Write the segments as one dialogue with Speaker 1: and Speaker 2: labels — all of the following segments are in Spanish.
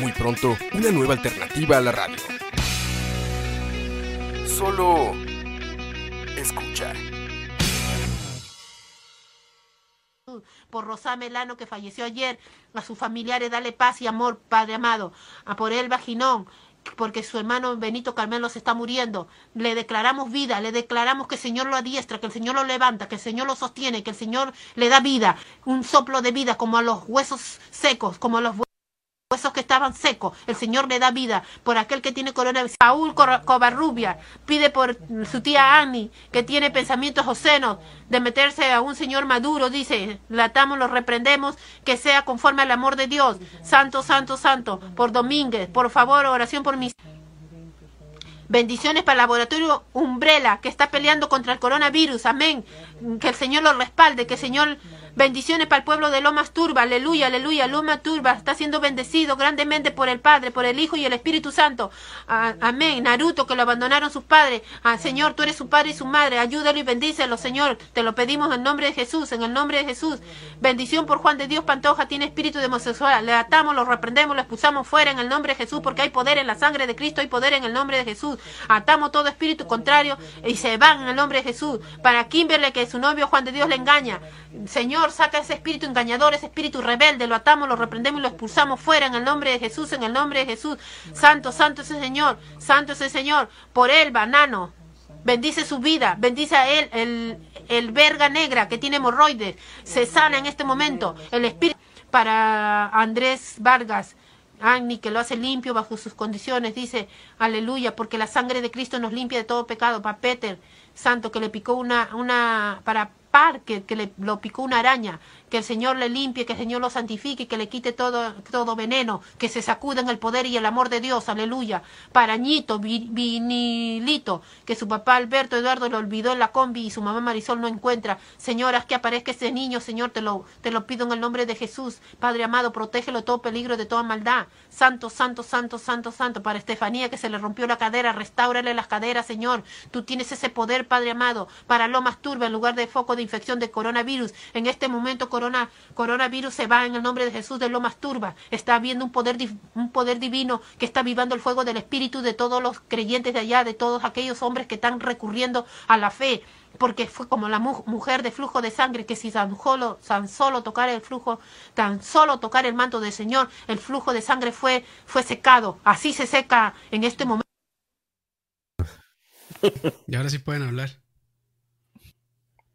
Speaker 1: Muy pronto, una nueva alternativa a la radio. Solo escucha.
Speaker 2: por Rosá Melano que falleció ayer, a sus familiares dale paz y amor, Padre amado, a por Elba Ginón, porque su hermano Benito Carmelo se está muriendo. Le declaramos vida, le declaramos que el Señor lo adiestra, que el Señor lo levanta, que el Señor lo sostiene, que el Señor le da vida, un soplo de vida como a los huesos secos, como a los huesos que estaban secos, el Señor le da vida por aquel que tiene coronavirus. Saúl Covarrubia pide por su tía Annie, que tiene pensamientos obscenos, de meterse a un señor maduro, dice, latamos, lo reprendemos, que sea conforme al amor de Dios. Santo, santo, santo, por Domínguez, por favor, oración por mis... Bendiciones para el laboratorio Umbrella, que está peleando contra el coronavirus, amén. Que el Señor lo respalde, que el Señor... Bendiciones para el pueblo de Lomas Turba. Aleluya, aleluya. Lomas Turba está siendo bendecido grandemente por el Padre, por el Hijo y el Espíritu Santo. Ah, amén. Naruto, que lo abandonaron sus padres. Ah, Señor, tú eres su padre y su madre. Ayúdalo y bendícelo, Señor. Te lo pedimos en nombre de Jesús, en el nombre de Jesús. Bendición por Juan de Dios Pantoja. Tiene espíritu de homosexual. Le atamos, lo reprendemos, lo expulsamos fuera en el nombre de Jesús, porque hay poder en la sangre de Cristo, hay poder en el nombre de Jesús. Atamos todo espíritu contrario y se van en el nombre de Jesús. Para Kimberly, que su novio Juan de Dios le engaña. Señor, saca ese espíritu engañador, ese espíritu rebelde, lo atamos, lo reprendemos y lo expulsamos fuera en el nombre de Jesús, en el nombre de Jesús. Santo, santo es el Señor, santo es el Señor. Por él, banano, bendice su vida, bendice a él, el, el verga negra que tiene hemorroides, se sana en este momento. El espíritu para Andrés Vargas. Agni, que lo hace limpio bajo sus condiciones, dice, aleluya, porque la sangre de Cristo nos limpia de todo pecado. Para Peter, santo, que le picó una, una, para que, que le, lo picó una araña, que el Señor le limpie, que el Señor lo santifique, que le quite todo, todo veneno, que se sacuda en el poder y el amor de Dios, aleluya. Parañito, vinilito, que su papá Alberto Eduardo lo olvidó en la combi y su mamá Marisol no encuentra. Señoras, que aparezca ese niño, Señor, te lo, te lo pido en el nombre de Jesús. Padre amado, protégelo de todo peligro, de toda maldad. Santo, santo, santo, santo, santo. Para Estefanía, que se le rompió la cadera, restaurale las caderas, Señor. Tú tienes ese poder, Padre amado. Para Lomas Turba, en lugar de foco de infección de coronavirus, en este momento corona, coronavirus se va en el nombre de Jesús de Lomas Turba. Está habiendo un poder, un poder divino que está vivando el fuego del Espíritu de todos los creyentes de allá, de todos aquellos hombres que están recurriendo a la fe. Porque fue como la mu mujer de flujo de sangre, que si tan solo, tan solo tocar el flujo, tan solo tocar el manto del Señor, el flujo de sangre fue, fue secado. Así se seca en este momento.
Speaker 3: Y ahora sí pueden hablar.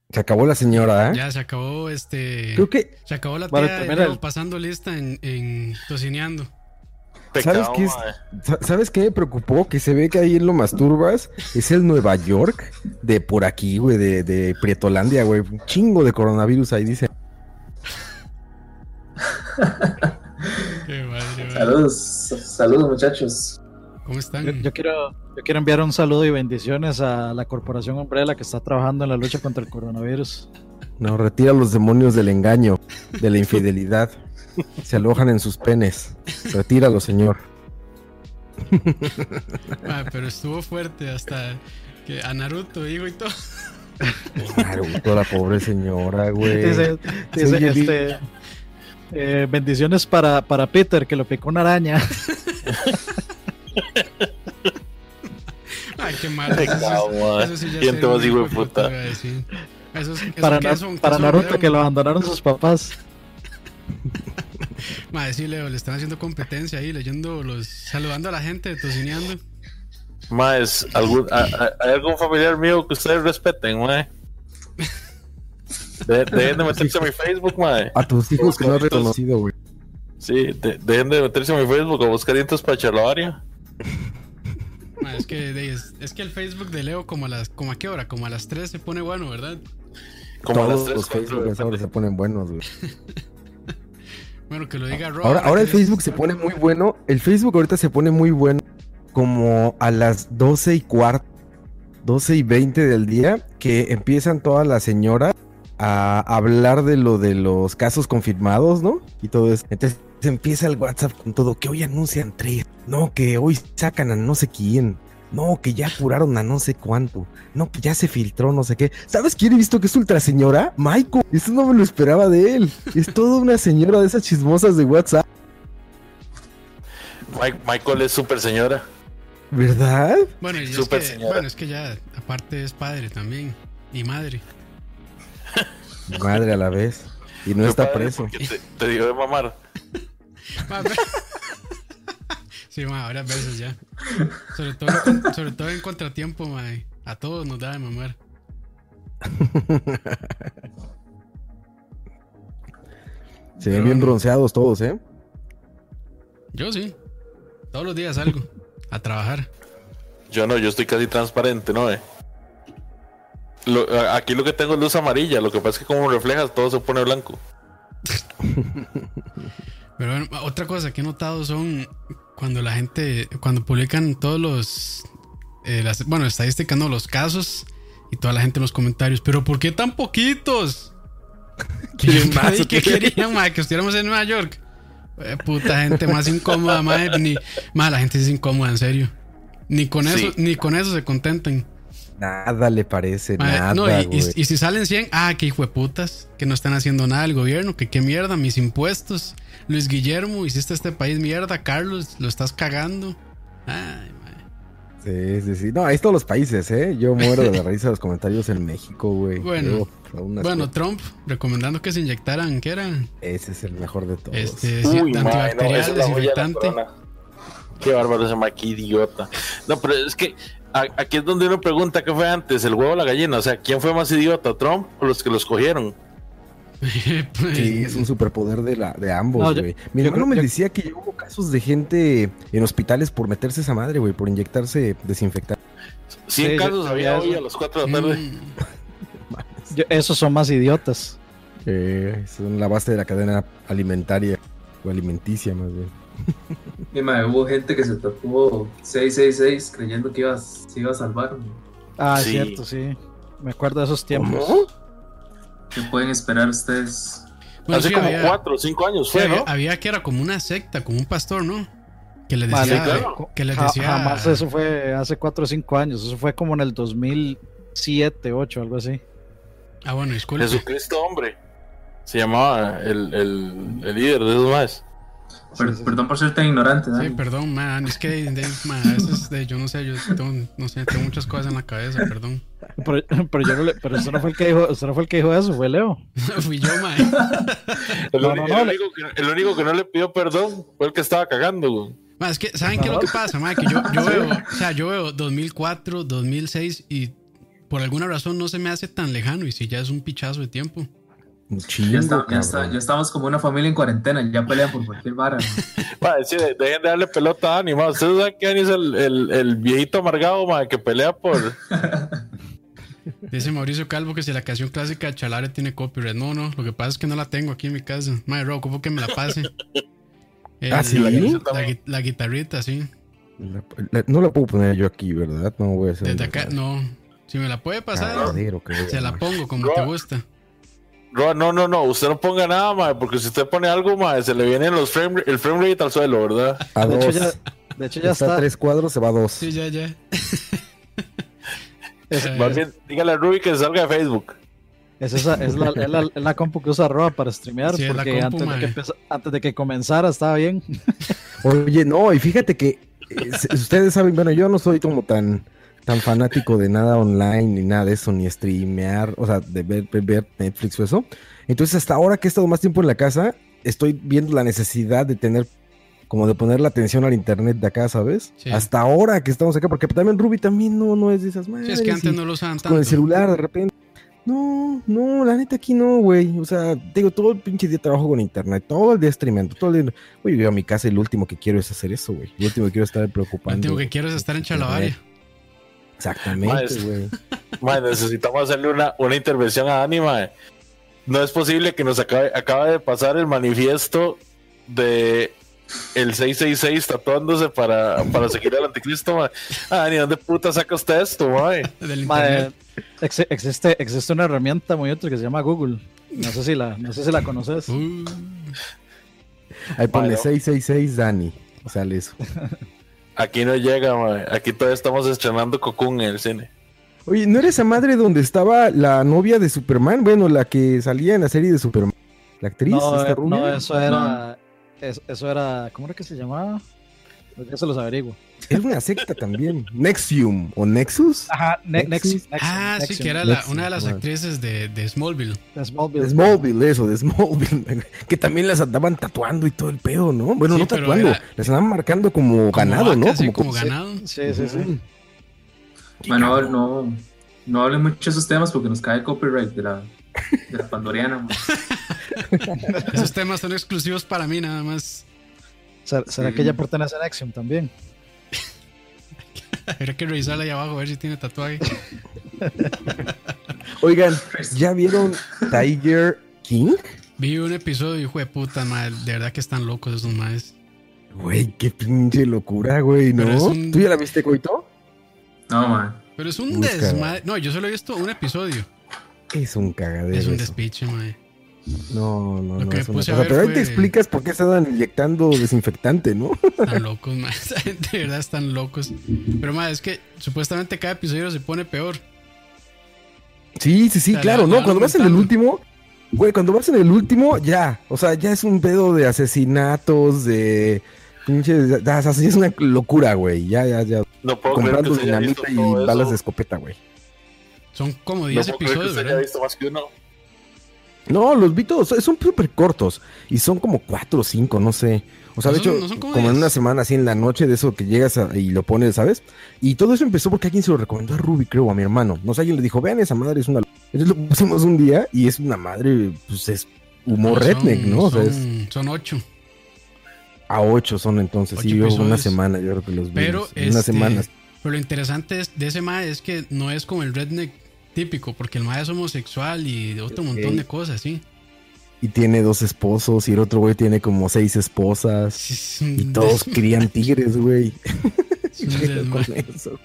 Speaker 4: Se acabó la señora, ¿eh?
Speaker 3: Ya se acabó este.
Speaker 4: Creo que.
Speaker 3: Se acabó la tía de el... pasando lista en, en tocineando.
Speaker 4: ¿Sabes qué, es, ¿Sabes qué me preocupó? Que se ve que ahí en lo masturbas es el Nueva York de por aquí, güey, de, de Prietolandia, güey. Un chingo de coronavirus ahí, dice.
Speaker 5: qué madre, saludos, saludos, muchachos.
Speaker 3: ¿Cómo están?
Speaker 6: Yo, yo, quiero, yo quiero enviar un saludo y bendiciones a la Corporación Umbrella que está trabajando en la lucha contra el coronavirus.
Speaker 4: No, retira los demonios del engaño, de la infidelidad. Se alojan en sus penes. Retíralo, señor.
Speaker 3: Ah, pero estuvo fuerte hasta que a Naruto, hijo y todo.
Speaker 4: Naruto, la pobre señora, güey.
Speaker 6: Dice, dice, este, eh, bendiciones para, para Peter, que lo picó una araña.
Speaker 3: Ay, qué malo. Eso,
Speaker 5: eso, eso sí ¿Quién te vas, hijo de puta?
Speaker 6: Eso, para, na son, para Naruto, son... que lo abandonaron sus papás.
Speaker 3: Madre, sí, Leo, le están haciendo competencia ahí, leyendo los, saludando a la gente, tocineando.
Speaker 5: Maes, ¿algún, a, a, ¿hay algún familiar mío que ustedes respeten, mae? De, dejen de meterse a mi Facebook, mae.
Speaker 4: A tus hijos que no has reconocido, güey.
Speaker 5: Sí, de, dejen de meterse a mi Facebook a buscar dientes para charlavaria.
Speaker 3: Man, es, que, es, es, que el Facebook de Leo, como a, las, como a qué hora, como a las 3 se pone bueno, ¿verdad?
Speaker 4: Como Todos a las 3, los 4, Facebook ahora se ponen buenos, güey.
Speaker 3: Bueno, que lo diga Rob.
Speaker 4: Ahora, ahora el
Speaker 3: que-
Speaker 4: Facebook se pone muy bueno. El Facebook ahorita se pone muy bueno como a las 12 y cuarto, 12 y 20 del día, que empiezan todas las señoras a hablar de lo de los casos confirmados, ¿no? Y todo eso. Entonces empieza el WhatsApp con todo, que hoy anuncian tres, no, que hoy sacan a no sé quién. No, que ya curaron a no sé cuánto. No, que ya se filtró, no sé qué. ¿Sabes quién he visto que es ultra señora? Maiko. Esto no me lo esperaba de él. Es toda una señora de esas chismosas de WhatsApp,
Speaker 5: Mike- Michael es super señora.
Speaker 4: ¿verdad?
Speaker 3: Bueno, y es
Speaker 5: Súper
Speaker 3: que-
Speaker 5: señora.
Speaker 3: bueno, es que ya, aparte es padre también. Y madre.
Speaker 4: Madre a la vez. Y no
Speaker 5: Qué
Speaker 4: está
Speaker 5: padre,
Speaker 4: preso.
Speaker 5: porque Te, te digo de mamar.
Speaker 3: Ma, ve- Sí, ma, varias veces ya. Sobre todo, en con- sobre todo en contratiempo, ma. A todos nos da de mamar.
Speaker 4: Se ven bien bronceados todos, ¿eh?
Speaker 3: Yo sí. Todos los días salgo a trabajar.
Speaker 5: Yo no, yo estoy casi transparente, ¿no? eh? Lo- a- aquí lo que tengo es luz amarilla. Lo que pasa es que como reflejas, todo se pone blanco.
Speaker 3: Pero bueno, ma, otra cosa que he notado son cuando la gente, cuando publican todos los, eh, las, bueno, estadísticas, no, los casos y toda la gente en los comentarios. Pero ¿por qué tan poquitos? Que yo
Speaker 4: ¿Quieren más
Speaker 3: creí
Speaker 4: o
Speaker 3: que
Speaker 4: qué?
Speaker 3: querían, ma, que estuviéramos en Nueva York. Eh, puta gente más incómoda, ma, ni, ma, la gente es incómoda, en serio. Ni con eso,
Speaker 5: Sí.
Speaker 3: ni con eso se contentan.
Speaker 4: Nada le parece,
Speaker 3: Ma,
Speaker 4: nada,
Speaker 3: Ah, no, y, y-
Speaker 4: güey.
Speaker 3: y si salen 100, ah, qué hijo de putas, que no están haciendo nada el gobierno, que qué mierda, mis impuestos. Luis Guillermo, hiciste este país mierda, Carlos, lo estás cagando. Ay, ma.
Speaker 4: Sí, sí, sí. No, ahí todos los países, ¿eh? Yo muero de la risa de los comentarios en México, güey.
Speaker 3: Bueno.
Speaker 4: Uf, unas-
Speaker 3: Bueno, Trump recomendando que se inyectaran, ¿qué era?
Speaker 4: ese es el mejor de todos.
Speaker 3: Este,
Speaker 5: Uy, mae, no,
Speaker 3: antibacterial,
Speaker 5: esa es la joya de la
Speaker 3: desinfectante.
Speaker 5: corona. Qué bárbaro ese Mike, idiota. No, pero es que a- aquí es donde uno pregunta qué fue antes, el huevo o la gallina. O sea, ¿quién fue más idiota, Trump o los que los cogieron?
Speaker 3: Pues,
Speaker 4: Sí, es un superpoder de, la, de
Speaker 6: No,
Speaker 4: ambos,
Speaker 6: yo-
Speaker 4: güey. Mi
Speaker 6: yo
Speaker 4: hermano
Speaker 6: creo-
Speaker 4: me
Speaker 6: yo-
Speaker 4: decía que ya hubo casos de gente en hospitales por meterse esa madre, güey, por inyectarse desinfectante.
Speaker 5: 100
Speaker 6: Sí, yo
Speaker 5: casos había
Speaker 6: sabía
Speaker 5: hoy
Speaker 6: eso.
Speaker 5: a las 4 de la tarde.
Speaker 3: mm,
Speaker 6: Yo- esos son más idiotas.
Speaker 4: Eh, son la base de la cadena alimentaria o alimenticia, más bien.
Speaker 7: Y, mae, hubo gente que se tatuó 666 creyendo que iba, a- se iba a salvar. mae.
Speaker 6: Ah, es
Speaker 5: Sí.
Speaker 6: cierto, sí. Me acuerdo de esos tiempos.
Speaker 7: ¿Qué pueden esperar ustedes?
Speaker 3: bueno,
Speaker 5: Hace
Speaker 3: sí,
Speaker 5: como
Speaker 3: había-
Speaker 5: 4 o 5 años
Speaker 3: sí,
Speaker 5: fue,
Speaker 3: había,
Speaker 5: ¿no?
Speaker 3: había que era como una secta, como un pastor, ¿no? Que les
Speaker 6: Vale,
Speaker 3: decía,
Speaker 5: claro.
Speaker 3: que les
Speaker 6: Ja-
Speaker 3: decía
Speaker 6: jamás eso fue hace 4 o 5 años. Eso fue como en el 2007, 8, algo así.
Speaker 3: ah, bueno, disculpe.
Speaker 5: Jesucristo, hombre. Se llamaba el, el, el líder de esos más.
Speaker 7: Per-
Speaker 6: Sí, sí, sí.
Speaker 7: Perdón por ser tan ignorante,
Speaker 3: Sí,
Speaker 7: Dani.
Speaker 3: perdón, man. Es que de- de- man, a veces de- yo no sé, yo tengo, no sé, tengo muchas cosas en la cabeza, perdón.
Speaker 6: Pero, pero, yo no le- pero usted, no fue el que dijo, usted no fue el que dijo eso, fue Leo.
Speaker 3: Fui yo, man.
Speaker 5: El,
Speaker 6: No,
Speaker 5: único,
Speaker 6: no, no,
Speaker 5: el
Speaker 6: le-
Speaker 5: único que, el único que no le pidió perdón fue el que estaba cagando, güey.
Speaker 3: Man, Es que, ¿saben qué es lo que pasa, man? Que yo, yo veo, o sea, yo veo 2004, 2006 y por alguna razón no se me hace tan lejano y si ya es un pichazo de tiempo.
Speaker 4: Un
Speaker 7: Ya,
Speaker 4: chingo,
Speaker 7: está- ya, está-
Speaker 4: cabrón.
Speaker 7: ya estamos como una familia en cuarentena, ya pelean por cualquier vara. mae.
Speaker 5: Va, sí, de- dejen de darle pelota a Dani, ma. Ustedes saben que Dani es el, el, el viejito amargado, ma, que pelea por.
Speaker 3: Dice Mauricio Calvo que si la canción clásica de Chalare tiene copyright. No, no, lo que pasa es que no la tengo aquí en mi casa. Man, Rob, ¿cómo que me la pase? Eh,
Speaker 4: Ah, ¿sí?
Speaker 3: La, gui- la guitarrita, sí.
Speaker 4: La- la- no la puedo poner yo aquí, ¿verdad? No voy a hacer.
Speaker 3: Desde acá, no. Si me la puede pasar,
Speaker 4: Cagadero, creo,
Speaker 3: se la
Speaker 4: ¿no?
Speaker 3: pongo como te gusta.
Speaker 5: Roa, no, no, no, usted no ponga nada, ma, porque si usted pone algo, ma, se le vienen los frame, el frame rate al suelo, ¿verdad?
Speaker 4: A
Speaker 6: De hecho,
Speaker 4: dos.
Speaker 6: ya, de hecho, ya
Speaker 4: está, a
Speaker 6: está.
Speaker 4: tres cuadros, se va a dos.
Speaker 3: Sí, ya, ya.
Speaker 6: Es,
Speaker 3: Eh,
Speaker 5: Más bien, dígale a Ruby que se salga de Facebook.
Speaker 6: es esa- es la, es la- es la compu que usa Roa para streamear.
Speaker 3: Sí, es la
Speaker 6: porque
Speaker 3: compu,
Speaker 6: antes, de
Speaker 3: mae.
Speaker 6: que empeza- antes de que comenzara estaba bien.
Speaker 4: Oye, no, y fíjate que eh, s- ustedes saben, bueno, yo no soy como tan tan fanático de nada online ni nada de eso, ni streamear, o sea, de ver, ver- ver Netflix o eso. Entonces, hasta ahora que he estado más tiempo en la casa, estoy viendo la necesidad de tener como de poner la atención al internet de acá, ¿sabes?
Speaker 3: Sí.
Speaker 4: Hasta ahora que estamos acá, porque también Ruby también no, no es de esas madres.
Speaker 3: Sí, es que antes
Speaker 4: y
Speaker 3: no lo usaban tanto.
Speaker 4: Con el celular de repente. No, no, la neta aquí no, güey. O sea, te digo, todo el pinche día trabajo con internet, todo el día streameando, todo el día. Güey, yo a mi casa y lo último que quiero es hacer eso, güey. Lo último que quiero es estar
Speaker 3: Lo
Speaker 4: preocupando.
Speaker 3: único que quiero es estar en Chalabaria.
Speaker 4: Exactamente,
Speaker 5: Maestro.
Speaker 4: güey.
Speaker 5: Ma, necesitamos hacerle una, una intervención a Dani, ma. No es posible que nos acabe, acaba de pasar el manifiesto de el 666 tatuándose para, para seguir al anticristo, mae. Ah, ni dónde puta saca usted esto, mae.
Speaker 3: Del
Speaker 6: Mae,
Speaker 3: internet.
Speaker 6: ex- existe, existe una herramienta muy útil que se llama Google. No sé si la, no sé si la conoces.
Speaker 3: Uh,
Speaker 4: Ahí ponle
Speaker 5: Bueno.
Speaker 4: 666 Dani. Sale eso.
Speaker 5: Aquí no llega, mae. Aquí todavía estamos estrenando Cocoon en el cine.
Speaker 4: Oye, ¿no era esa madre donde estaba la novia de Superman? Bueno, la que salía en la serie de Superman. La actriz,
Speaker 6: No,
Speaker 4: esta
Speaker 6: eh,
Speaker 4: rubia.
Speaker 6: no, eso era. es- eso era. ¿Cómo era que se llamaba? Ya se los averiguo.
Speaker 4: Era una secta también. Nexium o Nexus.
Speaker 6: Ajá,
Speaker 4: Ne- Nexus. Nexus,
Speaker 3: ah, sí, que era la- una de las actrices de, de Smallville.
Speaker 4: De Smallville, eso, de Smallville. que también las andaban tatuando y todo el pedo, ¿no? Bueno,
Speaker 3: Sí,
Speaker 4: no
Speaker 3: pero
Speaker 4: tatuando.
Speaker 3: era-
Speaker 4: Las andaban marcando como,
Speaker 3: Como
Speaker 4: ganado,
Speaker 3: vaca,
Speaker 4: ¿no?
Speaker 3: sí, como,
Speaker 4: con-
Speaker 3: ganado.
Speaker 6: Sí, sí, sí.
Speaker 4: Ujú.
Speaker 7: Bueno, no, no hablen mucho de esos temas porque nos cae el copyright de la, de la Pandoriana. man.
Speaker 3: Esos temas son exclusivos para mí, nada más.
Speaker 6: ¿Será, será
Speaker 7: Sí.
Speaker 6: que ella pertenece a Nexium también?
Speaker 3: Habría que revisarla ahí abajo a ver si tiene tatuaje.
Speaker 4: Oigan, ¿ya vieron Tiger King?
Speaker 3: Vi un episodio y hijo de puta, madre. De verdad que están locos esos maes.
Speaker 4: Güey, qué pinche locura, güey,
Speaker 3: Pero
Speaker 4: ¿no?
Speaker 3: es un-
Speaker 4: ¿Tú ya la viste, Coito?
Speaker 7: No, man.
Speaker 3: Pero es un
Speaker 4: Busca.
Speaker 3: desmadre. No, yo solo he visto un episodio.
Speaker 4: Es un cagadero.
Speaker 3: Es un
Speaker 4: eso.
Speaker 3: despiche, madre.
Speaker 4: No, no,
Speaker 3: Lo
Speaker 4: no.
Speaker 3: que
Speaker 4: es
Speaker 3: me
Speaker 4: una
Speaker 3: puse a
Speaker 4: cosa.
Speaker 3: ver
Speaker 4: Pero ahí
Speaker 3: fue-
Speaker 4: te explicas por qué estaban inyectando desinfectante, ¿no?
Speaker 3: Están locos, madre. Esa gente de verdad están locos. Pero, madre, es que supuestamente cada episodio se pone peor.
Speaker 4: Sí, sí, sí,
Speaker 3: Te la-
Speaker 4: claro,
Speaker 3: te
Speaker 4: ¿no?
Speaker 3: van
Speaker 4: Cuando vas en el
Speaker 3: aumentando.
Speaker 4: último, güey, cuando vas en el último, ya. O sea, ya es un pedo de asesinatos, de pinches. ya, o sea, sí es una locura, güey. Ya, ya, ya.
Speaker 5: No puedo creer Oh, que
Speaker 4: Comprando
Speaker 5: usted haya visto
Speaker 4: dinamita y
Speaker 5: todo eso.
Speaker 4: balas de escopeta, güey.
Speaker 3: Son como
Speaker 5: No
Speaker 3: 10
Speaker 5: puedo creer que
Speaker 3: episodios,
Speaker 5: usted haya
Speaker 3: ¿verdad?
Speaker 5: visto más que uno.
Speaker 4: No, los vi todos, son súper cortos y son como cuatro o cinco, no sé. O sea,
Speaker 3: No
Speaker 4: de
Speaker 3: son-
Speaker 4: hecho,
Speaker 3: no son como
Speaker 4: como,
Speaker 3: diez.
Speaker 4: en una semana, así en la noche de eso que llegas a- y lo pones, ¿sabes? Y todo eso empezó porque alguien se lo recomendó a Ruby, creo, o a mi hermano. No sé, alguien le dijo, vean, esa madre es una... lo-". Entonces lo pusimos un día y es una madre, pues es humor
Speaker 3: Ah, Son-
Speaker 4: redneck, ¿no? O sea, es
Speaker 3: Son, son ocho.
Speaker 4: a ocho son entonces,
Speaker 3: Ocho
Speaker 4: sí, yo una
Speaker 3: episodios.
Speaker 4: semana, yo creo que los vi.
Speaker 3: Pero
Speaker 4: Una
Speaker 3: este,
Speaker 4: semana.
Speaker 3: Pero lo interesante es- de ese mae es que no es como el redneck típico, porque el mae es homosexual y de otro
Speaker 4: Ok.
Speaker 3: montón de cosas, sí.
Speaker 4: Y tiene dos esposos y el otro güey tiene como seis esposas.
Speaker 3: Sí, es un
Speaker 4: Y todos
Speaker 3: des-
Speaker 4: crían tigres, güey.
Speaker 3: es un
Speaker 4: Con
Speaker 3: desmadre.
Speaker 4: eso.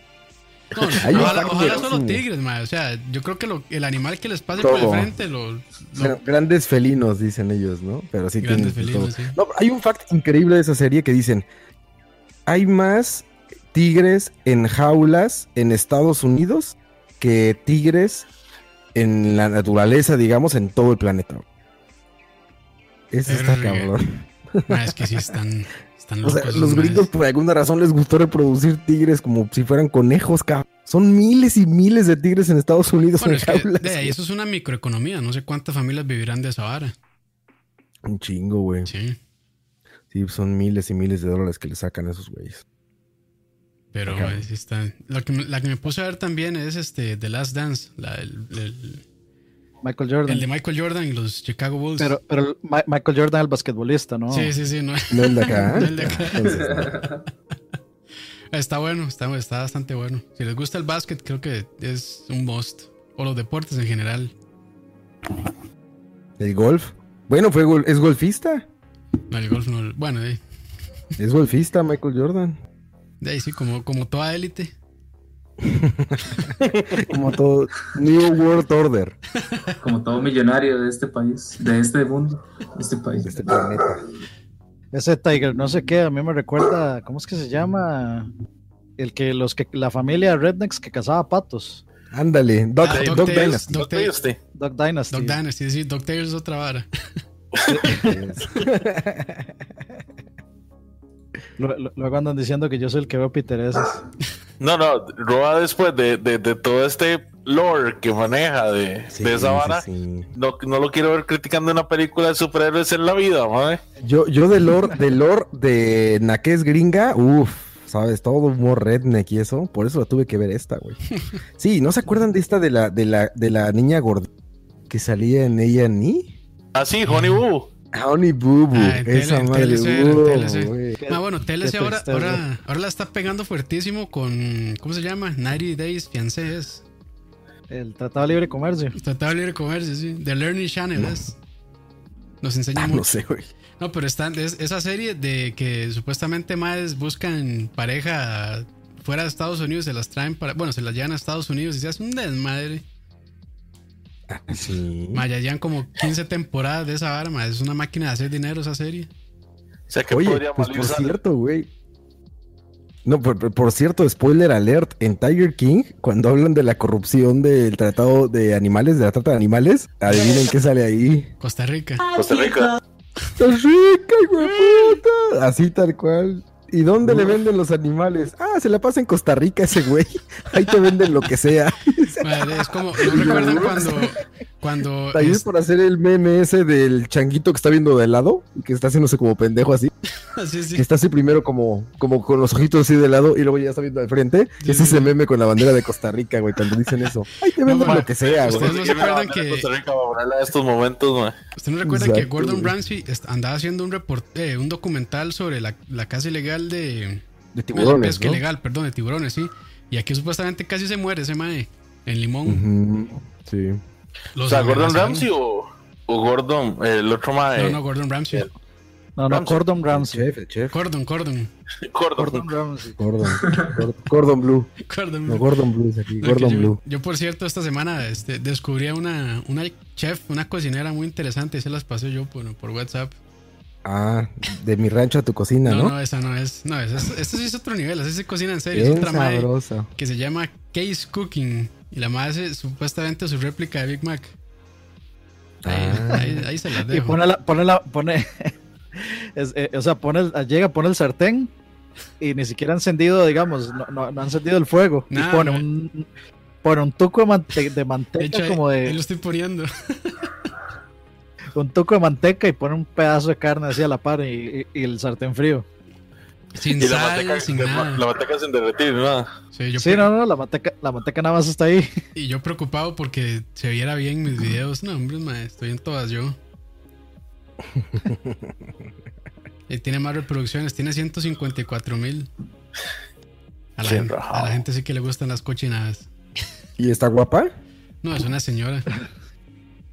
Speaker 3: No, no,
Speaker 4: Hay un
Speaker 3: ojalá,
Speaker 4: fact
Speaker 3: ojalá
Speaker 4: de-
Speaker 3: solo tigres, mae. O sea, yo creo que lo- el animal que les pase por el
Speaker 4: Todo.
Speaker 3: frente lo. lo-
Speaker 4: Bueno, grandes felinos, dicen ellos, ¿no? Pero sí
Speaker 3: Grandes
Speaker 4: tienen
Speaker 3: felinos,
Speaker 4: todo.
Speaker 3: sí.
Speaker 4: No, hay un fact increíble de esa serie que dicen: hay más tigres en jaulas en Estados Unidos que tigres en la naturaleza, digamos, en todo el planeta. Eso está
Speaker 3: Verga. pues,
Speaker 4: cabrón.
Speaker 3: mae, es que sí están, están
Speaker 4: O
Speaker 3: locos.
Speaker 4: sea, los
Speaker 3: esos
Speaker 4: gringos
Speaker 3: maes.
Speaker 4: por alguna razón les gustó reproducir tigres como si fueran conejos, cabrón. Son miles y miles de tigres en Estados Unidos
Speaker 3: Bueno,
Speaker 4: en
Speaker 3: es que
Speaker 4: jaulas.
Speaker 3: de ahí eso es una microeconomía. No sé cuántas familias vivirán de esa vara.
Speaker 4: Un chingo, güey.
Speaker 3: Sí.
Speaker 4: Sí, son miles y miles de dólares que le sacan a esos güeyes.
Speaker 3: Pero
Speaker 4: Ajá.
Speaker 3: eh, sí está. Lo que, me- la que me puse a ver también es este The Last Dance, la, del- del-
Speaker 6: Michael
Speaker 3: el,
Speaker 6: Jordan.
Speaker 3: de Michael Jordan y los Chicago Bulls.
Speaker 6: Pero, pero el Ma- Michael Jordan, el basquetbolista, ¿no?
Speaker 3: Sí, sí, sí. no.
Speaker 4: No el de acá.
Speaker 3: No el de acá.
Speaker 4: Entonces, no.
Speaker 3: Está bueno, está, está bastante bueno. Si les gusta el básquet, creo que es un must. O los deportes en general.
Speaker 4: el golf. Bueno, fue gol- es golfista.
Speaker 3: No, el golf no. el- Bueno, de,
Speaker 4: Es golfista Michael Jordan.
Speaker 3: de ahí sí, como, como toda élite.
Speaker 4: Como todo. New World Order.
Speaker 7: Como todo millonario de este país, de este mundo, de este país.
Speaker 4: de este planeta.
Speaker 6: Ese Tiger, no sé qué, a mí me recuerda, ¿cómo es que se llama? El que los que la familia Rednecks que cazaba patos.
Speaker 4: Ándale. Doc,
Speaker 3: Ah,
Speaker 4: Doc
Speaker 3: Doc Tales.
Speaker 4: Dynasty.
Speaker 5: ¿No
Speaker 3: Doc
Speaker 5: te
Speaker 3: Taylor.
Speaker 5: viste?
Speaker 6: Dog Dynasty.
Speaker 3: Doc Dynasty, sí, sí, Doc Taylor es otra vara.
Speaker 6: Lu- lu- Luego andan diciendo que yo soy el que veo pitereses.
Speaker 5: No, no, Roa después de, de, de todo este lore que maneja de,
Speaker 4: Sí,
Speaker 5: de esa
Speaker 4: sí,
Speaker 5: vara,
Speaker 4: sí.
Speaker 5: No, no lo quiero ver criticando una película de superhéroes en la vida, madre.
Speaker 4: Yo, yo de lore, de lore de Naqués gringa, uff. Sabes, todo humor redneck y eso. Por eso la tuve que ver esta, güey. Sí, ¿no se acuerdan de esta de la, de la, de la niña gorda que salía en ella ni?
Speaker 5: Así, Honey Boo.
Speaker 4: Honey Boo Boo,
Speaker 3: Ah, en tele-
Speaker 4: esa
Speaker 3: en
Speaker 4: madre.
Speaker 3: TLC, en
Speaker 4: wow,
Speaker 3: TLC.
Speaker 4: güey.
Speaker 3: Ah, bueno, TLC
Speaker 6: qué
Speaker 3: ahora,
Speaker 6: tristeza.
Speaker 3: ahora, ahora la está pegando fuertísimo con. ¿Cómo se llama? 90 Days, Fiancé es.
Speaker 6: El Tratado de Libre Comercio.
Speaker 3: Tratado de libre comercio, sí. The Learning Channel es. Nos enseña
Speaker 4: Ah,
Speaker 3: mucho.
Speaker 4: no sé, güey.
Speaker 3: No, pero está, es- esa serie de que supuestamente más buscan pareja fuera de Estados Unidos, se las traen para. Bueno, se las llevan a Estados Unidos y se hace un desmadre.
Speaker 4: Sí.
Speaker 3: Ma, ya llevan como 15 temporadas de esa vara, ma, Es una máquina de hacer dinero esa serie.
Speaker 5: O sea, que
Speaker 4: Oye,
Speaker 5: podría
Speaker 4: pues
Speaker 5: valer
Speaker 4: por
Speaker 5: sal-
Speaker 4: cierto, güey. No, por, por- por cierto, spoiler alert, en Tiger King, cuando hablan de la corrupción del tratado de animales, de la trata de animales, adivinen qué sale ahí.
Speaker 3: Costa Rica.
Speaker 5: Costa Rica.
Speaker 4: ¡Estás rica, hijo de puta! Así tal cual. ¿Y dónde le venden los animales? Ah, se la pasa en Costa Rica ese güey. Ahí te venden lo que sea.
Speaker 3: Ma, es como. ¿No recuerdan cuando. cuando
Speaker 4: También
Speaker 3: es-
Speaker 4: por hacer el meme ese del changuito que está viendo de lado y que está haciéndose como pendejo así.
Speaker 3: sí, sí.
Speaker 4: Que está así primero como, como con los ojitos así de lado y luego ya está viendo de frente.
Speaker 3: Sí,
Speaker 4: es ese
Speaker 3: sí.
Speaker 4: meme con la bandera de Costa Rica, güey, cuando dicen eso. Ay, te
Speaker 3: No,
Speaker 4: venden
Speaker 3: ma,
Speaker 4: lo que sea, güey.
Speaker 3: ustedes no se
Speaker 5: Tiene la
Speaker 3: acuerdan
Speaker 5: bandera de
Speaker 3: que-
Speaker 5: Costa Rica va a volar a estos momentos, ma.
Speaker 3: ¿Usted no recuerda que
Speaker 4: Exacto,
Speaker 3: Gordon
Speaker 4: güey.
Speaker 3: Ramsay est- andaba haciendo un reporte, un documental sobre la, la casa ilegal de
Speaker 4: De
Speaker 3: de
Speaker 4: tiburones,
Speaker 3: pesca
Speaker 4: ¿no?
Speaker 3: ilegal, perdón, de tiburones, sí. Y aquí supuestamente casi se muere ese mae en Limón.
Speaker 4: Ujú, Sí.
Speaker 3: Los
Speaker 5: O sea, Gordon
Speaker 3: amenazaron.
Speaker 5: Ramsay o, o Gordon, eh, el otro más.
Speaker 3: No, no, Gordon Ramsay.
Speaker 5: el-
Speaker 6: No, no,
Speaker 5: Ramsey.
Speaker 6: Gordon
Speaker 4: El
Speaker 6: Ramsay.
Speaker 4: chef, el chef.
Speaker 3: Gordon, Gordon.
Speaker 5: Gordon.
Speaker 6: Gordon Ramsay.
Speaker 4: Gordon. Gor- Gordon Blue.
Speaker 3: Gordon.
Speaker 4: No, Gordon Blue es aquí.
Speaker 3: No, que
Speaker 4: Gordon
Speaker 3: yo,
Speaker 4: Blue.
Speaker 3: yo, por cierto, esta semana este, descubrí a una, una chef, una cocinera muy interesante. y Se las pasé yo por, por WhatsApp.
Speaker 4: Ah, de mi rancho a tu cocina,
Speaker 3: No, no,
Speaker 4: ¿no?
Speaker 3: esa no es. No, esa, es- esta sí es otro nivel. Así se cocina en serio. Es
Speaker 4: Bien
Speaker 3: otra mae
Speaker 4: sabrosa.
Speaker 3: que se llama Case Cooking. Y la madre hace supuestamente su réplica de Big Mac. Ahí,
Speaker 4: Ah.
Speaker 3: ahí- ahí se las
Speaker 6: Y
Speaker 3: dejo.
Speaker 6: pone la, pone la, pone, es, eh, o sea, pone, el- llega, pone el sartén y ni siquiera ha encendido, digamos, no, no, no ha encendido el fuego.
Speaker 3: Nah,
Speaker 6: y pone
Speaker 3: no.
Speaker 6: un, pone un tuco de, mante- de
Speaker 3: De
Speaker 6: manteca,
Speaker 3: hecho, ahí-
Speaker 6: como
Speaker 3: ahí lo
Speaker 6: de,
Speaker 3: estoy poniendo.
Speaker 6: un tuco de manteca y pone un pedazo de carne así a la par y, y- y el sartén frío.
Speaker 3: Sin
Speaker 5: Y la
Speaker 3: sal,
Speaker 5: manteca,
Speaker 3: sin
Speaker 5: la-
Speaker 3: nada.
Speaker 5: la manteca sin derretir, nada.
Speaker 3: Sí, yo
Speaker 6: sí,
Speaker 3: pre-
Speaker 6: no, no, la manteca, la manteca nada más está ahí.
Speaker 3: Y yo preocupado porque se viera bien mis videos. No, hombre, ma, estoy en todas yo. y tiene más reproducciones, tiene 154 mil. A, la
Speaker 5: Qué
Speaker 3: gente-
Speaker 5: rajado.
Speaker 3: a la gente sí que le gustan las cochinadas.
Speaker 4: ¿Y está guapa?
Speaker 3: No, es una señora,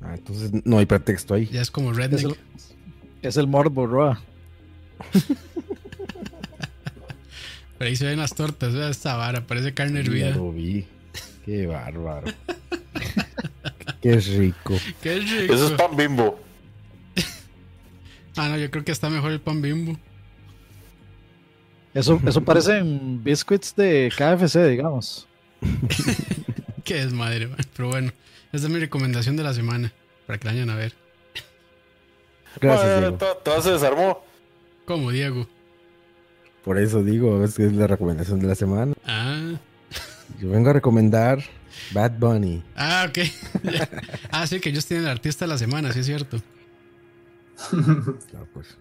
Speaker 4: Ah, entonces no hay pretexto ahí.
Speaker 3: ya es como
Speaker 6: Es
Speaker 3: redneck.
Speaker 6: el, es el morbo, Roa.
Speaker 3: Pero ahí se ven las tortas, vea esta vara, parece carne
Speaker 4: Ya
Speaker 3: hervida.
Speaker 4: lo vi. Qué bárbaro. Qué rico.
Speaker 3: Qué rico.
Speaker 5: Eso es pan bimbo.
Speaker 3: Ah, no, yo creo que está mejor el pan bimbo.
Speaker 6: Eso, eso parecen biscuits de KFC, digamos.
Speaker 3: Qué desmadre, man. Pero bueno, esa es mi recomendación de la semana, para que la vayan a ver.
Speaker 4: Gracias,
Speaker 5: Bueno,
Speaker 4: Diego.
Speaker 5: todo, todo se desarmó.
Speaker 3: Como Diego.
Speaker 4: Por eso digo, es que es la recomendación de la semana.
Speaker 3: Ah.
Speaker 4: Yo vengo a recomendar Bad Bunny.
Speaker 3: Ah, ok. ah, sí, que ellos tienen el artista de la semana, sí es cierto.
Speaker 4: Claro, pues.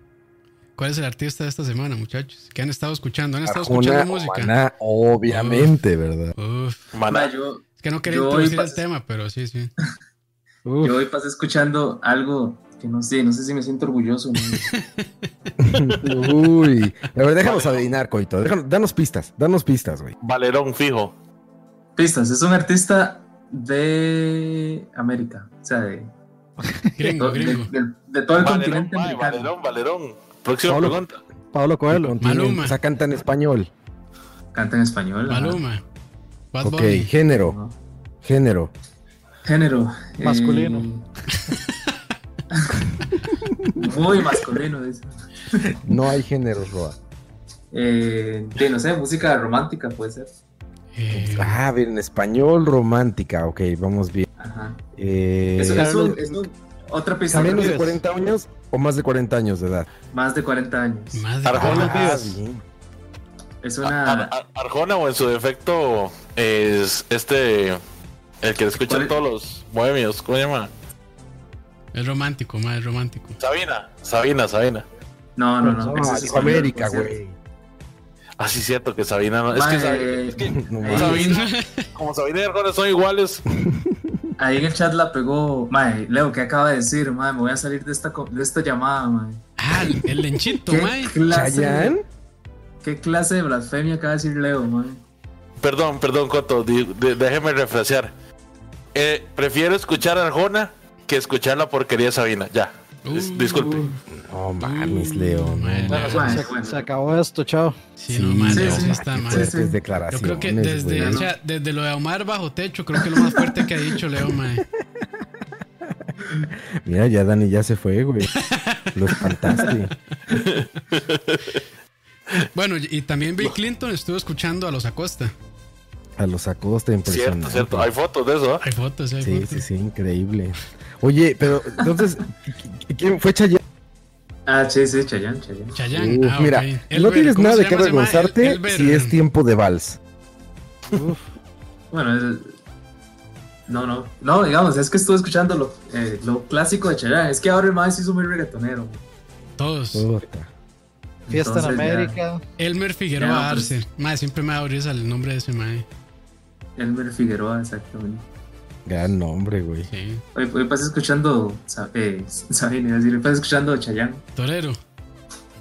Speaker 3: ¿Cuál es el artista de esta semana, muchachos? ¿Qué han estado escuchando? ¿Han estado
Speaker 4: Arjona
Speaker 3: escuchando
Speaker 4: o
Speaker 3: música?
Speaker 4: Maná, obviamente, ¿verdad?
Speaker 3: Uf,
Speaker 5: Maná.
Speaker 7: yo,
Speaker 3: es que no quería
Speaker 7: Yo
Speaker 3: introducir
Speaker 7: hoy
Speaker 3: el
Speaker 7: pas-
Speaker 3: tema, pero sí, sí.
Speaker 4: Uf,
Speaker 7: yo hoy pasé escuchando algo que no sé, no sé si me siento orgulloso. ¿no?
Speaker 4: Uy. A ver, déjanos adivinar, Coito. Déjanos- danos pistas, danos pistas, güey.
Speaker 5: Valerón fijo.
Speaker 7: Pistas, es un artista de América, o sea, de,
Speaker 3: Gringo,
Speaker 7: de-
Speaker 3: gringo.
Speaker 7: de- de todo el
Speaker 5: Valerón,
Speaker 7: continente
Speaker 5: mae,
Speaker 7: americano.
Speaker 5: Valerón, Valerón. Próxima
Speaker 4: Solo.
Speaker 5: pregunta.
Speaker 6: Pablo Coelho.
Speaker 4: Continente.
Speaker 3: Maluma.
Speaker 4: O sea, canta en español.
Speaker 7: Canta en español. ajá.
Speaker 3: Maluma. Bad
Speaker 4: Ok,
Speaker 3: Bunny.
Speaker 4: género, género.
Speaker 7: Género. eh,
Speaker 6: Masculino.
Speaker 7: muy masculino, dice.
Speaker 4: No hay géneros, Roa.
Speaker 7: Eh, de, no sé, música romántica puede ser.
Speaker 3: Eh,
Speaker 4: Ah, bien, en español romántica. Ok, vamos bien.
Speaker 7: Ajá.
Speaker 4: Eh,
Speaker 7: Eso-
Speaker 6: Carlos-
Speaker 7: eso- eso- otra pista.
Speaker 4: ¿A menos de
Speaker 6: Vives.
Speaker 4: 40 años o más de 40 años de edad?
Speaker 7: Más de 40 años.
Speaker 3: más de
Speaker 5: Arjona.
Speaker 3: Ah,
Speaker 4: bien.
Speaker 7: Es
Speaker 5: Ar-
Speaker 7: una.
Speaker 5: Ar- Arjona o en su defecto es este el que escuchan
Speaker 7: ¿Cuál?
Speaker 5: todos los bohemios, ¿cómo se llama?
Speaker 3: Es romántico, más es romántico.
Speaker 5: Sabina, Sabina, Sabina.
Speaker 7: No, no, no.
Speaker 4: No,
Speaker 7: eso es
Speaker 4: es
Speaker 7: español,
Speaker 4: América,
Speaker 7: puede ser.
Speaker 4: Ah, güey.
Speaker 5: Ah, sí, cierto que Sabina no. Es que,
Speaker 7: Mae,
Speaker 5: Sabina, es que
Speaker 4: No
Speaker 7: eh,
Speaker 4: mames.
Speaker 7: Ahí-
Speaker 5: Sabina, como Sabina y Arjona son iguales,
Speaker 7: Ahí en el chat la pegó. Mae, Leo, ¿qué acaba de decir? Mae, me voy a salir de esta, co- de esta llamada, mae.
Speaker 3: Ah, el- el lenchito,
Speaker 7: ¿Qué
Speaker 3: mae.
Speaker 7: clase,
Speaker 4: ¿Chayanne?
Speaker 7: de, ¿Qué clase de blasfemia acaba de decir Leo, mae?
Speaker 5: Perdón, perdón, Coto, di- de- déjeme refrasear. Eh, prefiero escuchar a Arjona que escuchar la porquería de Sabina, ya.
Speaker 7: Uh.
Speaker 5: Dis- disculpe.
Speaker 4: No mames, León.
Speaker 3: Bueno,
Speaker 7: Bueno,
Speaker 6: Se-
Speaker 7: Ay,
Speaker 6: se,
Speaker 7: bueno.
Speaker 6: se acabó esto, chao.
Speaker 3: sí, no, man,
Speaker 7: sí,
Speaker 3: León
Speaker 7: sí.
Speaker 3: está mal.
Speaker 4: Fuertes
Speaker 7: Sí, sí.
Speaker 3: Yo
Speaker 4: declaraciones.
Speaker 3: creo que desde,
Speaker 4: Pues, güey.
Speaker 3: o sea, desde lo de Omar bajo techo, creo que es lo más fuerte que ha dicho Leo, mae.
Speaker 4: Mira, ya Dani ya se fue, güey. Lo espantaste.
Speaker 3: Bueno, y y también Bill Clinton estuvo escuchando a los Acosta.
Speaker 4: A los acosta
Speaker 5: Cierto,
Speaker 4: impresionante.
Speaker 5: cierto. Hay fotos de eso. ¿eh?
Speaker 3: Hay fotos, hay
Speaker 4: Sí,
Speaker 3: fotos.
Speaker 4: sí, sí, increíble. Oye, pero entonces, ¿quién fue Chayanne?
Speaker 7: Ah, sí, sí, Chayanne, Chayanne.
Speaker 3: Chayanne.
Speaker 4: Uh,
Speaker 3: ah,
Speaker 4: mira,
Speaker 3: ok.
Speaker 4: no
Speaker 3: Elber,
Speaker 4: tienes
Speaker 3: ¿cómo
Speaker 4: nada
Speaker 3: se
Speaker 4: de qué
Speaker 3: llama ese mae? El-
Speaker 4: avergonzarte
Speaker 3: Elber.
Speaker 4: si es tiempo de vals.
Speaker 7: Bueno, es- no, no, no, digamos, es que estuve escuchando lo, eh, lo clásico de Chayanne. Es que ahora el maestro hizo muy reggaetonero. güey.
Speaker 3: Todos.
Speaker 4: Puta.
Speaker 6: Fiesta en
Speaker 7: Entonces, ya,
Speaker 6: América.
Speaker 3: Elmer
Speaker 7: Ya,
Speaker 3: Figueroa
Speaker 7: no, pues.
Speaker 3: Arce. Mae, siempre me da risa el nombre de ese mae.
Speaker 7: Elmer Figueroa, exactamente.
Speaker 4: Gran nombre, güey.
Speaker 3: Sí.
Speaker 7: Hoy, hoy pasé escuchando, Sa- eh, Sabine, iba a decir, hoy pasé escuchando Chayanne,
Speaker 6: Ah,
Speaker 3: Torero.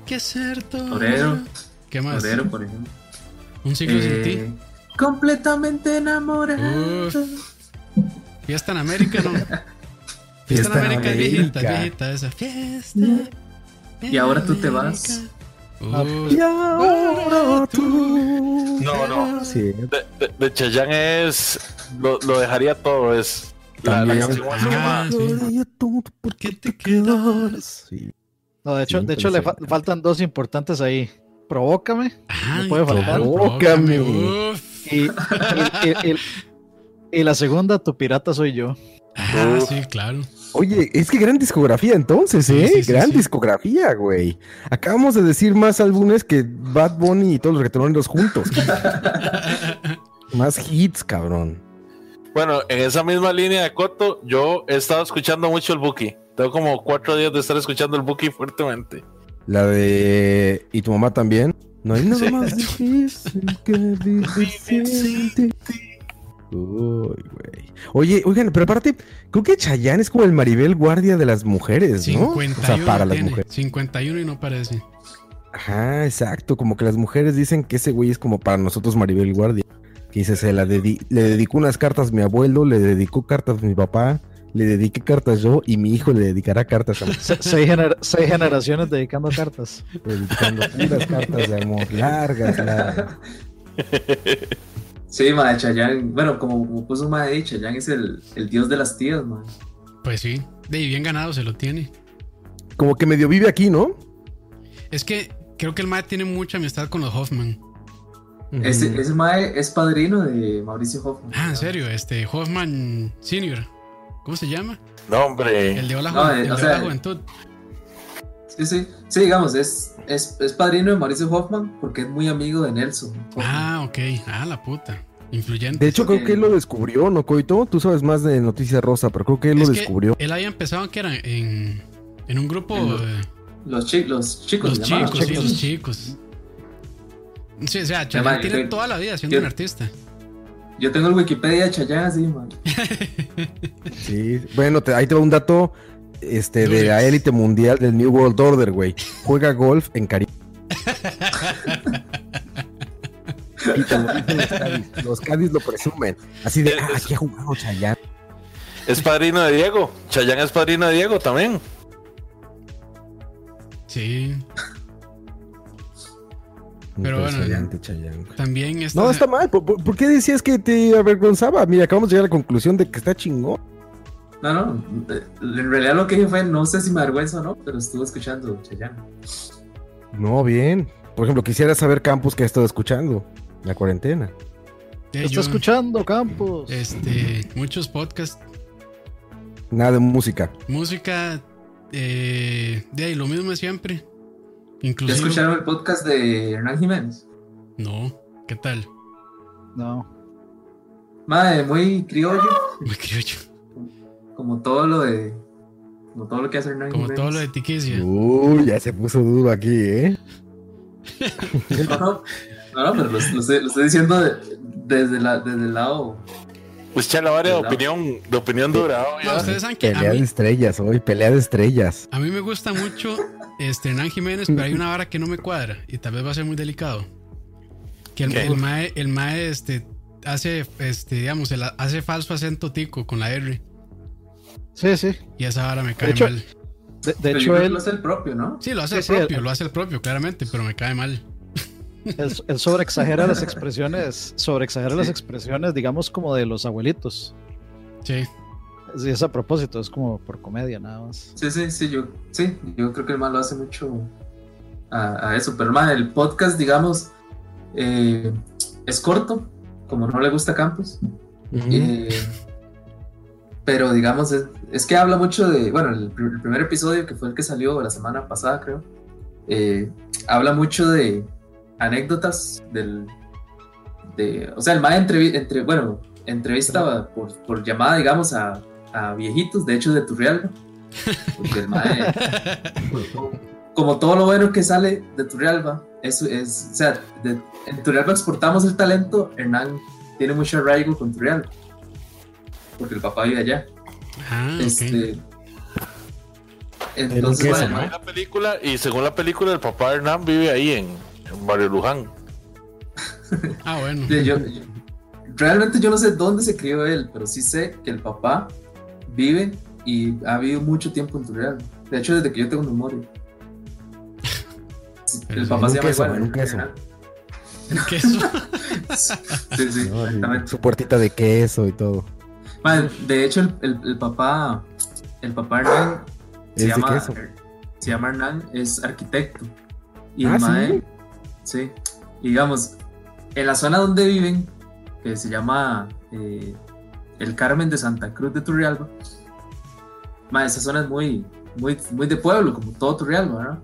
Speaker 3: ¿Qué ser torero?
Speaker 7: Torero.
Speaker 3: ¿Qué más?
Speaker 7: Cordero, por ejemplo.
Speaker 3: Un ciclo sin
Speaker 7: Eh, completamente enamorado.
Speaker 3: Uf. ti. Fiesta en América, no. Fiesta, en
Speaker 4: Fiesta en
Speaker 3: América es viejita, es
Speaker 4: América.
Speaker 3: viejita esa. Fiesta. en
Speaker 7: Y ahora tú te
Speaker 3: América. Ah,
Speaker 7: vas.
Speaker 3: Uf.
Speaker 4: Y ahora tú.
Speaker 5: No, no.
Speaker 4: Sí,
Speaker 5: De, de, de Chayanne es. Lo, lo dejaría todo. Es. La, la
Speaker 4: También.
Speaker 5: canción ¿cómo se
Speaker 3: Ah,
Speaker 5: llama?
Speaker 3: sí.
Speaker 4: Yo todo ¿Por qué te quedas? Sí.
Speaker 6: No, de hecho,
Speaker 4: Sí,
Speaker 6: de hecho le fa-
Speaker 4: impresionante.
Speaker 6: faltan dos importantes ahí. Provócame.
Speaker 3: Ay,
Speaker 6: No puede faltar.
Speaker 3: claro,
Speaker 4: Provócame.
Speaker 3: provócame. Uf.
Speaker 6: Y, y- y- y- y la segunda, tu pirata soy yo.
Speaker 3: Ah,
Speaker 5: Uf.
Speaker 3: sí, claro.
Speaker 4: Oye, es que gran discografía entonces,
Speaker 3: Sí,
Speaker 4: ¿eh?
Speaker 3: sí, sí,
Speaker 4: gran
Speaker 3: sí.
Speaker 4: discografía, güey. Acabamos de decir más álbumes que Bad Bunny y todos los reggaetoneros juntos. más hits, cabrón.
Speaker 5: Bueno, en esa misma línea de Coto, yo he estado escuchando mucho el Buki. Tengo como cuatro días de estar escuchando el Buki fuertemente.
Speaker 4: La de... ¿Y tu mamá también? No hay nada más difícil que vivir sin ti. Uy, güey. Oye, oigan, pero aparte, creo que Chayanne es como el Maribel Guardia de las mujeres, ¿no?
Speaker 3: 51
Speaker 4: o sea, para las
Speaker 3: tiene,
Speaker 4: mujeres.
Speaker 3: 51 y no parece.
Speaker 4: Ajá, exacto. Como que las mujeres dicen que ese güey es como para nosotros Maribel Guardia. Que dice, se la dedi- le dedicó unas cartas mi abuelo, le dedicó cartas mi papá, le dediqué cartas yo y mi hijo le dedicará cartas a mí.
Speaker 6: Se- seis, gener- seis generaciones dedicando cartas.
Speaker 4: Dedicando puras cartas de amor, largas, largas.
Speaker 7: Sí, madre, Chayanne. Bueno, como, como puso madre, ahí, Chayanne es el, el dios de las tías, madre.
Speaker 3: Pues sí, de ahí bien ganado se lo tiene.
Speaker 4: Como que medio vive aquí, ¿no?
Speaker 3: Es que creo que el Mae tiene mucha amistad con los Hoffman.
Speaker 7: Ese,
Speaker 4: Ujú.
Speaker 7: ese mae es padrino de Mauricio Hoffman.
Speaker 3: Ah, en serio, este Hoffman Senior. ¿Cómo se llama?
Speaker 5: No, hombre.
Speaker 3: El de Hola,
Speaker 7: No,
Speaker 3: Ju-
Speaker 7: eh,
Speaker 3: el
Speaker 7: o
Speaker 3: de
Speaker 7: sea,
Speaker 3: Hola Juventud.
Speaker 7: Sí, sí, sí, digamos, es, es, es padrino de Mauricio Hoffman porque es muy amigo de Nelson. Hoffman.
Speaker 3: Ah, ok. Ah, la puta. Influyente.
Speaker 4: De hecho, creo que él lo descubrió, ¿no, Coito? Tú sabes más de Noticia Rosa, pero creo que él
Speaker 3: Es
Speaker 4: lo
Speaker 3: que
Speaker 4: descubrió.
Speaker 3: Él había empezado que era en, en un grupo.
Speaker 7: En los-
Speaker 3: eh,
Speaker 7: Los, chi- los
Speaker 3: los
Speaker 7: chicos, se llamaban,
Speaker 3: chicos, sí, los chicos. Sí, o sea,
Speaker 7: Llamaban,
Speaker 3: Chayanne tiene
Speaker 7: yo-
Speaker 3: toda la vida siendo
Speaker 7: yo-
Speaker 3: un artista.
Speaker 7: Yo tengo el Wikipedia de Chayanne así, man.
Speaker 4: Sí. Bueno, te- ahí te va un dato este, de la
Speaker 3: Durex.
Speaker 4: élite mundial del New World Order, güey. Juega golf en Caribe. Los Cádiz lo presumen. Así de, ah, aquí ha jugado Chayanne.
Speaker 5: Es padrino de Diego. Chayanne es padrino de Diego también.
Speaker 3: Sí. Pero bueno.
Speaker 4: Impresionante, Chayanne. güey.
Speaker 3: También esta-
Speaker 4: No, está mal. ¿Por, por- por qué decías que te avergonzaba? Mira, acabamos de llegar a la conclusión de que está chingón.
Speaker 7: No, no, eh, en realidad lo que dije fue, no sé si me avergüenza o no, pero estuve escuchando Chayanne.
Speaker 4: No, bien. Por ejemplo, quisiera saber Campos que ha estado escuchando la cuarentena.
Speaker 3: eh,
Speaker 6: ¿Qué está
Speaker 3: yo-
Speaker 6: escuchando, Campos?
Speaker 3: Este, muchos podcasts,
Speaker 4: Nada de música.
Speaker 3: música, eh, de ahí lo mismo de siempre.
Speaker 7: ¿Ya
Speaker 3: Inclusive.
Speaker 7: escucharon el podcast de Hernán Jiménez?
Speaker 3: No, ¿qué tal?
Speaker 6: No.
Speaker 7: Madre, muy criollo,
Speaker 3: Muy criollo.
Speaker 7: como todo lo de... Como todo lo que hace Hernán
Speaker 3: Como
Speaker 7: Jiménez.
Speaker 3: todo lo de Tiquicia.
Speaker 4: Uy, ya se puso duro aquí, ¿eh?
Speaker 7: No, no, no, no, pero lo, lo estoy, lo estoy diciendo de- desde, la, desde el lado...
Speaker 5: Pues chalabaria de
Speaker 7: ¿Verdad?
Speaker 5: opinión, de opinión dura. obvio.
Speaker 3: No, ustedes saben que a
Speaker 4: Pelea de
Speaker 3: mí,
Speaker 4: estrellas hoy, pelea de estrellas.
Speaker 3: a mí me gusta mucho este Hernán Jiménez, pero hay una vara que no me cuadra y tal vez va a ser muy delicado. Que el,
Speaker 5: ¿Qué?
Speaker 3: el mae, el mae, este, hace, este, digamos, el- hace falso acento tico con la R
Speaker 6: Sí, sí.
Speaker 3: y esa vara me cae
Speaker 6: hecho,
Speaker 3: mal.
Speaker 6: De, de
Speaker 7: Pero yo
Speaker 6: hecho,
Speaker 7: creo que
Speaker 6: él,
Speaker 7: lo hace el propio, ¿no?
Speaker 3: Sí, lo hace
Speaker 6: Sí,
Speaker 3: el
Speaker 6: sí, el-
Speaker 7: eh.
Speaker 3: propio, lo hace el propio, claramente, pero me cae mal.
Speaker 6: él, él sobreexagera las expresiones, sobreexagera las
Speaker 7: Sí.
Speaker 6: expresiones, digamos, como de los abuelitos.
Speaker 3: Sí.
Speaker 6: Sí, es a propósito, es como por comedia nada más.
Speaker 7: Sí, sí, sí, yo, sí, yo creo que el man lo hace mucho a, a eso. Pero, man, el podcast, digamos, eh, es corto, como no le gusta a Campos. Eh, pero digamos, es, es que habla mucho de, bueno, el, pr- el primer episodio que fue el que salió la semana pasada, creo, eh, habla mucho de anécdotas del, de, o sea, el más entrevista, entre, bueno, entrevista por, por llamada, digamos, a, a viejitos, de hecho, de Turrialba. Porque el mae, como todo lo bueno que sale de Turrialba, es, es, o sea, de- en Turrialba exportamos el talento, Hernán tiene mucho arraigo con Turrialba porque el papá vive allá.
Speaker 3: Ah, ok.
Speaker 7: Este,
Speaker 4: un
Speaker 7: entonces,
Speaker 4: queso,
Speaker 7: bueno,
Speaker 5: Hay la película, y según la película, el papá de Hernán vive ahí en, en Barrio Luján.
Speaker 3: Ah, bueno.
Speaker 7: de- yo- yo- realmente yo no sé dónde se crió él, pero sí sé que el papá vive y ha vivido mucho tiempo en Turrialba. De hecho, desde que yo tengo memoria. Sí,
Speaker 3: Pero
Speaker 7: el
Speaker 3: sí,
Speaker 7: papá
Speaker 4: en
Speaker 7: se
Speaker 4: un
Speaker 7: llama
Speaker 4: queso,
Speaker 7: igual.
Speaker 4: en un queso.
Speaker 3: Queso.
Speaker 7: Sí, sí,
Speaker 4: Ay,
Speaker 7: exactamente.
Speaker 4: Su puertita de queso y todo.
Speaker 7: Madre, de hecho, el, el- el papá, el papá Hernán se
Speaker 4: Es de
Speaker 7: llama,
Speaker 4: queso.
Speaker 7: se llama Hernán, es arquitecto. Y el
Speaker 4: Ah, ¿sí?
Speaker 7: mae, sí. Y digamos, en la zona donde viven, que se llama eh, el Carmen de Santa Cruz de Turrialba, mae, esa zona es muy, muy, muy de pueblo, como todo Turrialba, ¿verdad?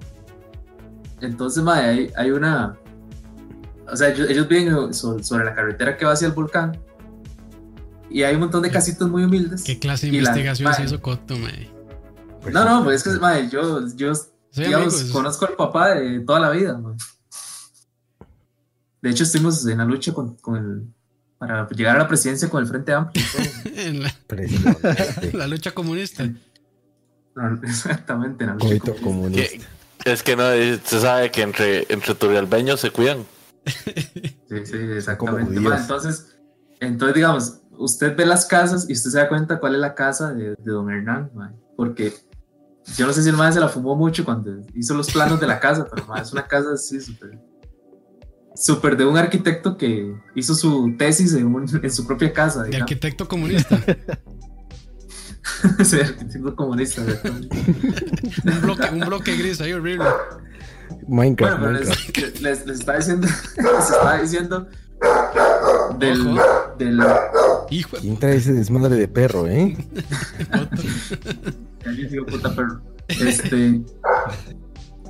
Speaker 7: Entonces, mae, hay, hay una. O sea, ellos, ellos viven so- sobre la carretera que va hacia el volcán. Y hay un montón de casitos muy humildes.
Speaker 3: ¿Qué clase de
Speaker 7: Y la-
Speaker 3: investigación se
Speaker 7: mae.
Speaker 3: hizo Coto, mae?
Speaker 7: No, no, pues es que, mae, yo, yo
Speaker 3: Soy
Speaker 7: digamos,
Speaker 3: amigo, es-
Speaker 7: conozco al papá de toda la vida. mae. De hecho, estuvimos en la lucha con, con el, para llegar a la presidencia con el Frente Amplio.
Speaker 3: en la,
Speaker 4: Impresionante.
Speaker 3: la lucha comunista.
Speaker 7: No, exactamente, en la lucha
Speaker 4: Coito
Speaker 7: con-
Speaker 4: comunista.
Speaker 5: Que- es que no, eh, se sabe que entre, entre turrialbeños se cuidan.
Speaker 7: Sí, sí,
Speaker 4: como
Speaker 7: exactamente.
Speaker 4: judíos.
Speaker 7: mae. entonces, entonces, digamos, usted ve las casas y usted se da cuenta cuál es la casa de, de don Hernán, mae, porque yo no sé si el mae se la fumó mucho cuando hizo los planos de la casa, pero mae, es una casa así súper... Súper de un arquitecto que hizo su tesis en, un- en su propia casa.
Speaker 3: De
Speaker 7: digamos.
Speaker 3: arquitecto comunista.
Speaker 7: Sí, arquitecto comunista. exactamente.
Speaker 3: Un bloque, un bloque gris ahí horrible.
Speaker 4: Minecraft,
Speaker 7: Bueno, pero
Speaker 4: Minecraft.
Speaker 7: les, les, les estaba diciendo, les estaba diciendo del, del,
Speaker 3: Hijo de
Speaker 4: ¿Quién trae ese desmadre de perro, eh?
Speaker 3: Coto.
Speaker 7: Alguien dijo, puta perro. Este.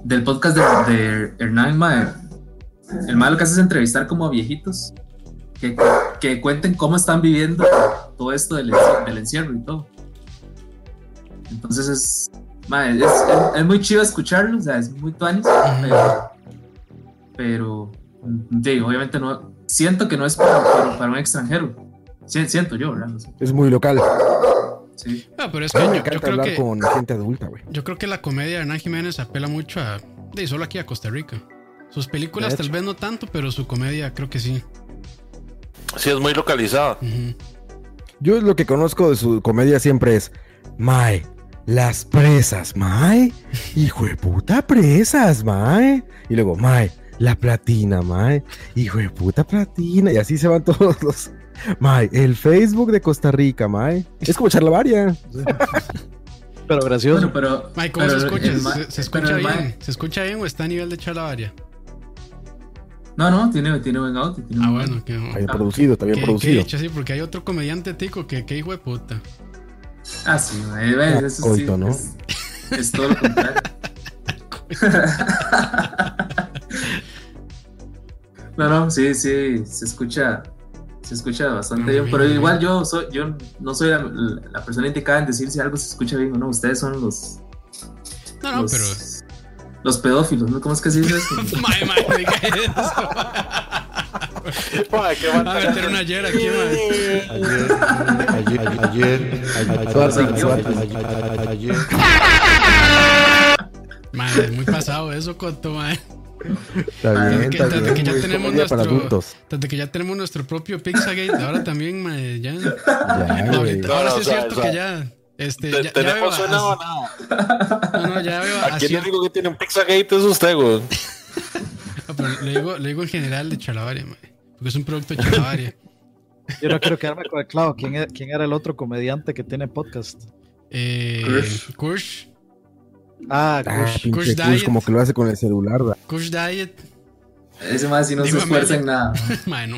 Speaker 7: del podcast de, de Hernán Mae. El Mae lo que hace es entrevistar como a viejitos que, que cuenten cómo están viviendo todo esto del, enci- del encierro y todo. Entonces es. Mae, es, es- es muy chido escucharlo, o sea, es muy tuanis, pero. Pero. sí, obviamente no. Siento que no es para, para- para un extranjero. Si- Siento yo, ¿verdad? No sé.
Speaker 4: Es muy local.
Speaker 7: Sí.
Speaker 3: Ah, pero es que
Speaker 4: A mí me
Speaker 3: yo, yo
Speaker 4: encanta
Speaker 3: creo
Speaker 4: hablar
Speaker 3: que
Speaker 4: con gente adulta, güey.
Speaker 3: yo creo que la comedia de Hernán Jiménez apela mucho a de solo aquí a Costa Rica. Sus películas
Speaker 6: De
Speaker 3: tal
Speaker 6: hecho.
Speaker 3: vez no tanto, pero su comedia creo que sí.
Speaker 5: Sí, es muy localizado.
Speaker 3: Ujú.
Speaker 4: Yo lo que conozco de su comedia siempre es Mae, las presas, Mae, hijo de puta presas, Mae. Y luego, Mae, la platina, Mae, hijo de puta platina. Y así se van todos los. Mae, el Facebook de Costa Rica, Mae. Es como charlavaria.
Speaker 6: Pero gracioso.
Speaker 7: Bueno, pero.
Speaker 3: Mae, ¿cómo
Speaker 7: pero
Speaker 3: se escucha?
Speaker 7: el ma-
Speaker 3: ¿Se, se
Speaker 7: pero
Speaker 3: escucha
Speaker 7: el
Speaker 3: bien?
Speaker 7: mae-
Speaker 3: ¿Se escucha bien o está a nivel de charlavaria?
Speaker 7: No, no, tiene, tiene buen audio. Tiene
Speaker 3: Ah,
Speaker 7: buen
Speaker 3: bueno, que
Speaker 4: Está bien producido, está bien
Speaker 3: que- que
Speaker 4: producido.
Speaker 3: dicho, sí, porque hay otro comediante tico que, que hijo de puta.
Speaker 7: audio. Ah, sí, mae, ve,
Speaker 4: Ah,
Speaker 7: eso
Speaker 4: coito,
Speaker 7: sí,
Speaker 4: ¿no?
Speaker 7: Es, es todo lo contrario. no, no, sí, sí, se escucha. Se escucha bastante
Speaker 3: Muy
Speaker 7: bien,
Speaker 3: bien,
Speaker 7: pero
Speaker 3: muy
Speaker 7: igual yo soy, yo no soy la, la persona indicada en decir si algo se escucha bien o no. Ustedes son los.
Speaker 3: No, no,
Speaker 7: los,
Speaker 3: pero.
Speaker 7: los pedófilos, ¿no? ¿Cómo es que se dice eso?
Speaker 3: Mae, mae, no diga eso.
Speaker 5: Ay, qué
Speaker 3: Va a meter una ayer aquí, mae.
Speaker 8: Ayer, ayer, ayer,
Speaker 3: Mae, es muy pasado eso, Coto, mae.
Speaker 4: Está
Speaker 7: Ah,
Speaker 4: bien,
Speaker 3: que-
Speaker 4: está
Speaker 3: que- que
Speaker 4: bien.
Speaker 3: ya
Speaker 4: güey,
Speaker 3: tenemos
Speaker 4: comedia para
Speaker 3: nuestro-
Speaker 4: adultos.
Speaker 3: Desde que ya tenemos nuestro propio Pizzagate, ahora también, mae, ya.
Speaker 4: Ya, güey.
Speaker 3: Ahorita- ahora sí es
Speaker 5: No, no,
Speaker 3: cierto
Speaker 5: suave,
Speaker 3: que ya. Este,
Speaker 5: Te-
Speaker 3: ya- Ah, ya veo
Speaker 5: tenemos
Speaker 3: a-
Speaker 5: una abonada.
Speaker 3: No, no, ya veo a
Speaker 5: ¿A quién le
Speaker 3: cier-
Speaker 5: digo que tiene un Pixagate? Es usted, güey.
Speaker 3: no, Ah, pero le digo, le digo en general de Chalabaria, mae, porque es un producto de Chalabaria.
Speaker 7: pues.
Speaker 6: Yo no quiero quedarme con el clavo. ¿Quién, e- quién era el otro comediante que tiene podcast?
Speaker 3: Eh,
Speaker 7: Kush.
Speaker 3: Kush,
Speaker 6: Ah,
Speaker 4: Ah,
Speaker 6: Kush.
Speaker 4: pinche
Speaker 3: Kush
Speaker 4: Kush,
Speaker 3: Diet.
Speaker 4: como que lo hace con el celular. da.
Speaker 3: Kush Diet.
Speaker 7: Ese más si no se
Speaker 3: Dígame.
Speaker 7: esfuerza en nada.
Speaker 3: Mae, no.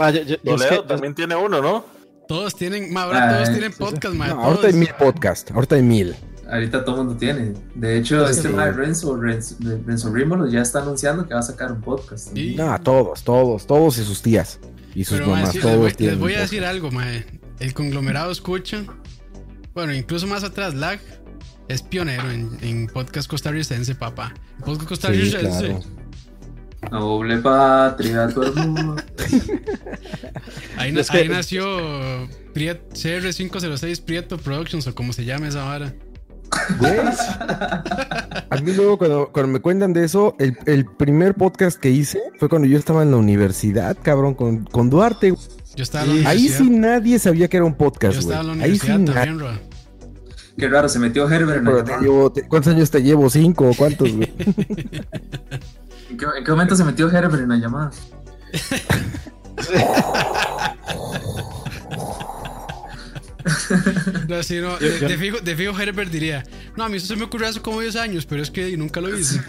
Speaker 6: Ah, yo- yo- yo es que-
Speaker 5: Toledo también tiene uno, ¿no?
Speaker 3: Todos tienen, mae, ahora todos
Speaker 7: Ay,
Speaker 3: tienen
Speaker 7: sí, sí.
Speaker 3: podcast, mae,
Speaker 4: Ah, No, ahorita hay
Speaker 3: todos.
Speaker 4: mil podcasts, ahorita hay mil.
Speaker 7: Ahorita todo el mundo tiene. De hecho,
Speaker 4: Sí.
Speaker 7: este más Renzo, Renzo, Renzo Rímolo ya está anunciando que va a sacar un podcast.
Speaker 3: Sí.
Speaker 4: No, todos, todos, todos y sus tías. Y sus
Speaker 3: Pero, mae,
Speaker 4: mamás,
Speaker 3: sí, les,
Speaker 4: todos
Speaker 3: voy,
Speaker 4: tienen.
Speaker 3: les voy a
Speaker 4: un
Speaker 3: decir algo, mae. El conglomerado escucha. Bueno, incluso más atrás, Lag es pionero en, en podcast costarricense, papá. Podcast
Speaker 4: podcast. Sí,
Speaker 3: costarricense.
Speaker 4: claro.
Speaker 7: Noble patria, tu hermano.
Speaker 3: Ahí, na-
Speaker 6: Es que-
Speaker 3: ahí nació Priet- CR506 Prieto Productions o como se llama esa vara.
Speaker 4: Güey, A mí luego cuando, cuando me cuentan de eso, el, el primer podcast que hice fue cuando yo estaba en la universidad, cabrón, con, con Duarte. güey.
Speaker 3: Yo estaba en la
Speaker 4: Ahí
Speaker 3: universidad.
Speaker 4: sí nadie sabía que era un
Speaker 3: Yo
Speaker 4: podcast, güey.
Speaker 3: estaba en la
Speaker 4: Ahí sí
Speaker 3: universidad
Speaker 4: nadie.
Speaker 3: también, Roa.
Speaker 7: Qué raro, se metió Herbert. en el
Speaker 4: Pero te
Speaker 7: programa.
Speaker 4: llevo- te- ¿Cuántos años te llevo? ¿Cinco? ¿Cuántos, güey?
Speaker 7: ¿En qué, en qué momento se metió Herbert en la llamada?
Speaker 3: No, sí, no, de, de fijo, de fijo Herbert diría, no, a mí eso se me ocurrió hace como 10 años, pero es que nunca lo hice.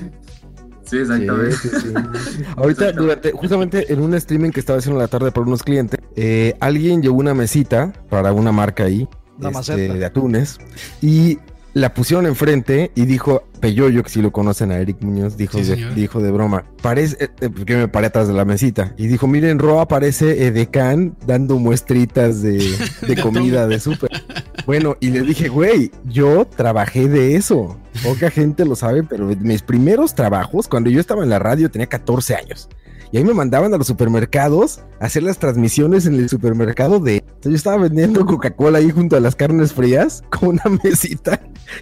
Speaker 7: Sí, exactamente.
Speaker 4: Sí, sí, sí. Ahorita, durante, justamente en un streaming que estaba haciendo en la tarde para unos clientes, eh, alguien llevó una mesita para una marca ahí,
Speaker 6: Una
Speaker 4: este,
Speaker 6: maceta.
Speaker 4: de atunes, y la pusieron enfrente y dijo, Peyoyo, que si lo conocen a Eric Muñoz, dijo,
Speaker 3: Sí,
Speaker 4: de,
Speaker 3: señor.
Speaker 4: dijo de broma, parece, eh, eh, porque yo me paré atrás de la mesita, y dijo, miren, Roa parece Edecán dando muestritas de, de comida de súper. Bueno, y le dije, güey, yo trabajé de eso. Poca gente lo sabe, pero mis primeros trabajos, cuando yo estaba en la radio, tenía 14 años. Y ahí me mandaban a los supermercados a hacer las transmisiones en el supermercado de... Entonces, Yo estaba vendiendo Coca-Cola ahí junto a las carnes frías, con una mesita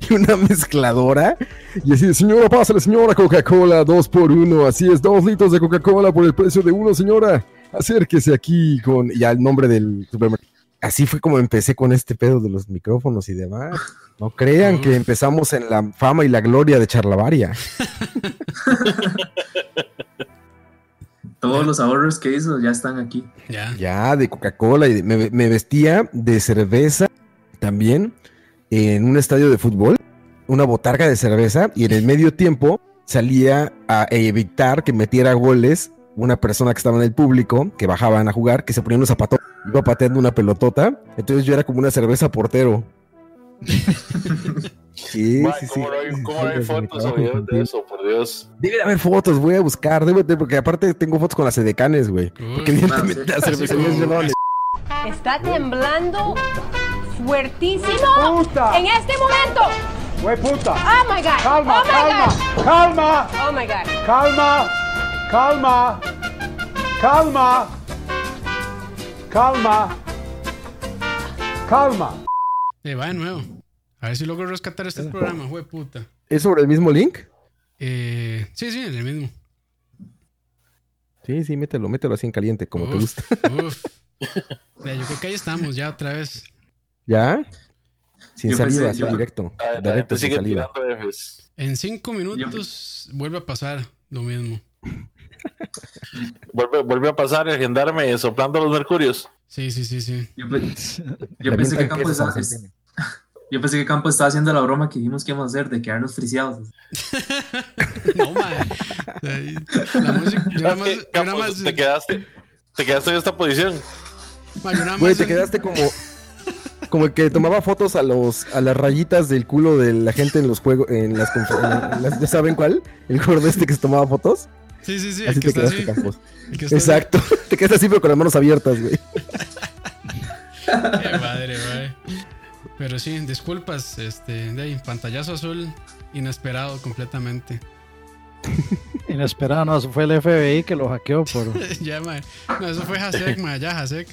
Speaker 4: y una mezcladora. Y así, de, señora, pásale, señora, Coca-Cola, dos por uno. Así es, dos litros de Coca-Cola por el precio de uno, señora. Acérquese aquí con... Ya el nombre del supermercado así fue como empecé con este pedo de los micrófonos y demás. No crean que empezamos en la fama y la gloria de Charlavaria.
Speaker 7: Todos los ahorros que hizo ya están aquí.
Speaker 3: Ya.
Speaker 4: Ya, de Coca-Cola y de- me, me vestía de cerveza también en un estadio de fútbol, una botarga de cerveza y en el medio tiempo salía a evitar que metiera goles una persona que estaba en el público, que bajaban a jugar, que se ponía unos zapatos, iba pateando una pelotota, entonces yo era como una cerveza portero. Sí,
Speaker 5: Ma,
Speaker 4: sí, sí.
Speaker 5: ¿Cómo no hay, cómo no hay
Speaker 4: Sí,
Speaker 5: fotos
Speaker 4: sí,
Speaker 5: o videos
Speaker 4: sí.
Speaker 5: de eso? Por Dios.
Speaker 4: Debe de haber fotos, voy a buscar, debe de- porque aparte tengo fotos con las edecanes, güey. Porque
Speaker 5: Ah,
Speaker 3: Uy,
Speaker 4: evidentemente
Speaker 7: sí.
Speaker 4: las
Speaker 3: así
Speaker 4: cervecerías
Speaker 3: como-
Speaker 4: llevaban
Speaker 9: Está temblando fuertísimo en este momento. Oh my god. oh my god. Oh my god.
Speaker 10: calma, calma, calma, calma, calma.
Speaker 3: Eh, va de nuevo. A ver si logro rescatar este programa, jue puta.
Speaker 4: ¿Es sobre el mismo link?
Speaker 3: Eh, sí, sí, el mismo.
Speaker 4: Sí, sí, mételo, mételo así en caliente, como te
Speaker 3: Uf,
Speaker 4: gusta.
Speaker 3: Uf. O sea, yo creo que ahí estamos ya otra vez.
Speaker 4: ¿Ya? Sin
Speaker 7: Yo
Speaker 4: saliva,
Speaker 7: pensé-
Speaker 4: así
Speaker 7: yo-
Speaker 4: directo.
Speaker 5: Ah, La- La,
Speaker 4: Directo
Speaker 5: gente
Speaker 4: sin
Speaker 5: sigue
Speaker 4: saliva.
Speaker 5: tirando Fs.
Speaker 3: En cinco minutos vuelve a pasar lo mismo.
Speaker 5: Vuelve, vuelve a pasar el gendarme soplando los mercurios.
Speaker 3: Sí, sí, sí, sí.
Speaker 7: Yo, pe- yo
Speaker 4: Le
Speaker 7: pensé que
Speaker 4: avientan
Speaker 7: Campo
Speaker 4: quesos
Speaker 7: estaba,
Speaker 4: a la
Speaker 7: es-
Speaker 4: sartén.
Speaker 7: yo pensé que Campo estaba haciendo la broma que dijimos que íbamos a hacer de quedarnos friseados.
Speaker 3: No, madre. La música. Yo nada más.
Speaker 5: Es que,
Speaker 3: Yo nada
Speaker 5: Campos,
Speaker 3: más.
Speaker 5: te quedaste. Te quedaste en esta posición.
Speaker 3: ma, yo nada
Speaker 4: Güey,
Speaker 3: más-
Speaker 4: te quedaste como... Como el que tomaba fotos a los a las rayitas del culo de la gente en los juegos, en las, conf- en las- ¿ya saben cuál? El gordo este que se tomaba fotos.
Speaker 3: Sí, sí, sí. El
Speaker 4: Así
Speaker 3: que
Speaker 4: te
Speaker 3: está
Speaker 4: quedaste,
Speaker 3: así.
Speaker 4: Campos.
Speaker 3: el que está así.
Speaker 4: Exacto. Te quedaste así, pero con las manos abiertas, güey.
Speaker 3: Qué madre, madre. Pero sí, disculpas, este, de ahí, pantallazo azul inesperado completamente.
Speaker 6: Inesperado, no, eso fue el FBI que lo hackeó por,
Speaker 3: ya, madre. No, eso fue Hasek, madre, ya Hasek.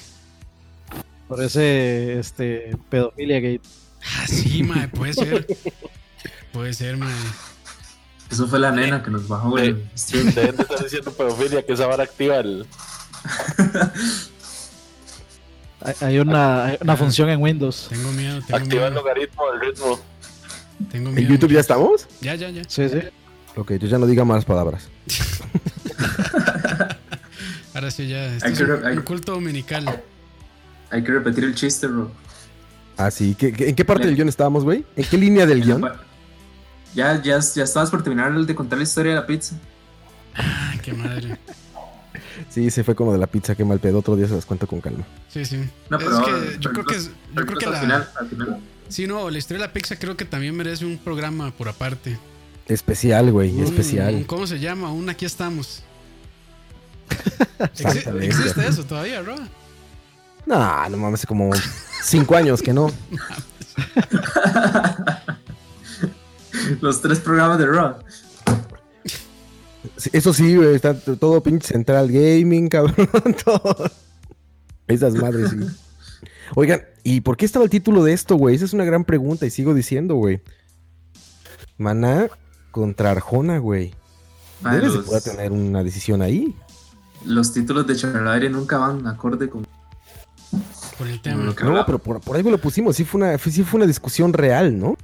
Speaker 6: por ese este, pedofilia gate.
Speaker 3: Ah, sí, madre, puede ser. Puede ser, madre.
Speaker 7: Eso fue la nena que nos bajó el stream.
Speaker 5: Deben de estar diciendo pedofilia que esa vara activa el.
Speaker 6: Hay- Hay una, hay una función en Windows.
Speaker 3: Tengo miedo, tengo
Speaker 5: Activa el
Speaker 3: miedo.
Speaker 5: logaritmo del ritmo.
Speaker 3: Tengo
Speaker 4: ¿En
Speaker 3: miedo,
Speaker 4: YouTube ya
Speaker 3: muchachos.
Speaker 4: estamos?
Speaker 3: Ya, ya, ya.
Speaker 6: Sí, sí.
Speaker 4: Ok, yo ya no diga más palabras.
Speaker 3: Ahora sí, ya. Esto
Speaker 7: Hay
Speaker 3: es
Speaker 7: que
Speaker 3: un-
Speaker 7: re- hay-
Speaker 3: un culto dominical.
Speaker 7: Hay que repetir el chiste, bro.
Speaker 4: Así que, ¿en Ah, qué parte del guión estábamos, güey? ¿En qué línea del guión?
Speaker 7: Ya, ya, ya estabas por terminar el de contar la historia de la pizza.
Speaker 3: Ay, Ah, qué madre.
Speaker 4: Sí, se fue como de la pizza, qué mal pedo. Otro día se las cuento con calma.
Speaker 3: Sí, sí.
Speaker 7: No,
Speaker 3: es
Speaker 7: pero-
Speaker 3: que yo
Speaker 7: pero
Speaker 3: creo que, es-
Speaker 7: entonces-
Speaker 3: yo creo que
Speaker 7: Al
Speaker 3: la.
Speaker 7: final, al final.
Speaker 3: Sí, no, la historia de la pizza creo que también merece un programa por aparte.
Speaker 4: Especial, güey,
Speaker 3: Un-
Speaker 4: especial.
Speaker 3: ¿Cómo se llama? Un aquí estamos. Exi-
Speaker 4: Exactamente.
Speaker 3: ¿Existe eso todavía, bro?
Speaker 4: No, no mames, hace como cinco años que no.
Speaker 7: Los tres programas de Raw.
Speaker 4: Sí, Eso sí, güey, está t- todo pinche Central Gaming, cabrón, todo. Esas madres, sí. Oigan, ¿y por qué estaba el título de esto, güey? Esa es una gran pregunta y sigo diciendo, güey. Maná contra Arjona, güey.
Speaker 7: Madre,
Speaker 4: Debe se
Speaker 7: los-
Speaker 4: pueda tener una decisión ahí.
Speaker 7: Los títulos de Charlavaria nunca van acorde con
Speaker 3: Por el
Speaker 7: con
Speaker 3: tema.
Speaker 7: lo que
Speaker 4: No,
Speaker 7: hablaba.
Speaker 4: pero por, por algo lo pusimos. Sí fue, una, sí fue una discusión real, ¿no?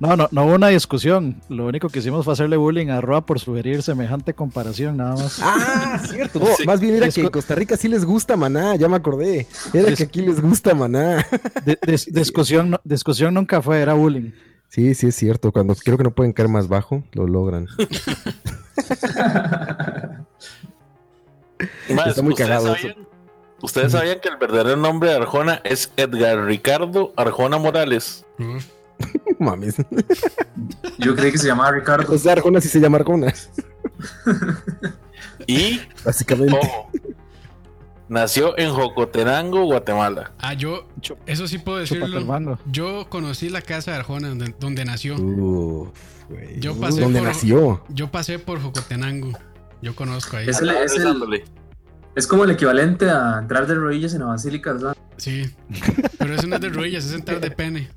Speaker 6: No, no, no hubo una discusión. Lo único que hicimos fue hacerle bullying a Roa por sugerir semejante comparación, nada más.
Speaker 4: Ah, cierto. No,
Speaker 5: Sí.
Speaker 4: Más bien era
Speaker 6: Discu-
Speaker 4: que en Costa Rica sí les gusta Maná, ya me acordé. Era que aquí les gusta Maná.
Speaker 6: Di- dis- discusión, no- discusión nunca fue, era bullying.
Speaker 4: Sí, sí es cierto. Cuando creo que no pueden caer más bajo, lo logran.
Speaker 5: Más,
Speaker 4: Está muy
Speaker 5: ¿ustedes
Speaker 4: cagado
Speaker 5: sabían- Ustedes sabían que el verdadero nombre de Arjona es Edgar Ricardo Arjona Morales.
Speaker 3: Uf.
Speaker 4: Mames. pues.
Speaker 7: Yo creí que se llamaba Ricardo.
Speaker 4: O sea, Arjona sí se llama Arjona,
Speaker 5: Y,
Speaker 4: básicamente.
Speaker 5: ojo, nació en Jocotenango, Guatemala.
Speaker 3: Ah, yo.
Speaker 6: Chup-
Speaker 3: Eso Pues sí puedo
Speaker 6: chúpate el
Speaker 3: decirlo.
Speaker 6: mango.
Speaker 3: Yo conocí la casa de Arjona donde, donde nació.
Speaker 4: Uh, güey.
Speaker 3: Yo pasé
Speaker 4: ¿Dónde
Speaker 3: por-
Speaker 4: nació?
Speaker 3: Yo pasé por Jocotenango. Yo conozco ahí.
Speaker 7: Es el- es el-
Speaker 5: Rezándole.
Speaker 7: Es como el equivalente a entrar de rodillas en la basílica. ¿verdad?
Speaker 3: Sí. Pero eso no es de rodillas, es sentar de pene.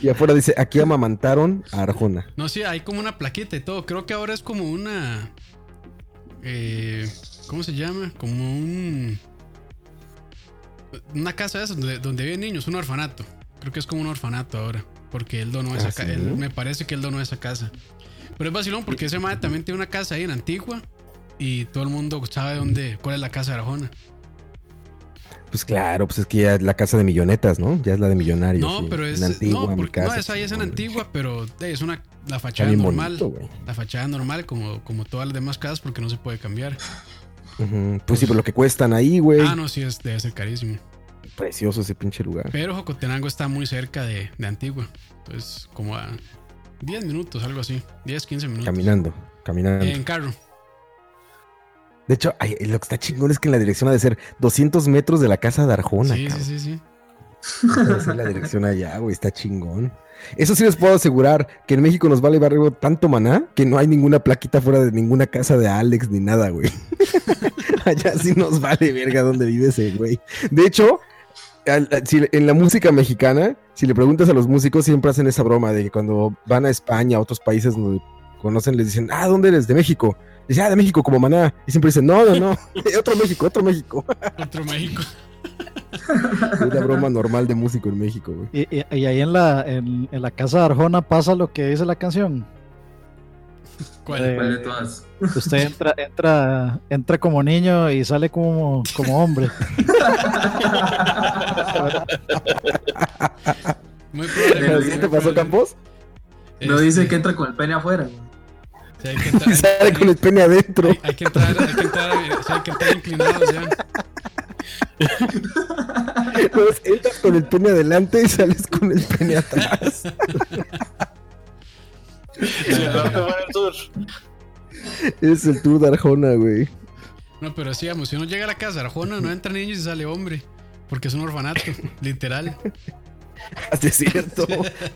Speaker 4: Y afuera dice, aquí amamantaron a Arjona.
Speaker 3: No, sí, hay como una plaqueta y todo. Creo que ahora es como una. eh, ¿Cómo se llama? Como un. Una casa de esas donde, donde viven niños, un orfanato. Creo que es como un orfanato ahora. Porque él donó esa
Speaker 4: ¿Ah, sí?
Speaker 3: casa. Me parece que él donó esa casa. Pero es vacilón porque ese madre también tiene una casa ahí en Antigua. Y todo el mundo sabe dónde, cuál es la casa de Arjona.
Speaker 4: Ah, Pues claro, pues es que ya es la casa de millonetas, ¿no? Ya es la de millonarios.
Speaker 3: No,
Speaker 4: sí.
Speaker 3: pero es.
Speaker 4: En
Speaker 3: no,
Speaker 4: mi
Speaker 3: porque, no,
Speaker 4: casa,
Speaker 3: esa ahí es en
Speaker 4: chingón, güey.
Speaker 3: Antigua, pero eh, es una. La
Speaker 4: Está
Speaker 3: fachada
Speaker 4: bien
Speaker 3: normal.
Speaker 4: bonito, güey.
Speaker 3: la fachada normal, como, como todas las demás casas, porque no se puede cambiar.
Speaker 4: Ujú, Pues sí, pero lo que cuestan ahí, güey.
Speaker 3: Ah, no, sí, es, debe ser carísimo.
Speaker 4: Precioso ese pinche lugar.
Speaker 3: Pero Jocotenango está muy cerca de, de Antigua. Entonces, como a 10 minutos, algo así. 10, 15 minutos.
Speaker 4: Caminando, caminando.
Speaker 3: Eh, en carro.
Speaker 4: De hecho, ay, lo que está chingón es que en la dirección ha de ser 200 metros de la casa de Arjona.
Speaker 3: Sí, sí,
Speaker 4: cabrón.
Speaker 3: sí, sí.
Speaker 4: Esa es la dirección allá, güey, está chingón. Eso sí les puedo asegurar que en México nos vale barrio tanto maná que no hay ninguna plaquita fuera de ninguna casa de Alex ni nada, güey. allá sí nos vale verga dónde vive ese güey. De hecho, al- al- si le- en la música mexicana, si le preguntas a los músicos, siempre hacen esa broma de que cuando van a España, a otros países donde conocen, les dicen, ah, ¿dónde eres? De México. Dice, ah, de México, como maná. Y siempre dicen, no, no, no, otro México, otro México.
Speaker 3: Otro México.
Speaker 4: Es la broma normal de músico en México, güey.
Speaker 6: Y, y- y ahí en la, en, en la casa de Arjona pasa lo que dice la canción.
Speaker 3: ¿Cuál?
Speaker 6: Eh,
Speaker 7: ¿Cuál de todas?
Speaker 6: Usted entra, entra, entra como niño y sale como, como hombre.
Speaker 3: Muy
Speaker 4: ¿Pero
Speaker 3: probable.
Speaker 4: sí te pasó, Campos?
Speaker 7: No
Speaker 3: este.
Speaker 7: dice que entra con el pene afuera.
Speaker 3: hay, que entrar-
Speaker 4: Y sale con el pene adentro.
Speaker 3: hay- hay que entrar, hay que entrar, sí, hay que entrar inclinados ya.
Speaker 4: Entonces, entras con el pene adelante y sales con el pene atrás.
Speaker 5: Sí, el norte fue el sur.
Speaker 4: Es el tour de Arjona, güey.
Speaker 3: No, pero sí, vamos, si uno llega a la casa de Arjona, no entra niños y sale hombre. Porque es un orfanato, literal.
Speaker 4: Así Ah, es cierto.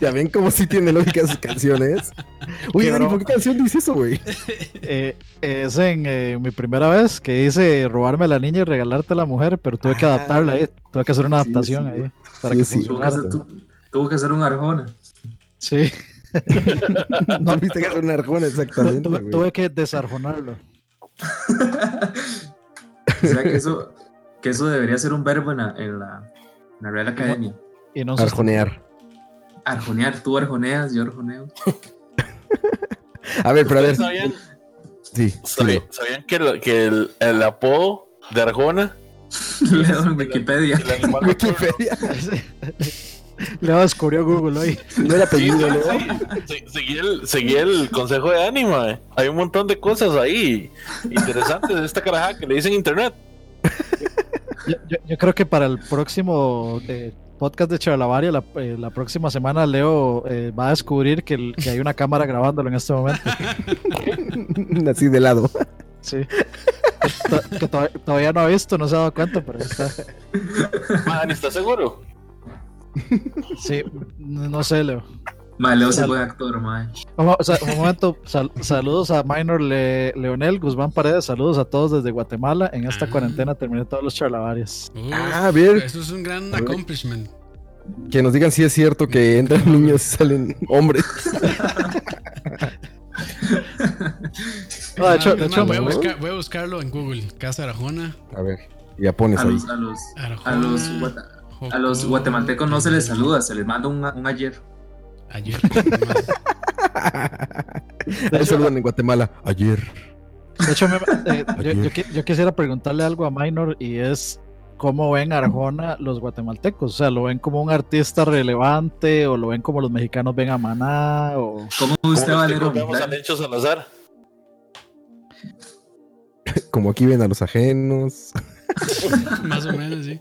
Speaker 4: Ya ven cómo sí tiene lógica sus canciones. Oye,
Speaker 6: Qué
Speaker 4: Dani, ¿por
Speaker 6: broma.
Speaker 4: qué canción dice eso, güey?
Speaker 6: Eh, es en eh, mi primera vez que hice robarme a la niña y regalarte a la mujer, pero tuve que
Speaker 4: Ah.
Speaker 6: adaptarla ahí. Tuve que hacer una
Speaker 4: Sí,
Speaker 6: adaptación
Speaker 4: sí.
Speaker 6: ahí para
Speaker 4: Sí,
Speaker 6: que
Speaker 4: sí.
Speaker 7: Tuvo
Speaker 6: funcionara.
Speaker 7: que hacer- tu- Tuvo que hacer un Arjona.
Speaker 6: Sí,
Speaker 4: No viste que era un Arjona,
Speaker 6: Tu-
Speaker 4: exactamente,
Speaker 6: tuve,
Speaker 4: güey.
Speaker 6: tuve que desarjonarlo.
Speaker 7: O sea, que eso, que eso debería ser un verbo en la, en la, en la Real Academia.
Speaker 6: Y no
Speaker 4: Arjonear.
Speaker 7: Arjonear, tú arjoneas, yo arjoneo.
Speaker 4: A ver, pero a ver.
Speaker 5: ¿Sabían,
Speaker 4: Sí, sí,
Speaker 5: sabi- sabían que, el, que el, el apodo de Arjona?
Speaker 7: Leo en Wikipedia.
Speaker 5: El animal
Speaker 4: Wikipedia.
Speaker 6: Leo descubrió Google hoy.
Speaker 4: No era apellido,
Speaker 5: Sí,
Speaker 4: Leo.
Speaker 5: sí, sí, seguí, el, seguí el consejo de Anima. eh. Hay un montón de cosas ahí interesantes de esta carajada que le dicen internet.
Speaker 6: Yo, yo- yo creo que para el próximo eh, podcast de Charlavaria, la, eh, la próxima semana, Leo eh, va a descubrir que, el- que hay una cámara grabándolo en este momento.
Speaker 4: Así de lado.
Speaker 6: Sí. To- que to- todavía no ha visto, no se ha dado cuenta, pero está.
Speaker 5: Man, ¿estás seguro?
Speaker 6: Sí, no, no sé, Leo.
Speaker 7: Mae, Leo se puede actor, mae.
Speaker 6: Vamos, o sea, un momento, sal- saludos a Minor Le- Leonel, Guzmán Paredes, saludos a todos desde Guatemala. En esta
Speaker 3: Ah.
Speaker 6: cuarentena terminé todos los charlavarias.
Speaker 3: Uf,
Speaker 4: Ah, a ver.
Speaker 3: Eso es un gran
Speaker 4: A ver.
Speaker 3: accomplishment.
Speaker 4: Que nos digan si es cierto que entran niños y salen hombres.
Speaker 6: No, de hecho, de
Speaker 3: Es
Speaker 6: hecho,
Speaker 3: más, voy, a
Speaker 6: me-
Speaker 3: buscar- voy a buscarlo en Google. Casa Arajona.
Speaker 4: A ver, ya pones
Speaker 7: A
Speaker 4: ahí.
Speaker 7: los, a los,
Speaker 3: Arajona
Speaker 7: a los, guata- a los guatemaltecos no se les saluda, se les manda un, a- un ayer.
Speaker 3: Ayer.
Speaker 6: de
Speaker 4: Ahí
Speaker 6: hecho,
Speaker 4: saludan en Guatemala. Ayer.
Speaker 6: de hecho, me- eh, yo,
Speaker 4: Ayer.
Speaker 6: yo qui- yo quisiera preguntarle algo a Minor y es cómo ven a Arjona los guatemaltecos. O sea, ¿lo ven como un artista relevante o lo ven como los mexicanos ven a Maná? O...
Speaker 7: ¿Cómo usted
Speaker 5: Como
Speaker 7: va a
Speaker 5: los que
Speaker 7: leer un
Speaker 5: golpeamos a Lencho Salazar.
Speaker 4: Como aquí ven a los ajenos.
Speaker 3: Más o menos, sí.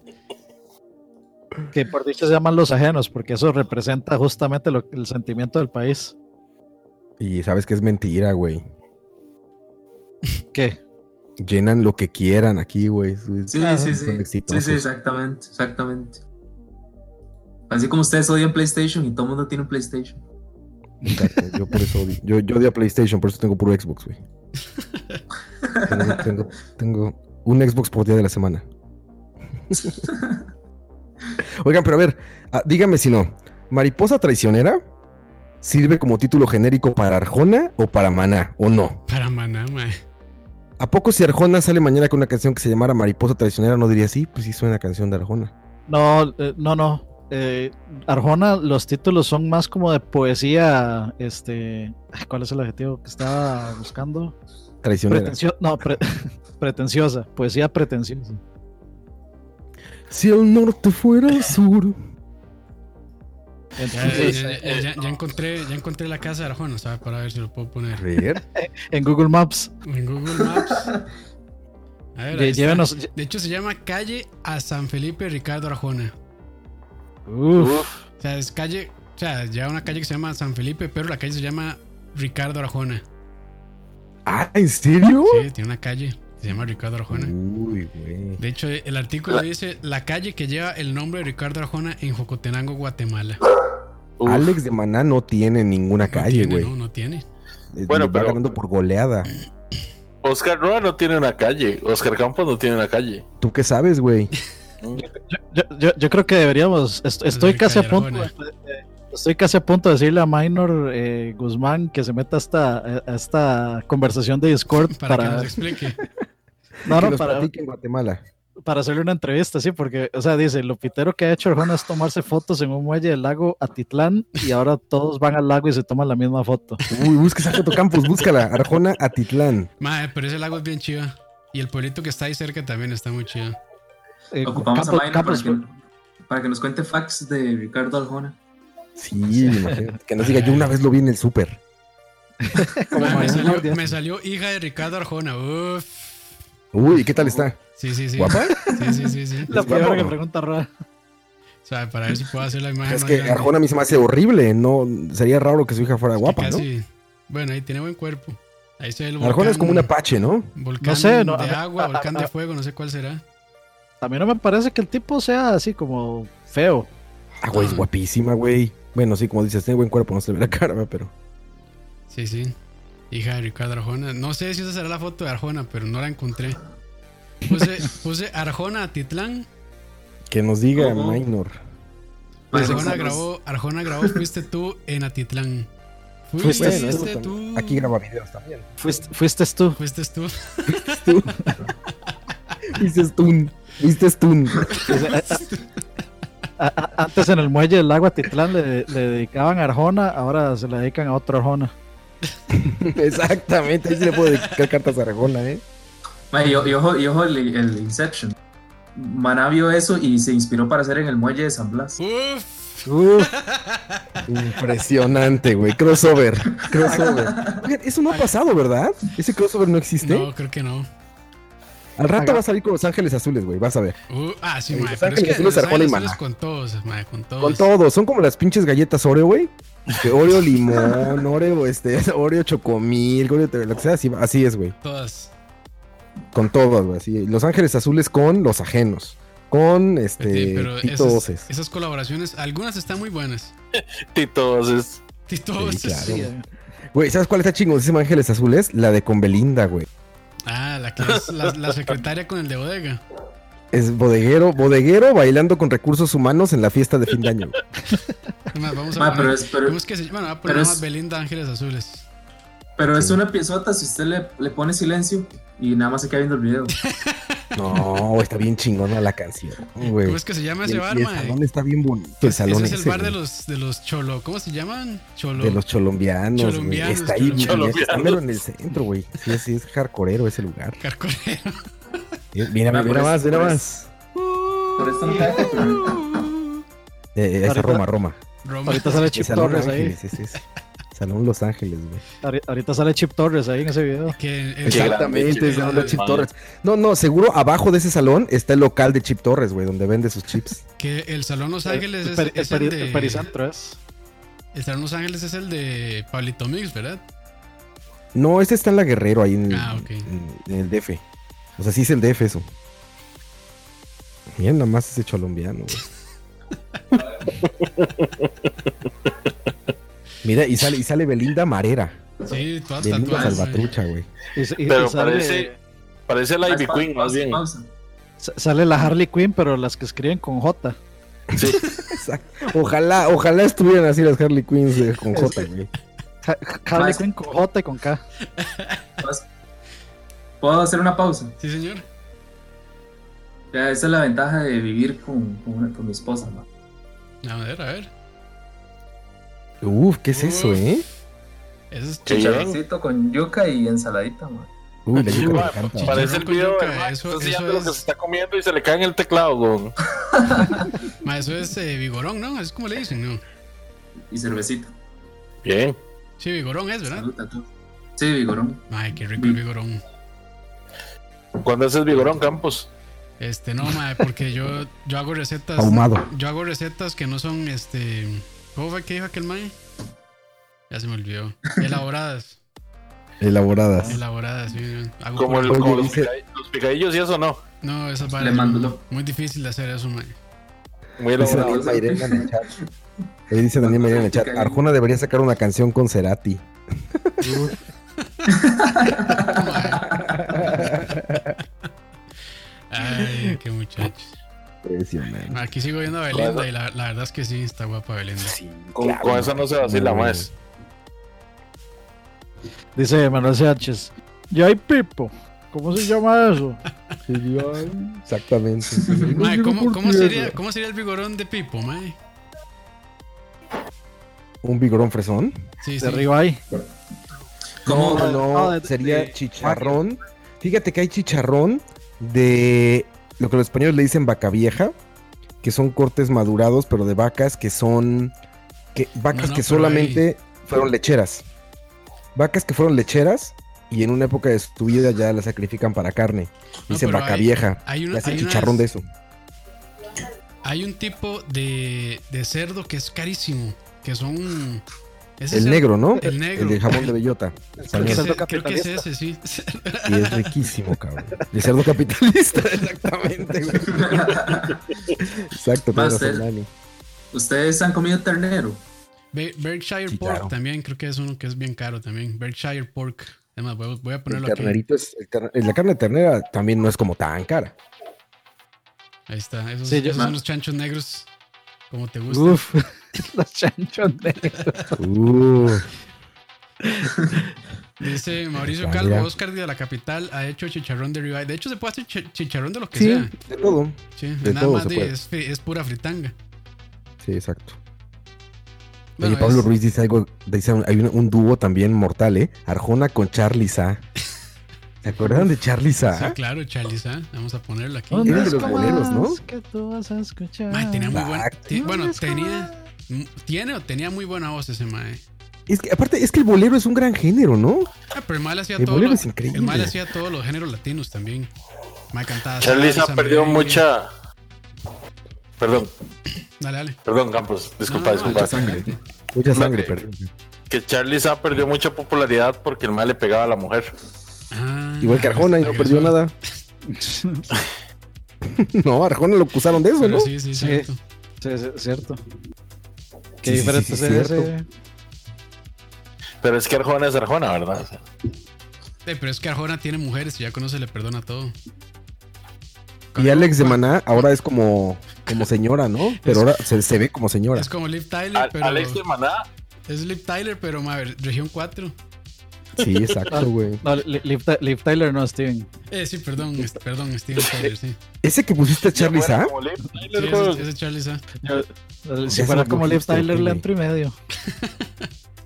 Speaker 6: Que por dicho se llaman los ajenos, porque eso representa justamente lo- el sentimiento del país.
Speaker 4: Y sabes que es mentira, güey.
Speaker 6: ¿Qué?
Speaker 4: Llenan lo que quieran aquí, güey. Su-
Speaker 7: Sí, sí,
Speaker 4: Ah, son
Speaker 7: sí. Sí,
Speaker 4: exitosos.
Speaker 7: sí, exactamente, exactamente. Así como ustedes odian PlayStation y todo el mundo tiene un PlayStation.
Speaker 4: Exacto, Yo por eso odio. Yo, yo odio a PlayStation, por eso tengo puro Xbox, güey. Tengo, tengo- tengo un Xbox por día de la semana. Oigan, pero a ver, ah, díganme si no. ¿Mariposa traicionera sirve como título genérico para Arjona o para Maná? ¿O no?
Speaker 3: Para Maná, mae.
Speaker 4: ¿A poco si Arjona sale mañana con una canción que se llamara Mariposa traicionera, no diría sí? Pues sí, suena una canción de Arjona.
Speaker 6: No, eh, no, no. Eh, Arjona, los títulos son más como de poesía. Este, ay, ¿cuál es el adjetivo que estaba buscando?
Speaker 4: Traicionera.
Speaker 6: Pretencio- no, pre- pretenciosa, poesía pretenciosa.
Speaker 4: Si el norte fuera el sur.
Speaker 3: Ya, ya,
Speaker 6: Entonces,
Speaker 3: ya, ya, ya- ya encontré, ya encontré la casa de Arajona, ¿sabes? Para ver si lo puedo poner.
Speaker 4: Ver.
Speaker 6: en Google Maps,
Speaker 3: En Google Maps. A ver,
Speaker 6: lle-
Speaker 3: ahí está.
Speaker 6: llévenos. lle-
Speaker 3: De hecho, se llama Calle a San Felipe Ricardo Arjona.
Speaker 6: Uf,
Speaker 3: O sea, es calle. O sea, ya una calle que se llama San Felipe, pero la calle se llama Ricardo Arjona.
Speaker 4: Ah, ¿en serio?
Speaker 6: Uh.
Speaker 3: Sí, tiene una calle que se llama Ricardo Arjona.
Speaker 4: Uy, güey.
Speaker 3: De hecho, el artículo dice la calle que lleva el nombre de Ricardo Arjona en Jocotenango, Guatemala.
Speaker 5: Uf.
Speaker 4: Alex de Maná no tiene ninguna
Speaker 3: No
Speaker 4: calle,
Speaker 3: tiene,
Speaker 4: güey.
Speaker 3: No, no tiene.
Speaker 5: Bueno,
Speaker 4: Bueno, va
Speaker 5: pero-
Speaker 4: ganando por goleada.
Speaker 5: Oscar Roa no tiene una calle. Oscar Campos no tiene una calle.
Speaker 4: ¿Tú qué sabes, güey?
Speaker 6: yo, yo- yo creo que deberíamos. est- estoy
Speaker 3: Ricardo
Speaker 6: casi a punto.
Speaker 3: Arjona.
Speaker 6: de- de- Estoy casi a punto de decirle a Minor eh, Guzmán que se meta a esta, a esta conversación de Discord
Speaker 3: Para,
Speaker 6: para,
Speaker 3: que nos explique.
Speaker 6: no,
Speaker 4: que
Speaker 6: no,
Speaker 4: nos
Speaker 6: para,
Speaker 4: platique en Guatemala.
Speaker 6: para hacerle una entrevista, sí, porque, o sea, dice, lo pitero que ha hecho Arjona es tomarse fotos en un muelle del lago Atitlán y ahora todos van al lago y se toman la misma foto.
Speaker 4: Uy, busca, saca tu campus, búscala. Arjona Atitlán.
Speaker 3: Mae, pero ese lago es bien chido. Y el pueblito que está ahí cerca también está muy chido.
Speaker 6: Eh,
Speaker 7: Ocupamos
Speaker 6: Campos-
Speaker 7: a Minor
Speaker 6: Campos,
Speaker 7: para, que, para que nos cuente facts de Ricardo Aljona.
Speaker 4: Sí, imagínate. Que nos diga, yo una vez lo vi en el súper.
Speaker 6: como
Speaker 3: Mae, me,
Speaker 6: Manuel
Speaker 3: salió,
Speaker 6: Nardiaz.
Speaker 3: me salió hija de Ricardo Arjona. Uf.
Speaker 4: Uy, ¿qué tal está?
Speaker 3: Sí, sí, sí.
Speaker 4: ¿Guapa?
Speaker 3: Sí, sí, sí, sí.
Speaker 6: La
Speaker 4: Es guapo,
Speaker 6: primera que
Speaker 4: ¿no?
Speaker 6: pregunta Ra.
Speaker 3: O sea, para ver si puedo hacer la imagen.
Speaker 4: Es
Speaker 3: más
Speaker 4: que
Speaker 3: grande.
Speaker 4: Arjona a mí se me hace horrible. No, sería raro que su hija fuera
Speaker 3: Es que
Speaker 4: guapa, ¿no?
Speaker 3: casi- Bueno, ahí tiene buen cuerpo. Ahí se ve el volcán.
Speaker 4: Arjona es como un apache, ¿no?
Speaker 3: Volcán
Speaker 6: No sé, no,
Speaker 3: de
Speaker 6: a-
Speaker 3: agua,
Speaker 6: a-
Speaker 3: volcán
Speaker 6: a-
Speaker 3: de fuego, no sé cuál será.
Speaker 6: A mí no me parece que el tipo sea así como feo.
Speaker 4: Ah, güey, es guapísima, güey. Bueno, sí, como dices, ¿eh? tiene buen cuerpo, no se le ve la cara, ¿verdad? pero.
Speaker 3: Sí, sí. Hija de Ricardo Arjona. No sé si esa será la foto de Arjona, pero no la encontré. Puse, puse Arjona a Titlán.
Speaker 4: Que nos diga,
Speaker 7: Ujú.
Speaker 4: Minor. Ah,
Speaker 7: Mae,
Speaker 3: Arjona
Speaker 7: nos-
Speaker 3: grabó, Arjona grabó Fuiste tú en Atitlán. Fuiste,
Speaker 4: Fuiste
Speaker 3: fuiste
Speaker 4: tú.
Speaker 3: este tú.
Speaker 4: Aquí graba videos también.
Speaker 6: Fuiste, fuiste tú.
Speaker 3: Fuiste tú.
Speaker 4: Hice stun. Viste stun.
Speaker 6: A- a- Antes en el muelle del lago Atitlán le, le dedicaban a Arjona, ahora se le dedican a otro Arjona.
Speaker 4: Exactamente. Ahí sí le puedo dedicar cartas a Arjona, ¿eh?
Speaker 7: Mae, y, y ojo, y ojo el, el Inception. Maná vio eso y se inspiró para hacer en el muelle de San Blas.
Speaker 4: Uf. Impresionante, güey. Crossover. Crossover. Oigan, eso no ha pasado, ¿verdad? Ese crossover no existe.
Speaker 3: No, creo que no.
Speaker 4: Al rato va a salir con Los Ángeles Azules, güey. Vas a ver.
Speaker 3: Uh, ah, sí,
Speaker 4: Eh,
Speaker 3: mae.
Speaker 4: Los
Speaker 3: Pero es
Speaker 4: Ángeles
Speaker 3: que
Speaker 4: Azules,
Speaker 3: los
Speaker 4: Arjona y
Speaker 3: Ángeles
Speaker 4: Maná.
Speaker 3: Azules con todos, mae, con todos.
Speaker 4: Con todos. Son como las pinches galletas Oreo, güey. Que Oreo limón, Oreo este, Oreo chocomil, Oreo lo que sea. Así, así es, güey.
Speaker 3: Todas.
Speaker 4: Con todos, güey. así. Los Ángeles Azules con los ajenos. Con este.
Speaker 3: Sí, pero
Speaker 4: Tito
Speaker 3: esas,
Speaker 4: Voces.
Speaker 3: esas colaboraciones, algunas están muy buenas.
Speaker 5: Tito es
Speaker 3: Tito
Speaker 4: Sí,
Speaker 3: Voces.
Speaker 4: claro. Güey, ¿sabes cuál está chingoncísima Ángeles Azules? La de con Belinda, güey.
Speaker 3: Ah, la que es la, la secretaria con el de bodega.
Speaker 4: Es bodeguero, bodeguero bailando con recursos humanos en la fiesta de fin de año. güey.
Speaker 3: Es más, Vamos a
Speaker 7: Mae,
Speaker 3: poner-
Speaker 7: pero es, pero,
Speaker 3: ¿Cómo es que se llama? Ah, Bueno, voy a poner
Speaker 7: pero
Speaker 3: más
Speaker 7: es-
Speaker 3: Belinda Ángeles Azules.
Speaker 7: pero es
Speaker 4: Sí.
Speaker 7: una piezota si usted le, le pone silencio y nada más se queda viendo el video.
Speaker 4: No, está bien chingona la canción, Oh, güey.
Speaker 3: ¿Cómo es que se llama
Speaker 4: Y
Speaker 3: ese
Speaker 4: el,
Speaker 3: bar,
Speaker 4: y el
Speaker 3: mae?
Speaker 4: salón está bien bonito. El
Speaker 3: Ese
Speaker 4: salón
Speaker 3: es el
Speaker 4: ese,
Speaker 3: bar de
Speaker 4: güey.
Speaker 3: los, de los cholo. ¿Cómo se llaman? Cholo.
Speaker 4: De los cholombianos, güey.
Speaker 3: Cholombianos,
Speaker 4: Está ahí, güey,
Speaker 5: cholombianos.
Speaker 4: está mero en el centro, güey. Sí, sí, es hardcoreero ese lugar.
Speaker 3: Carcorero.
Speaker 4: Eh, Mira, mira,
Speaker 7: Ah, por
Speaker 4: mira
Speaker 7: eso,
Speaker 4: más, mira
Speaker 7: por
Speaker 4: más.
Speaker 7: Por esto no cae, pero-
Speaker 4: Eh, eh, esa es
Speaker 6: Ahorita-
Speaker 4: Roma, Roma.
Speaker 3: Roma.
Speaker 6: Ahorita sale
Speaker 4: El
Speaker 6: Chip
Speaker 4: Salón
Speaker 6: Torres ahí.
Speaker 4: Ángeles, ese es. Salón Los Ángeles, güey.
Speaker 6: Ahori- Ahorita sale Chip Torres ahí en ese video.
Speaker 3: Que el-
Speaker 5: Exacto.
Speaker 4: Exactamente,
Speaker 5: grande,
Speaker 4: el salón de
Speaker 5: che,
Speaker 4: Chip
Speaker 5: man.
Speaker 4: Torres. No, no, seguro abajo de ese salón está el local de Chip Torres, güey, donde vende sus chips.
Speaker 3: que el Salón Los
Speaker 6: El-
Speaker 3: Ángeles
Speaker 6: el
Speaker 3: es,
Speaker 6: peri-
Speaker 3: es
Speaker 6: el
Speaker 3: el
Speaker 6: peri-
Speaker 3: de.
Speaker 6: el pericentro es.
Speaker 3: el Salón Los Ángeles es el de Pablito Mix, ¿verdad?
Speaker 4: No, este está en la Guerrero, ahí en, el-
Speaker 3: Ah, ok.
Speaker 4: en- en el DF. O sea, sí es el DF eso. Miren, nada más ese cholombiano, güey. Mira, y sale, y sale Belinda Marera.
Speaker 3: Sí, todas
Speaker 4: Belinda
Speaker 3: tatuadas. mae.
Speaker 4: Salvatrucha, güey.
Speaker 6: Y s- y- y
Speaker 5: Pero
Speaker 6: sale,
Speaker 5: parece- Parece la Ivy
Speaker 7: Pa-
Speaker 5: Queen, más
Speaker 7: pausa,
Speaker 5: bien.
Speaker 7: pausa.
Speaker 6: sa- sale la Harley Quinn, pero las que escriben con J.
Speaker 4: Exacto. Ojalá, ojalá estuvieran así las Harley Quinns eh, con J, güey.
Speaker 6: Ja- Harley
Speaker 7: Más-
Speaker 6: Quinn con J y con K.
Speaker 7: ¿Puedo hacer una pausa?
Speaker 3: Sí, señor.
Speaker 7: Ya, esa es la ventaja de vivir con, con, una- con mi esposa. ma.
Speaker 3: A ver, a ver.
Speaker 4: Uf, ¿qué es eso,
Speaker 3: Uf.
Speaker 4: eh?
Speaker 3: Eso es
Speaker 5: Chicharrón.
Speaker 7: Chicharroncito con yuca y ensaladita. ma.
Speaker 4: Uy, la yuca me
Speaker 5: Ma,
Speaker 4: encanta. güey.
Speaker 5: Parece el
Speaker 3: Chicharrón con
Speaker 5: video
Speaker 3: yuca,
Speaker 5: del ma,
Speaker 3: eso-
Speaker 5: está
Speaker 3: eso
Speaker 5: enseñando lo que
Speaker 3: es-
Speaker 5: se está comiendo y se le cae en el teclado, güey.
Speaker 3: Ma, eso es eh, Vigorón, ¿no? Es como le dicen, ¿no?
Speaker 7: Y cervecita.
Speaker 5: Bien.
Speaker 3: Sí, Vigorón es, ¿verdad?
Speaker 7: Salud a todos. Sí, Vigorón.
Speaker 3: Ay, qué rico el Vigorón.
Speaker 5: ¿Cuándo haces vigorón, Campos?
Speaker 3: Este, no, mae, porque yo, yo hago recetas.
Speaker 4: Ahumado.
Speaker 3: Yo hago recetas que no son, este... ¿Cómo fue que dijo aquel mae? Ya se me olvidó. Elaboradas.
Speaker 4: Elaboradas.
Speaker 3: Elaboradas, sí. sí. Hago
Speaker 5: Como, el-
Speaker 3: pura-
Speaker 5: como los,
Speaker 4: dice-
Speaker 5: picadi- los picadillos y eso no.
Speaker 3: No, esas
Speaker 7: Le
Speaker 3: varas,
Speaker 7: mando
Speaker 3: no.
Speaker 7: lo-
Speaker 3: Muy difícil de hacer eso, mae.
Speaker 5: Muy
Speaker 4: Dice
Speaker 5: elaborado.
Speaker 4: Daniel Mairena en el chat. Le dice Daniel Mairena en el chat. Arjona debería sacar una canción con Cerati.
Speaker 3: Ay, qué muchachos.
Speaker 4: Impresionante.
Speaker 3: Aquí sigo viendo a Belinda y la, la verdad es que sí, está guapa Belinda.
Speaker 5: Con,
Speaker 4: Claro,
Speaker 5: con eso no se vacila
Speaker 4: no.
Speaker 5: más.
Speaker 6: Dice Manuel Sánchez. Ya hay Pipo. ¿Cómo se llama eso?
Speaker 4: Exactamente.
Speaker 3: Mae, ¿cómo, cómo sería, ¿cómo sería el vigorón de Pipo, mae?
Speaker 4: ¿Un vigorón fresón?
Speaker 3: Sí,
Speaker 6: De
Speaker 3: sí.
Speaker 6: Ribeye.
Speaker 7: ¿Cómo?
Speaker 4: No, no,
Speaker 6: Ah, de-
Speaker 4: sería
Speaker 6: de-
Speaker 4: chicharrón. Fíjate que hay chicharrón de lo que los españoles le dicen vaca vieja, que son cortes madurados, pero de vacas que son que vacas
Speaker 3: No, no,
Speaker 4: que
Speaker 3: pero
Speaker 4: solamente fueron lecheras. Vacas que fueron lecheras y en una época de su vida ya la sacrifican para carne.
Speaker 3: No,
Speaker 4: Dicen
Speaker 3: pero
Speaker 4: vaca
Speaker 3: hay-
Speaker 4: vieja.
Speaker 3: Hay,
Speaker 4: Y
Speaker 3: una-
Speaker 4: hacen
Speaker 3: hay unas-
Speaker 4: chicharrón de eso.
Speaker 3: hay un tipo de, de cerdo que es carísimo, que son... ese
Speaker 4: El
Speaker 3: cerdo-
Speaker 4: negro, ¿no?
Speaker 3: El negro.
Speaker 4: El de jamón de bellota.
Speaker 3: Creo que,
Speaker 4: español.
Speaker 3: es,
Speaker 6: cerdo
Speaker 3: creo que es
Speaker 6: capitalista.
Speaker 3: ese, sí.
Speaker 4: Y es riquísimo, cabrón. El cerdo capitalista, exactamente, güey. Exacto,
Speaker 7: Más
Speaker 4: Pedro
Speaker 7: cerdo.
Speaker 4: Solani.
Speaker 7: ¿Ustedes han comido ternero?
Speaker 3: Be- Berkshire
Speaker 4: Sí,
Speaker 3: Pork
Speaker 4: claro.
Speaker 3: también, creo que es uno que es bien caro también. Berkshire Pork. Además, voy, a- voy a
Speaker 4: El
Speaker 3: ponerlo aquí.
Speaker 4: ternerito es. el ter- la carne de ternera también no es como tan cara.
Speaker 3: Ahí está. Esos,
Speaker 6: Sí, yo-
Speaker 3: esos
Speaker 7: ma-
Speaker 3: son los chanchos negros, como te
Speaker 4: Pues
Speaker 3: gusta.
Speaker 6: Uf. Los chanchos negros.
Speaker 4: Uh,
Speaker 3: Dice Mauricio
Speaker 4: Ya,
Speaker 3: Calvo,
Speaker 4: mira.
Speaker 3: Oscar Díaz de la capital ha hecho chicharrón de ribeye. De hecho, se puede hacer chi- chicharrón de lo que
Speaker 4: Sí,
Speaker 3: sea.
Speaker 4: de todo.
Speaker 3: Sí,
Speaker 4: de
Speaker 3: nada
Speaker 4: todo
Speaker 3: más
Speaker 4: se
Speaker 3: de-
Speaker 4: puede.
Speaker 3: es, es pura fritanga.
Speaker 4: Sí, exacto.
Speaker 3: Bueno,
Speaker 4: Oye, Pablo
Speaker 3: es-
Speaker 4: Ruiz dice algo, dice un- hay un, un dúo también mortal, ¿eh? Arjona con Charly Sa. ¿Se acuerdan de Charly
Speaker 3: Sí,
Speaker 4: Sa?
Speaker 3: claro, Chalisa. Vamos a ponerla aquí.
Speaker 6: Oh,
Speaker 4: Eran de los boleros, ¿no?
Speaker 6: que tú vas a escuchar.
Speaker 3: Mae, tenía muy buena.
Speaker 4: Exacto.
Speaker 3: ti-
Speaker 6: No
Speaker 3: bueno,
Speaker 6: eres
Speaker 3: tenía. m- Tiene o tenía muy buena voz ese mae.
Speaker 4: Es que, aparte, es que el bolero es un gran género, ¿no?
Speaker 3: Ah, pero el mae le hacía
Speaker 4: El
Speaker 3: todo.
Speaker 4: bolero
Speaker 3: lo-
Speaker 4: es increíble.
Speaker 3: El mae le hacía todos los géneros latinos también. Mae cantaba.
Speaker 5: Charliza
Speaker 3: salsa,
Speaker 5: perdió
Speaker 3: merengue.
Speaker 5: mucha. Perdón,
Speaker 3: Dale, dale.
Speaker 5: perdón, Campos. Disculpa,
Speaker 4: Ah,
Speaker 3: No, no, no,
Speaker 5: disculpa.
Speaker 8: Sangre.
Speaker 4: Mucha sangre,
Speaker 5: Ok.
Speaker 4: pero.
Speaker 5: Que Charliza perdió mucha popularidad porque el mal le pegaba a la mujer.
Speaker 3: Ah,
Speaker 4: Igual que Arjona y no
Speaker 3: regresó.
Speaker 4: perdió nada. no, Arjona lo acusaron de eso,
Speaker 3: Pero
Speaker 4: ¿no?
Speaker 3: sí, sí,
Speaker 6: Sí.
Speaker 3: cierto.
Speaker 6: Sí, es cierto.
Speaker 4: Sí,
Speaker 6: Qué
Speaker 4: sí,
Speaker 6: diferente
Speaker 4: sí, sí,
Speaker 6: es ese.
Speaker 4: cierto.
Speaker 5: Pero es que Arjona es Arjona, ¿verdad? O sea,
Speaker 3: Eh, pero es que Arjona tiene mujeres y ya conoce, le perdona todo.
Speaker 4: Y Alex de Maná ahora es como, como señora, ¿no? Pero ahora se, se ve como señora.
Speaker 3: Es como Liv Tyler,
Speaker 5: Al-
Speaker 3: pero.
Speaker 5: Alex de Maná,
Speaker 3: Es Liv Tyler, pero ma, ver, región 4.
Speaker 4: Sí, exacto, güey.
Speaker 6: No, Li- Liv, Ty- Liv Tyler no, Steven.
Speaker 3: Eh, sí, perdón, es- perdón, Steven Tyler, sí.
Speaker 4: Ese que pusiste a Charly
Speaker 5: bueno,
Speaker 4: Sa,
Speaker 5: como Liv
Speaker 3: Sí,
Speaker 5: Tyler,
Speaker 3: ese,
Speaker 5: güey.
Speaker 3: ese es Charlie Sa.
Speaker 4: Ah,
Speaker 6: Si
Speaker 4: Ya
Speaker 6: fuera
Speaker 4: se
Speaker 6: como
Speaker 4: lo
Speaker 6: Liv
Speaker 4: dijiste,
Speaker 6: Tyler, le
Speaker 4: güey.
Speaker 6: entro y medio.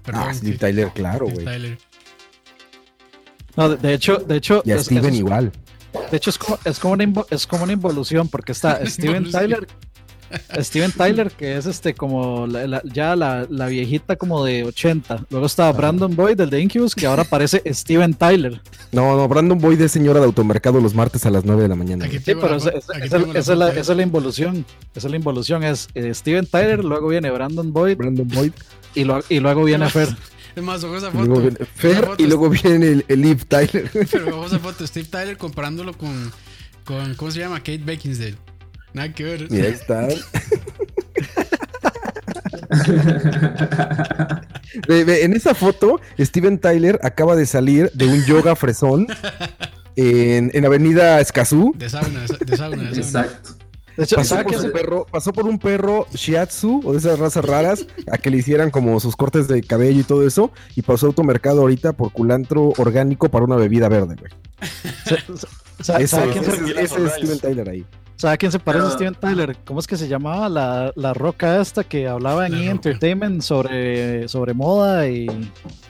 Speaker 3: Perdón,
Speaker 4: Ah,
Speaker 3: sí,
Speaker 4: Liv Tyler, claro,
Speaker 3: Liv
Speaker 4: güey.
Speaker 3: Tyler.
Speaker 6: No, de, de hecho, de hecho,
Speaker 4: Y a
Speaker 6: es-
Speaker 4: Steven
Speaker 6: es-
Speaker 4: igual.
Speaker 6: de hecho es, como, es, como una invo- es como una involución, porque está
Speaker 3: Una
Speaker 6: Steven
Speaker 3: involución.
Speaker 6: Tyler, Steven Tyler, que es este como la- la- ya la, la viejita como de 80. Luego
Speaker 3: Ah.
Speaker 6: estaba Brandon Boyd, del de Incubus, que ahora parece Steven Tyler.
Speaker 4: No, no, Brandon Boyd es señora de automercado los martes a las 9 de la mañana.
Speaker 3: Aquí
Speaker 4: güey.
Speaker 6: Sí,
Speaker 3: tengo
Speaker 6: pero
Speaker 3: la
Speaker 6: esa,
Speaker 3: fo-
Speaker 6: esa-
Speaker 3: aquí
Speaker 6: esa-
Speaker 3: tengo la
Speaker 6: esa es la,
Speaker 3: foto.
Speaker 6: esa es la involución. Esa es la involución. Es eh, Steven Tyler, luego viene Brandon Boyd
Speaker 4: Brandon Boyd.
Speaker 6: y, lo- y luego viene Fer.
Speaker 3: Es más, ojo esa
Speaker 4: Y luego
Speaker 3: foto.
Speaker 4: viene
Speaker 3: Esa
Speaker 4: Fer
Speaker 3: foto
Speaker 4: y
Speaker 3: es-
Speaker 4: luego viene el, el Liv Tyler.
Speaker 3: Pero ojo esa foto, Steve Tyler comparándolo con, con ¿cómo se llama? Kate Beckinsale. Nada que ver.
Speaker 4: Y ahí está. Ve, ve, en esa foto, Steven Tyler acaba de salir de un yoga fresón en, en Avenida Escazú.
Speaker 3: De sauna, de sa- de sauna, de sauna.
Speaker 7: Exacto.
Speaker 6: De hecho,
Speaker 4: Pasó
Speaker 6: ¿sabe
Speaker 4: por,
Speaker 6: qué?
Speaker 4: un perro, pasó por un perro shiatsu o de esas razas raras a que le hicieran como sus cortes de cabello y todo eso. Y pasó a automercado ahorita por culantro orgánico para una bebida verde, güey.
Speaker 3: Ah,
Speaker 6: ¿Sabe-
Speaker 4: Ese,
Speaker 6: sabe quién se-
Speaker 4: ese- ese es Steven Tyler ahí.
Speaker 6: ¿Sabe a quién se parece
Speaker 7: Ah.
Speaker 6: Steven Tyler? ¿Cómo es que se llamaba la, la roca esta que hablaba en
Speaker 3: La
Speaker 6: E!
Speaker 3: roca.
Speaker 6: Entertainment sobre, sobre moda y.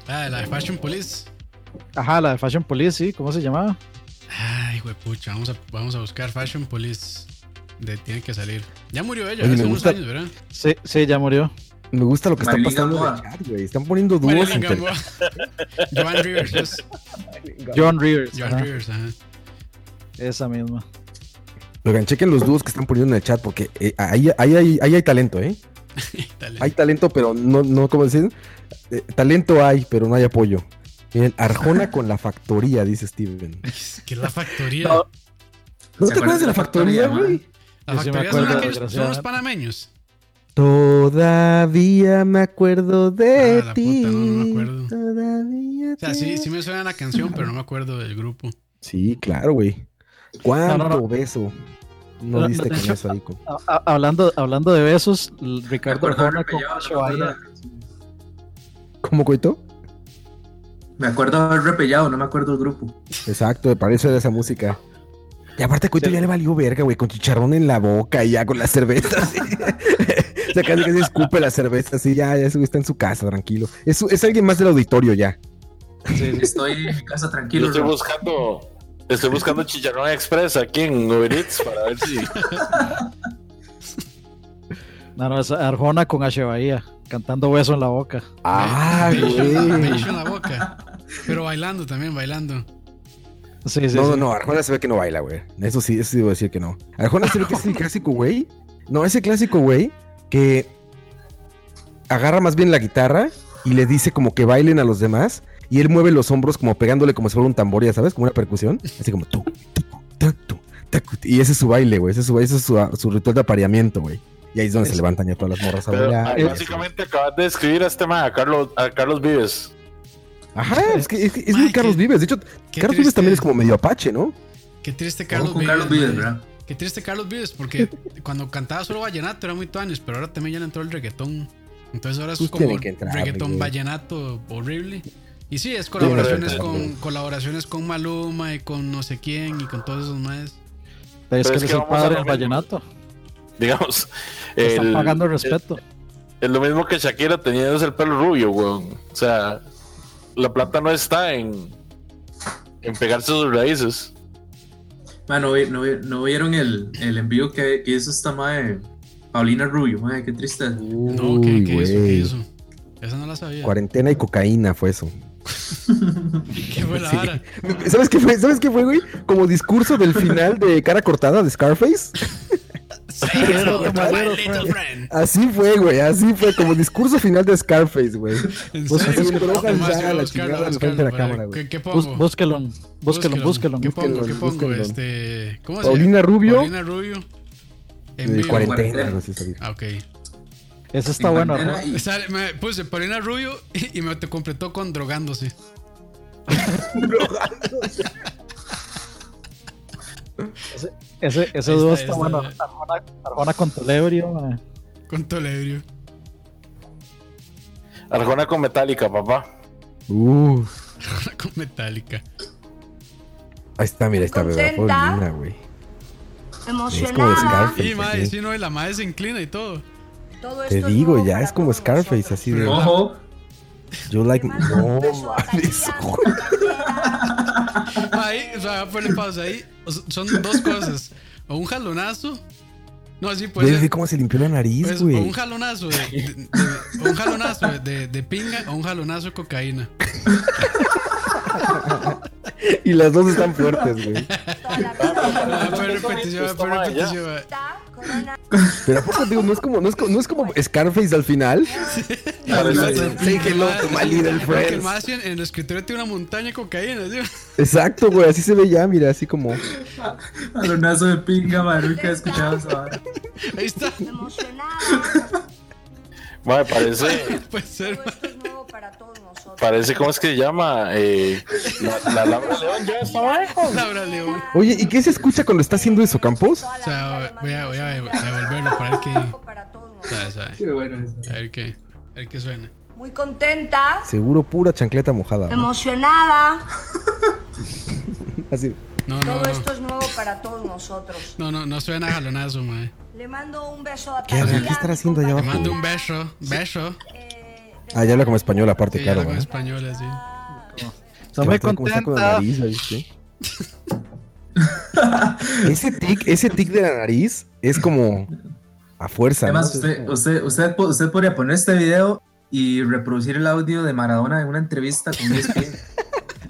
Speaker 3: Ah, la de Fashion Police.
Speaker 6: Ajá, la de Fashion Police, sí, ¿cómo se llamaba?
Speaker 3: Ay, pucha, vamos a, vamos a buscar Fashion Police. De, tiene que salir. Ya murió ella,
Speaker 4: Oye,
Speaker 3: hace
Speaker 4: me
Speaker 3: unos
Speaker 4: gusta-
Speaker 3: años, ¿verdad?
Speaker 6: Sí, sí, ya murió.
Speaker 4: Me gusta lo que está
Speaker 7: Marilyn
Speaker 4: pasando en el
Speaker 7: Gamboa.
Speaker 4: chat, güey. Están poniendo dúos
Speaker 3: Marilyn
Speaker 4: entre...
Speaker 3: Gamboa. Joan Rivers, yes.
Speaker 6: John Rivers.
Speaker 3: Joan
Speaker 6: ajá,
Speaker 3: Rivers, ajá.
Speaker 6: esa misma.
Speaker 4: Oigan, chequen los dúos que están poniendo en el chat porque eh, ahí, ahí, ahí- ahí hay talento, ¿eh?
Speaker 3: Dale.
Speaker 4: Hay talento, pero no, no ¿cómo decir? Eh, talento hay, pero no hay apoyo. Miren, Arjona con la factoría, dice Steven.
Speaker 3: Que es la factoría.
Speaker 6: No,
Speaker 4: ¿No
Speaker 7: ¿Se
Speaker 4: te acuerdas de la factoría,
Speaker 7: ma?
Speaker 4: güey?
Speaker 3: la
Speaker 6: yo sí me
Speaker 3: factoría son,
Speaker 6: acuerdo,
Speaker 3: aquellos, son los
Speaker 6: desgraciadamente.
Speaker 3: panameños.
Speaker 4: Todavía me acuerdo de
Speaker 3: Ah, la
Speaker 4: ti.
Speaker 3: puta, no, no me acuerdo.
Speaker 4: Todavía
Speaker 3: O sea, sí, sí me suena la canción, pero no me acuerdo del grupo.
Speaker 4: Sí, claro, güey. ¿Cuánto
Speaker 6: No, no, no.
Speaker 4: beso? No
Speaker 6: No, no,
Speaker 4: diste
Speaker 6: de
Speaker 4: con
Speaker 6: hecho-
Speaker 4: eso ahí, co-
Speaker 6: A- a- hablando, hablando de besos, l- Ricardo
Speaker 7: Me acuerdo
Speaker 6: Arjona
Speaker 7: haberme
Speaker 6: con
Speaker 7: peleado,
Speaker 6: Pancho
Speaker 7: me acuerdo
Speaker 6: Bahía.
Speaker 4: ¿Cómo coito?
Speaker 7: Me acuerdo haber repellado, no me acuerdo el grupo.
Speaker 4: Exacto, para eso era esa música. Y aparte, Coito ya le valió verga, güey, con chicharrón en la boca y ya con la cerveza. así. o sea, casi que se escupe la cerveza, así ya, ya ese güey está en su casa, tranquilo. Es, es alguien más del auditorio ya.
Speaker 7: Estoy en mi casa
Speaker 5: Yo
Speaker 7: tranquilo.
Speaker 5: estoy
Speaker 7: ¿no?
Speaker 5: buscando, estoy buscando Chicharrón Express aquí en Uber Eats para ver si.
Speaker 6: No, no, es Arjona con H. Bahía, cantando beso en la boca.
Speaker 4: Ah,
Speaker 3: Bello
Speaker 4: güey.
Speaker 3: en la boca. Pero bailando también, bailando.
Speaker 6: Sí, sí,
Speaker 4: No, no,
Speaker 6: sí.
Speaker 4: no, Arjona se ve que no baila, güey. Eso sí, eso sí debo decir que no. Arjona se ve que es el clásico, güey. No, ese clásico, güey, que agarra más bien la guitarra y le dice como que bailen a los demás y él mueve los hombros como pegándole como si fuera un tambor, ya sabes, como una percusión. Así como tú, tú, tú, tú, tú. Y ese es su baile, güey. Ese es su, ese es su, su ritual de apareamiento, güey. Y ahí es donde se levantan ya todas las morras a
Speaker 5: Pero,
Speaker 4: bailar.
Speaker 6: eh,
Speaker 5: ah, básicamente acabas de describir a este man, a Carlos, a Carlos Vives.
Speaker 4: Ajá, es que es, que- es
Speaker 3: Ay,
Speaker 4: muy Carlos
Speaker 3: qué-
Speaker 4: Vives. De hecho,
Speaker 3: qué
Speaker 4: Carlos Vives
Speaker 3: triste.
Speaker 4: también es como medio apache, ¿no?
Speaker 3: Qué triste
Speaker 7: Ojo
Speaker 3: Carlos
Speaker 7: con
Speaker 3: Vives.
Speaker 7: Carlos Vives,
Speaker 3: madre.
Speaker 7: ¿verdad?
Speaker 3: Qué triste Carlos Vives, porque cuando cantaba solo vallenato era muy tuanes, pero ahora también ya le entró el reggaetón. Entonces ahora es
Speaker 4: Pues
Speaker 3: como
Speaker 4: tiene que entrar,
Speaker 3: reggaetón
Speaker 4: güey.
Speaker 3: vallenato horrible. Y sí, es colaboraciones con colaboraciones con Maluma y con no sé quién y con todos esos más.
Speaker 6: Pero es que
Speaker 5: Pero es
Speaker 6: él
Speaker 5: que
Speaker 6: es el
Speaker 5: vamos a
Speaker 6: padre
Speaker 5: lo
Speaker 6: del vallenato.
Speaker 5: Digamos.
Speaker 6: Le Están
Speaker 5: el-
Speaker 6: pagando el
Speaker 5: el-
Speaker 6: respeto.
Speaker 5: Es lo mismo que Shakira teniendo el pelo rubio, weón. O sea, la plata no está en, en pegarse sus raíces.
Speaker 7: Man, Ah, no, vi- no vi- no vieron el, el envío que, que hizo esta madre Paulina Rubio, madre, qué triste.
Speaker 3: No, ¿qué,
Speaker 4: Uy,
Speaker 3: qué hizo? ¿Qué
Speaker 4: güey.
Speaker 3: hizo? Esa no la sabía.
Speaker 4: Cuarentena y cocaína fue eso.
Speaker 3: ¿Qué fue la
Speaker 4: Sí.
Speaker 3: vara?
Speaker 4: ¿Sabes qué fue? ¿Sabes qué fue, güey? Como discurso del final de cara cortada de Scarface.
Speaker 3: Sí,
Speaker 6: Pero,
Speaker 3: my
Speaker 6: madero,
Speaker 3: little
Speaker 6: fue-
Speaker 3: friend.
Speaker 4: Así fue, güey. Así fue, como discurso final de Scarface, güey.
Speaker 3: En
Speaker 4: Vos
Speaker 3: serio.
Speaker 4: haciendo drogas
Speaker 3: Además,
Speaker 4: ya
Speaker 3: yo
Speaker 4: a la
Speaker 3: buscarlo,
Speaker 4: chingada al
Speaker 3: buscarlo,
Speaker 4: frente de
Speaker 3: para
Speaker 4: la
Speaker 3: ver,
Speaker 4: cámara, güey.
Speaker 3: ¿Qué, qué pongo?
Speaker 6: Bús- Búsquelo, búsquelo, búsquelo.
Speaker 3: ¿Qué pongo?
Speaker 4: Búsquelo,
Speaker 3: ¿Qué pongo?
Speaker 4: búsquelo.
Speaker 3: Este, ¿Cómo se
Speaker 4: Paulina Rubio,
Speaker 3: Paulina Rubio. En
Speaker 4: eh,
Speaker 3: vivo.
Speaker 4: cuarentena, algo así sabía.
Speaker 3: Ah, ok.
Speaker 6: Ese está bueno.
Speaker 7: Bandera
Speaker 6: ¿no?
Speaker 7: y-
Speaker 3: Sale- me puse Paulina Rubio y, y me te completó con drogándose.
Speaker 6: Ese, ese
Speaker 3: Ahí
Speaker 6: dúo
Speaker 3: está,
Speaker 6: está,
Speaker 3: ahí
Speaker 6: bueno.
Speaker 3: está.
Speaker 6: Arjona, Arjona con Telebrio. ma.
Speaker 3: Con Toledrio.
Speaker 5: Arjona con Metallica, papá.
Speaker 4: Uh,
Speaker 3: con Metallica.
Speaker 4: ahí está, mira, ahí está, ¿verdad?
Speaker 9: Contenta.
Speaker 4: Paulina, güey.
Speaker 9: Pues
Speaker 4: Es como de
Speaker 9: Emocionada.
Speaker 4: Scarface.
Speaker 3: Y madre,
Speaker 4: así.
Speaker 3: si no, y la madre se inclina y todo.
Speaker 9: Todo
Speaker 4: Te
Speaker 9: esto
Speaker 4: digo,
Speaker 9: nuevo
Speaker 4: ya
Speaker 9: para
Speaker 4: es como
Speaker 9: todos
Speaker 4: Scarface,
Speaker 9: nosotros.
Speaker 4: así de.
Speaker 7: Ojo,
Speaker 4: Yo like.
Speaker 9: Le mando un
Speaker 4: No,
Speaker 9: beso a
Speaker 4: mames,
Speaker 9: Shakira,
Speaker 4: güey.
Speaker 3: Ahí, o sea, ponle pausa ahí. O sea, Son dos cosas. O un jalonazo. No, así puede
Speaker 4: Ve,
Speaker 3: ser.
Speaker 4: ve cómo se limpió la nariz,
Speaker 3: Pues, o un
Speaker 4: güey.
Speaker 3: jalonazo de, de- de- o un jalonazo de, de- de pinga o un jalonazo de cocaína.
Speaker 4: Y las dos están fuertes, güey.
Speaker 9: Toda la
Speaker 3: Ah,
Speaker 9: vida.
Speaker 3: fue
Speaker 5: Eso
Speaker 3: repetición, fue
Speaker 5: mismo, toma, ya.
Speaker 3: repetición. ah.
Speaker 9: Está corona-
Speaker 4: Pero ¿a poco digo, no es como, no es como, no es como Scarface al final.
Speaker 5: Parece-
Speaker 4: Say hello to my little
Speaker 3: Porque el
Speaker 4: friends.
Speaker 3: más en, en el escritorio tiene una montaña de cocaína, tío.
Speaker 4: Exacto, güey, así se ve ya, mira, así como.
Speaker 7: balonazo de pinga, man, nunca he escuchado esa vara.
Speaker 3: Ahí está.
Speaker 9: Emocionada.
Speaker 5: Madre, parece,
Speaker 3: Puede ser.
Speaker 9: Todo esto es nuevo para todos nosotros.
Speaker 5: parece, ¿cómo es que se llama? Eh, la, la Laura León ya está mal.
Speaker 3: Laura León.
Speaker 4: Oye, ¿y qué se escucha cuando está haciendo eso, Campos?
Speaker 9: Toda la
Speaker 3: O sea,
Speaker 9: vida le
Speaker 3: voy a, voy a,
Speaker 9: mando
Speaker 3: voy a volverlo para ver qué.
Speaker 9: para todos nosotros.
Speaker 3: sabe, sabe.
Speaker 7: Qué bueno eso.
Speaker 3: A ver qué. A ver qué suena.
Speaker 9: Muy contenta,
Speaker 4: Seguro pura chancleta mojada. güey.
Speaker 9: emocionada.
Speaker 4: Así.
Speaker 3: No, no,
Speaker 9: Todo
Speaker 3: no.
Speaker 9: esto es nuevo para todos nosotros.
Speaker 3: No, no, no suena a jalonazo, madre.
Speaker 9: Le mando un beso a
Speaker 4: ¿Qué habrá
Speaker 9: Talía,
Speaker 4: que estar
Speaker 9: mi
Speaker 4: haciendo allá
Speaker 3: Te
Speaker 9: compañera,
Speaker 3: mando
Speaker 4: abajo?
Speaker 3: un beso. Beso.
Speaker 9: eh, de-
Speaker 4: Ah, ya habla como español aparte,
Speaker 3: Sí,
Speaker 4: claro,
Speaker 3: algo en
Speaker 4: güey.
Speaker 3: español así.
Speaker 6: Está muy
Speaker 4: Como saco de
Speaker 6: contenta.
Speaker 4: nariz, ahí, sí. ese tic, ese tic de la nariz es como a fuerza. ¿no?
Speaker 7: Además, usted, usted, usted, po- usted podría poner este video y reproducir el audio de Maradona en una entrevista con ESPN.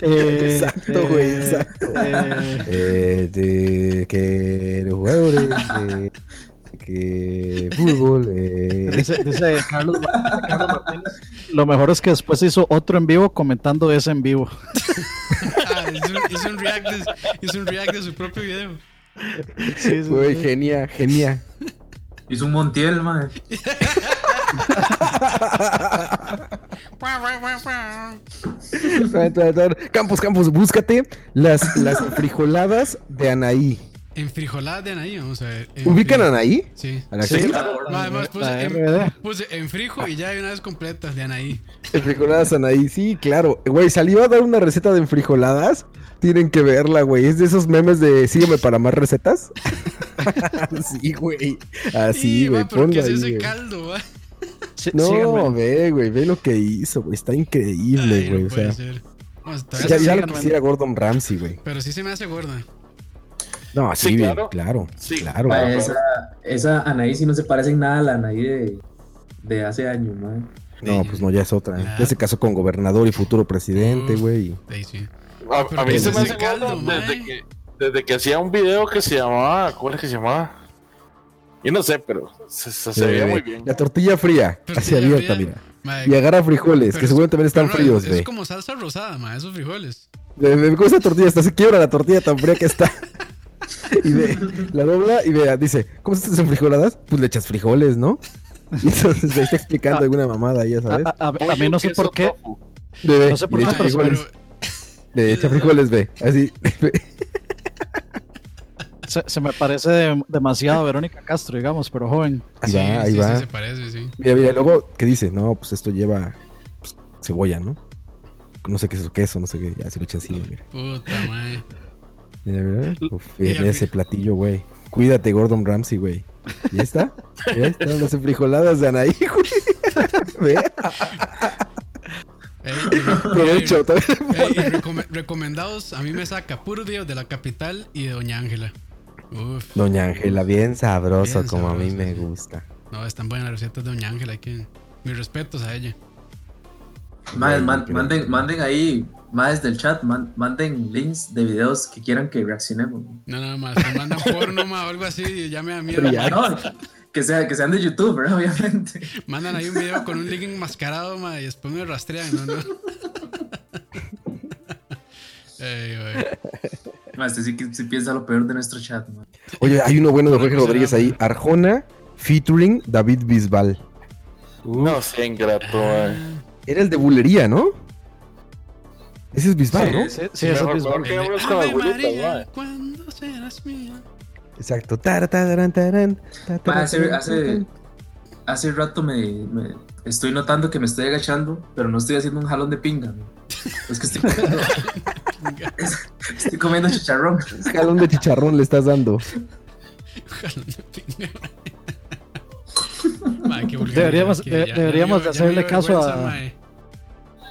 Speaker 6: Eh,
Speaker 4: Exacto, güey,
Speaker 6: eh,
Speaker 4: exacto.
Speaker 6: eh,
Speaker 4: Eh, de- que los jugadores de que fútbol eh,
Speaker 6: dice dice Carlos, Carlos Martínez. Lo mejor es que después hizo otro en vivo comentando ese en vivo.
Speaker 3: Ah, hizo, un- hizo un react de, hizo un react de su propio video.
Speaker 6: Sí, sí,
Speaker 4: güey,
Speaker 6: sí.
Speaker 4: genia, genia.
Speaker 7: Hizo un Montiel, man.
Speaker 4: Tra, tra, tra. Campos, Campos, búscate las, las frijoladas de Anaí.
Speaker 3: En frijolada de Anaí, vamos a ver. En
Speaker 4: ¿Ubican a
Speaker 3: frijol-
Speaker 4: Anaí?
Speaker 3: Sí.
Speaker 4: ¿A la
Speaker 6: Sí,
Speaker 4: actriz?
Speaker 6: la-
Speaker 3: No, además
Speaker 6: la
Speaker 3: puse en,
Speaker 6: RBD.
Speaker 3: puse en frijo y ya de una vez completas de Anaí.
Speaker 4: Enfrijoladas Anaí, sí, claro. Güey, salió a dar una receta de enfrijoladas. Tienen que verla, güey. Es de esos memes de sígueme para más recetas. sí, güey. Así,
Speaker 3: Y,
Speaker 4: güey.
Speaker 3: va, pero ¿qué
Speaker 4: Ponlo
Speaker 3: es
Speaker 4: ahí,
Speaker 3: ese
Speaker 4: güey.
Speaker 3: caldo, va?
Speaker 6: Sí,
Speaker 4: No,
Speaker 6: síganme.
Speaker 4: ve, güey. Ve lo que hizo, güey. Está increíble,
Speaker 3: Ay,
Speaker 4: güey.
Speaker 3: no
Speaker 4: o
Speaker 3: puede
Speaker 4: sea,
Speaker 3: ser. Vamos, todavía
Speaker 4: ya,
Speaker 3: se-
Speaker 4: ya lo
Speaker 6: síganme.
Speaker 4: quisiera Gordon Ramsay, güey.
Speaker 3: Pero sí se me hace gorda.
Speaker 4: No,
Speaker 5: Sí,
Speaker 4: así, güey.
Speaker 5: claro.
Speaker 4: Claro. Claro,
Speaker 5: Sí.
Speaker 4: güey.
Speaker 5: Vaya,
Speaker 7: esa, esa Anaí sí no se parece en nada a la Anaí de, de hace años, man.
Speaker 4: No, pues no, ya es otra.
Speaker 3: Claro.
Speaker 4: Ya se casó con gobernador y futuro presidente,
Speaker 3: Uf.
Speaker 4: güey.
Speaker 3: Ahí sí.
Speaker 5: Ah, A, a mí se me hace
Speaker 3: Ese caldo,
Speaker 5: caldo, desde
Speaker 3: mae.
Speaker 5: que, desde que hacía un video que se llamaba, ¿cuál es que se llamaba? Yo no sé, pero se, se- se veía
Speaker 4: Eh,
Speaker 5: muy bien.
Speaker 4: La tortilla fría,
Speaker 3: Pero
Speaker 4: hacia
Speaker 3: sí, ya
Speaker 4: abierta,
Speaker 3: fría.
Speaker 4: mira.
Speaker 3: Madre,
Speaker 4: Y agarra frijoles,
Speaker 3: pero
Speaker 4: que
Speaker 3: es-
Speaker 4: seguro también están
Speaker 3: pero no,
Speaker 4: fríos,
Speaker 3: es-
Speaker 4: güey.
Speaker 3: Es como salsa rosada, ma, esos frijoles.
Speaker 4: Me, me gusta esa tortilla, hasta se quiebra la tortilla tan fría que está. Y ve, la dobla y vea, dice, ¿cómo se hacen frijoladas? Pues le echas frijoles, ¿no? Y entonces le está explicando
Speaker 6: Ah.
Speaker 4: alguna mamada, ahí, ya
Speaker 6: A,
Speaker 4: sabes.
Speaker 6: a- a- a mí no sé
Speaker 5: Queso
Speaker 6: por qué.
Speaker 5: tofu.
Speaker 4: Bebé,
Speaker 6: no sé por
Speaker 4: le
Speaker 6: qué,
Speaker 4: echa
Speaker 3: Ay,
Speaker 6: pero-
Speaker 4: frijoles, le echa frijoles, ve. Así, ve.
Speaker 6: Se, se me parece de- demasiado a Verónica Castro, digamos, pero joven.
Speaker 4: ahí
Speaker 3: sí,
Speaker 4: va, ahí
Speaker 3: sí,
Speaker 4: va.
Speaker 3: sí, se parece, sí.
Speaker 4: Mira, mira, luego, ¿qué dice? No, pues esto lleva pues, cebolla, ¿no? no sé qué es eso, queso, no sé qué. Ya se lo echa encima, mira.
Speaker 3: Puta madre.
Speaker 4: Mira, mira. Uf,
Speaker 3: Y al
Speaker 4: ese platillo, güey. Cuídate, Gordon Ramsay, güey. ¿Ya está? Ya están las enfrijoladas de Anaí, güey. Ve.
Speaker 3: Ey,
Speaker 4: Aprovecho,
Speaker 3: ey,
Speaker 4: todavía le
Speaker 3: ey, y recome- recomendados, a mí me saca Puro Dios de la capital y de Doña Ángela. Uf.
Speaker 4: Doña Ángela, bien sabroso,
Speaker 3: Bien
Speaker 4: como a mí
Speaker 3: sabroso,
Speaker 4: me
Speaker 3: sí.
Speaker 4: gusta.
Speaker 3: No, están buenas las recetas de Doña Ángela. hay Que... Mis respetos a ella.
Speaker 7: Mae, man- manden, manden ahí, más del chat, man- manden links de videos que quieran que reaccionemos.
Speaker 3: No, nada más. Me mandan porno ma, o algo así y ya me da miedo.
Speaker 7: Pero ya no, que, sea, que sean de YouTube, ¿verdad? Obviamente.
Speaker 3: Mandan ahí un video con un link enmascarado ma, y después me rastrean. No, no. Ey, güey.
Speaker 7: Mae, Este sí que sí piensa lo peor de nuestro chat, mae.
Speaker 4: Oye, hay uno bueno de Jorge Rodríguez ahí. Arjona featuring David Bisbal.
Speaker 5: No sea ingrato,
Speaker 3: Ah.
Speaker 5: mae.
Speaker 4: Era el de bulería, ¿no? Ese es Bisbal, ¿no?
Speaker 6: Sí, sí, eso
Speaker 5: Mejor-
Speaker 6: es
Speaker 5: mejor que hablas con la
Speaker 3: Ah, Ave
Speaker 5: abuelita,
Speaker 3: María,
Speaker 5: mae.
Speaker 3: ¿cuándo serás mía?
Speaker 4: Exacto. Tara, tararán, tarán, ta,
Speaker 7: Mae,
Speaker 4: tarán,
Speaker 7: hace,
Speaker 4: tarán,
Speaker 7: hace,
Speaker 4: tarán.
Speaker 7: hace rato me, me- estoy notando que me estoy agachando, pero no estoy haciendo un jalón de pinga. mae. Es que estoy comiendo, estoy comiendo chicharrón.
Speaker 4: Jalón de chicharrón le estás dando.
Speaker 3: Jalón de pinga. Ma, qué vulgaridad,
Speaker 6: Deberíamos-
Speaker 3: que
Speaker 6: de-
Speaker 3: ya- ya me
Speaker 6: deberíamos
Speaker 3: dio-
Speaker 6: de
Speaker 3: ya me
Speaker 6: hacerle
Speaker 3: dio
Speaker 6: caso a-
Speaker 3: vergüenza, ma. eh.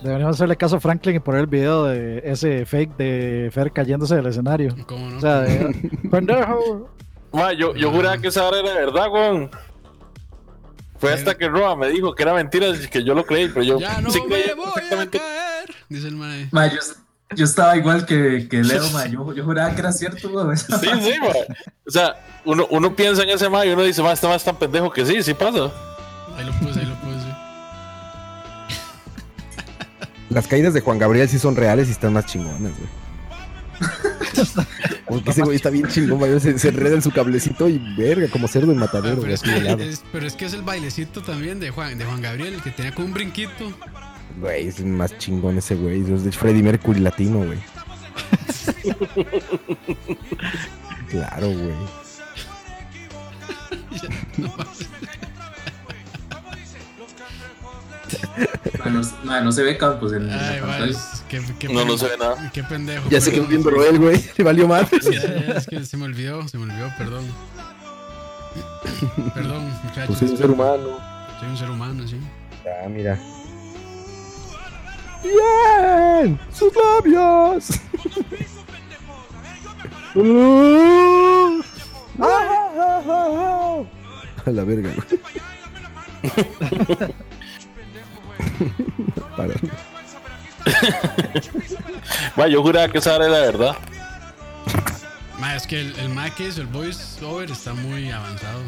Speaker 6: Deberíamos hacerle caso a Franklin y poner el video de ese fake de Fer cayéndose del escenario.
Speaker 3: ¿Cómo no?
Speaker 6: O sea, de- pendejo.
Speaker 5: Mae, yo, yo juraba que esa hora era verdad, weón. Fue hasta que Roa me dijo que era mentira, así que yo lo creí, pero yo
Speaker 3: ya no
Speaker 5: sí
Speaker 3: me
Speaker 5: creía
Speaker 3: voy a
Speaker 5: perfectamente.
Speaker 3: caer. Dice el eh. mae.
Speaker 7: Mae, yo, yo estaba igual que, que Leo, mae. Yo, yo juraba que era cierto, mae.
Speaker 5: Sí, sí, mae. O sea, uno, uno piensa en ese mae y uno dice, mae, este mae es tan pendejo que sí, sí pasa.
Speaker 3: Ahí lo puse, ahí lo puse.
Speaker 4: Las caídas de Juan Gabriel sí son reales y están más chingonas, güey. Porque ese güey está bien chingón, güey. Se, se enreda en su cablecito y verga, como cerdo en
Speaker 3: Ah,
Speaker 4: matadero,
Speaker 3: pero,
Speaker 4: güey.
Speaker 3: es
Speaker 4: así
Speaker 3: que
Speaker 4: helado.
Speaker 3: es, pero es que es el bailecito también de Juan, de Juan Gabriel, que tenía como un brinquito.
Speaker 4: Güey, es más chingón ese güey. Los de Freddie Mercury latino, güey. claro, güey.
Speaker 7: Mae, no, mae, no se ve Campos en, en la
Speaker 3: Ay,
Speaker 7: pantalla.
Speaker 3: vale, es- qué, qué
Speaker 5: No, no
Speaker 3: pendejo.
Speaker 5: se ve nada.
Speaker 3: Qué pendejo.
Speaker 4: Ya se quedó
Speaker 3: perdón.
Speaker 4: viendo él, güey. Le valió más.
Speaker 3: Ya, ya, es que se me olvidó, se me olvidó, perdón. Perdón, muchachos.
Speaker 4: Pues es un ser humano.
Speaker 3: Soy un ser humano, sí.
Speaker 4: Ah, mira. ¡Bien! ¡Sus labios! A la verga, güey. Para.
Speaker 5: Mae, yo juraba que esa hora era verdad.
Speaker 3: Ma, es que el, el mae que hizo el voice over está muy avanzado.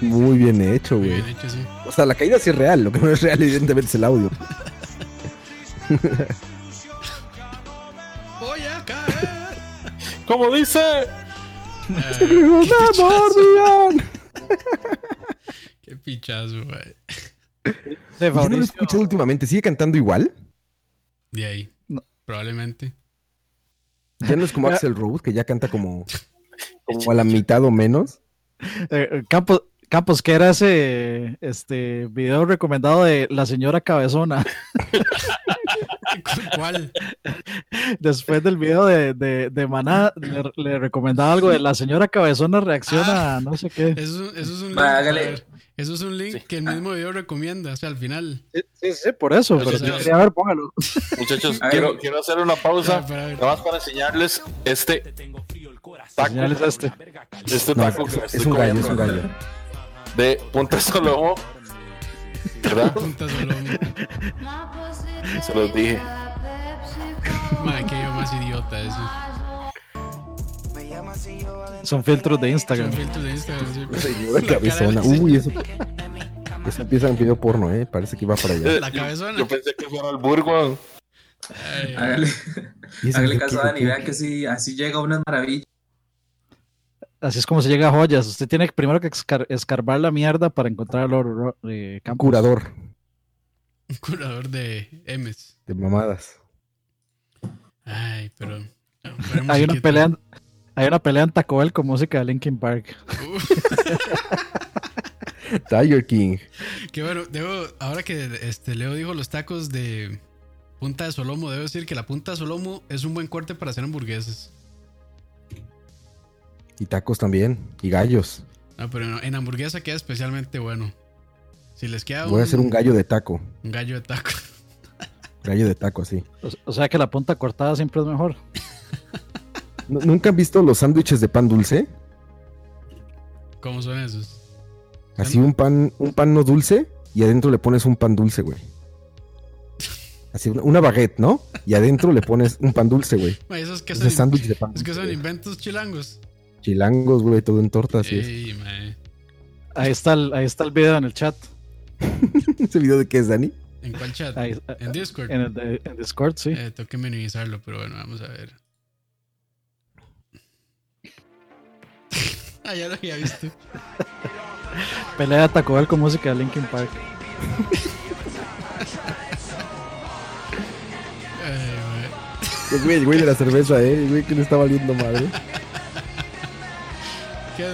Speaker 4: Muy bien hecho,
Speaker 3: Muy
Speaker 4: güey.
Speaker 3: bien hecho, sí.
Speaker 4: O sea, la caída sí es real. Lo que no es real, evidentemente, es el audio.
Speaker 3: Voy a caer.
Speaker 5: Como dice,
Speaker 3: Ay,
Speaker 4: ¡Amor,
Speaker 3: qué pichazo, güey.
Speaker 6: De
Speaker 4: no lo he
Speaker 6: Fabricio.
Speaker 4: escuchado últimamente. ¿Sigue cantando igual?
Speaker 3: De ahí.
Speaker 6: No.
Speaker 3: Probablemente.
Speaker 4: Ya no es como Axel Rose, que ya canta como, como a la mitad o menos.
Speaker 6: Eh, Campos, Campos, que era ese este video recomendado de la señora cabezona.
Speaker 3: ¿Cuál?
Speaker 6: Después del video de, de, de Maná, le, le recomendaba algo de la señora cabezona reacciona a no sé qué.
Speaker 3: Eso, eso Ah. es un link.
Speaker 7: Va,
Speaker 3: a
Speaker 7: hágale.
Speaker 3: ver, Eso es un link que el mismo video recomienda, o sea, al final.
Speaker 6: Sí, sí, por eso.
Speaker 5: Pero
Speaker 6: Pero
Speaker 5: sí,
Speaker 6: yo
Speaker 5: sí.
Speaker 6: quería ver, póngalo.
Speaker 5: muchachos,
Speaker 7: Ay.
Speaker 5: quiero, quiero hacer una pausa.
Speaker 3: Ya, para ver.
Speaker 5: Nada más para enseñarles este taco,
Speaker 6: Señales a este.
Speaker 5: este
Speaker 4: No,
Speaker 5: taco que me
Speaker 4: es,
Speaker 5: estoy
Speaker 4: un gallo, es un
Speaker 5: comiendo,
Speaker 4: gallo.
Speaker 5: de Punta Salomo. ¿Verdad?
Speaker 3: Punta Salomo.
Speaker 5: Se los dije.
Speaker 3: Madre, qué yo más idiota eso.
Speaker 6: Son filtros de Instagram.
Speaker 3: Son filtros de Instagram. sí.
Speaker 4: Señora
Speaker 3: La
Speaker 4: cabezona.
Speaker 3: cara- sí,
Speaker 4: Uy, eso. Eso empieza en video porno, eh. Parece que iba para allá.
Speaker 5: Eh,
Speaker 3: La
Speaker 5: yo-
Speaker 3: cabezona.
Speaker 5: Yo, pensé que fuera al Burgo.
Speaker 3: ay,
Speaker 7: Hágale,
Speaker 4: Y eso
Speaker 7: hágale
Speaker 4: yo
Speaker 7: caso a
Speaker 4: quiero
Speaker 7: Dani,
Speaker 4: que-
Speaker 7: vean que sí, así llega unas maravillas.
Speaker 6: Así es como se llega a joyas. Usted tiene que- primero que escar- escarbar la mierda para encontrar el oro. ro- eh, Campos.
Speaker 4: Curador
Speaker 3: Un curador de M's.
Speaker 4: de mamadas.
Speaker 3: Ay, pero. pero
Speaker 6: Hay una
Speaker 3: musiquita.
Speaker 6: pelea. en- Hay una pelea en Taco Bell con música de Linkin Park.
Speaker 4: Tiger King.
Speaker 3: Que bueno, debo, ahora que este Leo dijo los tacos de, Punta de Solomo, debo decir que la punta de Solomo es un buen corte para hacer hamburguesas.
Speaker 4: Y tacos también. Y gallos.
Speaker 3: No, pero en- en hamburguesa queda especialmente bueno. Si les queda
Speaker 4: Voy a hacer un gallo de taco.
Speaker 3: un gallo de taco.
Speaker 4: Gallo de taco, así.
Speaker 6: O, o sea que la punta cortada siempre es mejor.
Speaker 4: Nu- ¿Nunca han visto los sándwiches de pan dulce?
Speaker 3: ¿Cómo son esos?
Speaker 4: Así un pan, un pan no dulce y adentro le pones un pan dulce, güey. Así una, una baguette, ¿no? Y adentro le pones un pan dulce, güey.
Speaker 3: Ma, esos que
Speaker 4: Es
Speaker 3: son,
Speaker 4: de sándwich de pan
Speaker 3: es que
Speaker 4: dulce,
Speaker 3: son
Speaker 4: güey.
Speaker 3: inventos chilangos.
Speaker 4: Chilangos, güey, todo en torta, así es.
Speaker 3: Ey, mae.
Speaker 6: Ahí está el, ahí está el video en el chat.
Speaker 4: ¿Ese video de qué es, Dani?
Speaker 3: ¿En cuál chat?
Speaker 6: Ahí-
Speaker 3: En Discord.
Speaker 6: En el de- en Discord, sí.
Speaker 3: Eh, tengo que minimizarlo, pero bueno, vamos a ver. ah, ya lo había visto.
Speaker 6: Pelea de Taco Bell con música de Linkin Park.
Speaker 3: Ay, mae.
Speaker 4: Pues, güey, el güey de la cerveza, ¿eh? El güey que le está valiendo madre.
Speaker 3: ¿Qué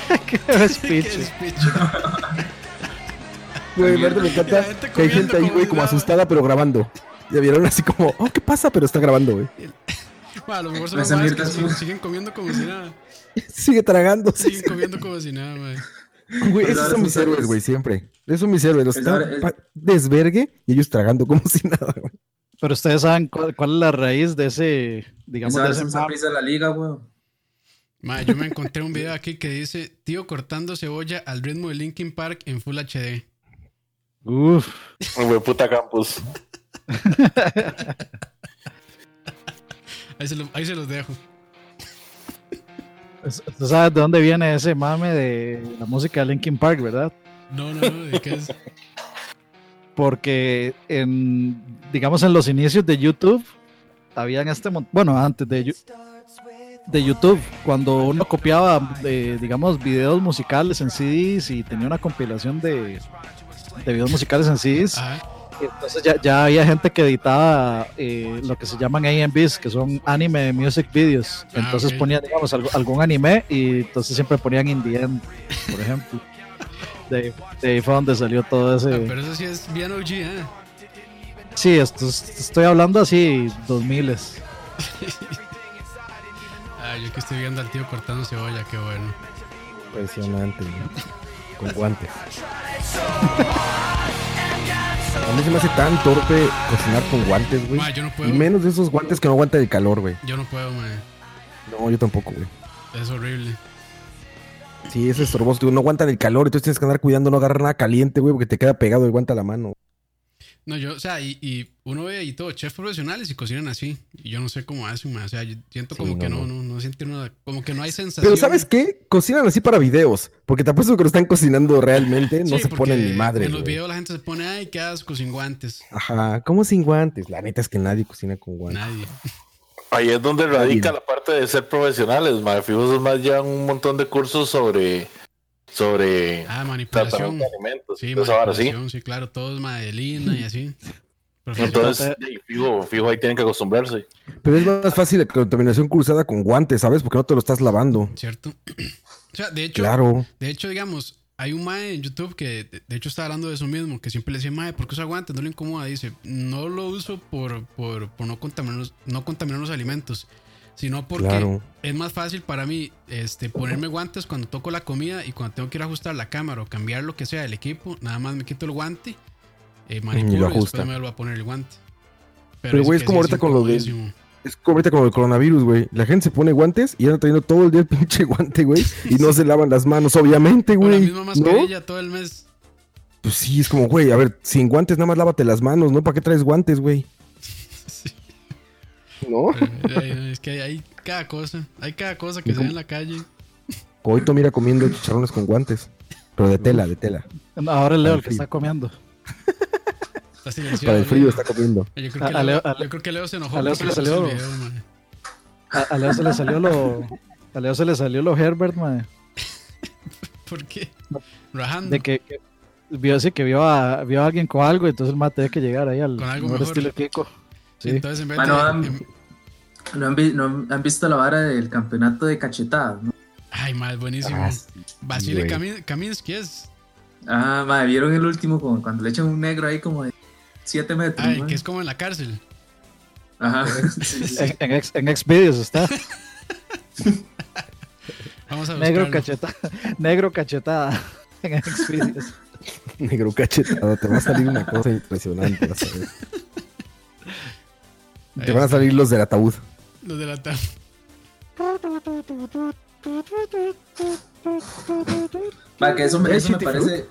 Speaker 3: es
Speaker 6: Qué
Speaker 3: ¿Qué
Speaker 6: speech.
Speaker 3: es picho?
Speaker 4: Güey, verde, me
Speaker 3: La gente
Speaker 4: encanta que hay
Speaker 3: comiendo
Speaker 4: gente ahí,
Speaker 3: como
Speaker 4: güey,
Speaker 3: si
Speaker 4: como
Speaker 3: nada.
Speaker 4: asustada, pero grabando. Ya vieron así como, oh, ¿qué pasa? Pero está grabando, güey.
Speaker 3: Ma, a lo mejor son
Speaker 7: Esa
Speaker 3: los que
Speaker 7: mierda es
Speaker 3: siguen,
Speaker 7: una-
Speaker 3: siguen comiendo como si nada.
Speaker 4: Sigue tragándose.
Speaker 3: Siguen comiendo como si nada, mae.
Speaker 4: Güey,
Speaker 7: Pero
Speaker 4: esos
Speaker 7: ahora
Speaker 4: son
Speaker 7: son
Speaker 4: mis héroes,
Speaker 7: héroes.
Speaker 4: güey, siempre. Esos son mis héroes. Los
Speaker 7: Es
Speaker 4: están
Speaker 7: ahora- es-
Speaker 4: pa- desvergue y ellos tragando como si nada, güey.
Speaker 6: Pero ustedes saben cuál, cuál es la raíz de ese, digamos,
Speaker 7: Esa
Speaker 6: de
Speaker 7: es
Speaker 6: ese
Speaker 7: esa
Speaker 6: mame.
Speaker 7: prisa de la liga, weón.
Speaker 3: Ma, yo me encontré un video aquí que dice tío cortando cebolla al ritmo de Linkin Park en Full HD.
Speaker 6: Uf.
Speaker 5: Güey, puta campus.
Speaker 3: Ahí se, lo- ahí se los dejo.
Speaker 6: ¿Tú sabes de dónde viene ese mame de la música de Linkin Park, verdad?
Speaker 3: No, no, no, ¿de qué es?
Speaker 6: Porque en, digamos, en los inicios de YouTube, habían este mon- bueno, antes de, Yu- de YouTube, cuando uno copiaba, eh, digamos, videos musicales en CDs y tenía una compilación de, de videos musicales en CDs,
Speaker 3: Ajá.
Speaker 6: Entonces ya, ya había gente que editaba eh, lo que se llaman AMVs, que son anime music videos.
Speaker 3: Ah,
Speaker 6: Entonces
Speaker 3: ok.
Speaker 6: ponían, digamos, algo- algún anime y entonces siempre ponían Indie End, por ejemplo. De, de ahí fue donde salió todo
Speaker 3: Ah,
Speaker 6: ese.
Speaker 3: pero eso sí es bien OG, ¿eh?
Speaker 6: Sí, esto, es- estoy hablando así, 2000
Speaker 3: Ah, yo que estoy viendo al tío cortando cebolla, qué bueno.
Speaker 4: Impresionante, Con guantes. A mí se me hace tan torpe cocinar con guantes, güey.
Speaker 3: Ma, yo no puedo.
Speaker 4: Y menos de esos guantes que no aguantan el calor, güey.
Speaker 3: Yo no puedo, man.
Speaker 4: No, yo tampoco, güey.
Speaker 3: Es horrible.
Speaker 4: Sí, ese es sorboso, digo, no aguantan el calor, entonces tienes que andar cuidando, no agarrar nada caliente, güey, porque te queda pegado el guante a la mano.
Speaker 3: No, yo, o sea, y, y uno ve ahí todo, chefs profesionales y cocinan así. Y yo no sé cómo hacen, man. O sea, yo siento
Speaker 4: Sí,
Speaker 3: como
Speaker 4: no,
Speaker 3: que no, no,
Speaker 4: no.
Speaker 3: no siente una, como que no hay sensación.
Speaker 4: Pero ¿sabes qué? Cocinan así para videos, porque te apuesto que lo están cocinando realmente, no
Speaker 3: Sí,
Speaker 4: se
Speaker 3: porque
Speaker 4: ponen ni madre.
Speaker 3: En los
Speaker 4: güey. Ah,
Speaker 3: videos la gente se pone, ay, qué asco, sin guantes.
Speaker 4: Ajá, ¿cómo sin guantes? La neta es que nadie cocina con guantes.
Speaker 3: Nadie. Ah,
Speaker 5: Ahí es donde
Speaker 4: Válido.
Speaker 5: radica la parte de ser profesionales, madre. Fijos es más llevan un montón de cursos sobre sobre
Speaker 3: Ah,
Speaker 5: tratamiento
Speaker 3: manipulación.
Speaker 5: de alimentos.
Speaker 3: Sí,
Speaker 5: entonces ahora sí.
Speaker 3: manipulación, sí, claro, todo es madelina y así. Profesional.
Speaker 5: Entonces, sí, fijo, fijo, ahí tienen que acostumbrarse.
Speaker 4: Pero es más fácil la contaminación cruzada con guantes, ¿sabes? Porque no te lo estás lavando.
Speaker 3: ¿Cierto? O sea, de hecho,
Speaker 4: Claro.
Speaker 3: De hecho, digamos, hay un mae en YouTube que de, de hecho está hablando de eso mismo, que siempre le dice, mae, ¿por qué usa guantes? No le incomoda. Dice, no lo uso por, por, por no, contaminar los, no contaminar los alimentos, sino porque
Speaker 4: Claro.
Speaker 3: es más fácil para mí este, ponerme guantes cuando toco la comida y cuando tengo que ir a ajustar la cámara o cambiar lo que sea del equipo, nada más me quito el guante, eh, manipulo y,
Speaker 4: ajusta.
Speaker 3: después me vuelvo a poner el guante.
Speaker 4: Pero, güey,
Speaker 3: dice
Speaker 4: es
Speaker 3: que
Speaker 4: como ahorita con lo de-
Speaker 3: incomodísimo.
Speaker 4: Es como ahorita con el coronavirus, güey. La gente se pone guantes y anda trayendo todo el día el pinche guante, güey. Y no se lavan las manos, obviamente,
Speaker 3: Con la
Speaker 4: güey.
Speaker 3: misma
Speaker 4: ¿No?
Speaker 3: mascarilla todo el mes.
Speaker 4: Pues sí, es como, güey, a ver, sin guantes nada más lávate las manos, ¿no? ¿Para qué traes guantes, güey?
Speaker 3: Sí.
Speaker 4: ¿No?
Speaker 3: Pero, eh, es que hay, hay cada cosa, hay cada cosa que se ve en la calle.
Speaker 4: Coito mira comiendo chicharrones con guantes. Pero de tela, de tela.
Speaker 6: Ahora es Leo el que
Speaker 4: Al fin.
Speaker 6: está comiendo.
Speaker 3: Está silenciado.
Speaker 4: Para el frío
Speaker 3: Leo.
Speaker 4: está comiendo.
Speaker 3: Yo creo, que
Speaker 6: A- a
Speaker 3: Leo,
Speaker 6: Leo- a Leo-
Speaker 3: yo creo que Leo se enojó.
Speaker 6: a Leo
Speaker 3: porque
Speaker 6: se le
Speaker 3: puso el
Speaker 6: salió.
Speaker 3: video, mae.
Speaker 6: A, a Leo se le salió lo. A Leo se le salió lo Herbert, mae.
Speaker 3: ¿Por qué? Rajando.
Speaker 6: De que, que vio así que vio a, vio a alguien con algo, entonces el mae tenía que llegar ahí al
Speaker 3: Con algo
Speaker 6: mejor
Speaker 3: mejor.
Speaker 6: estilo Kiko. Sí.
Speaker 3: Entonces, en vez
Speaker 7: Bueno,
Speaker 3: de.
Speaker 7: am-
Speaker 3: en-
Speaker 7: ¿No han, vi- no han- han visto la vara del campeonato de cachetadas? no?
Speaker 3: ay, mal, buenísimo.
Speaker 4: Ah, sí,
Speaker 3: Vasily
Speaker 4: güey.
Speaker 3: Kami- Kaminsky es.
Speaker 7: Ah, madre, ¿vieron el último? Como cuando le echan un negro ahí como de 7 metros.
Speaker 3: Ay,
Speaker 7: mae?
Speaker 3: que es como en la cárcel.
Speaker 7: Ajá. sí, sí.
Speaker 6: En, en, X- en Xvideos está.
Speaker 3: Vamos a
Speaker 6: Negro
Speaker 3: buscarlo.
Speaker 6: cachetada. Negro cachetada. En Xvideos.
Speaker 4: Negro cachetado, te va a salir una cosa impresionante. vas a ver. Te van a salir los del ataúd.
Speaker 3: Los de la tabla.
Speaker 7: Mae, que eso me, eso me
Speaker 4: City
Speaker 7: parece.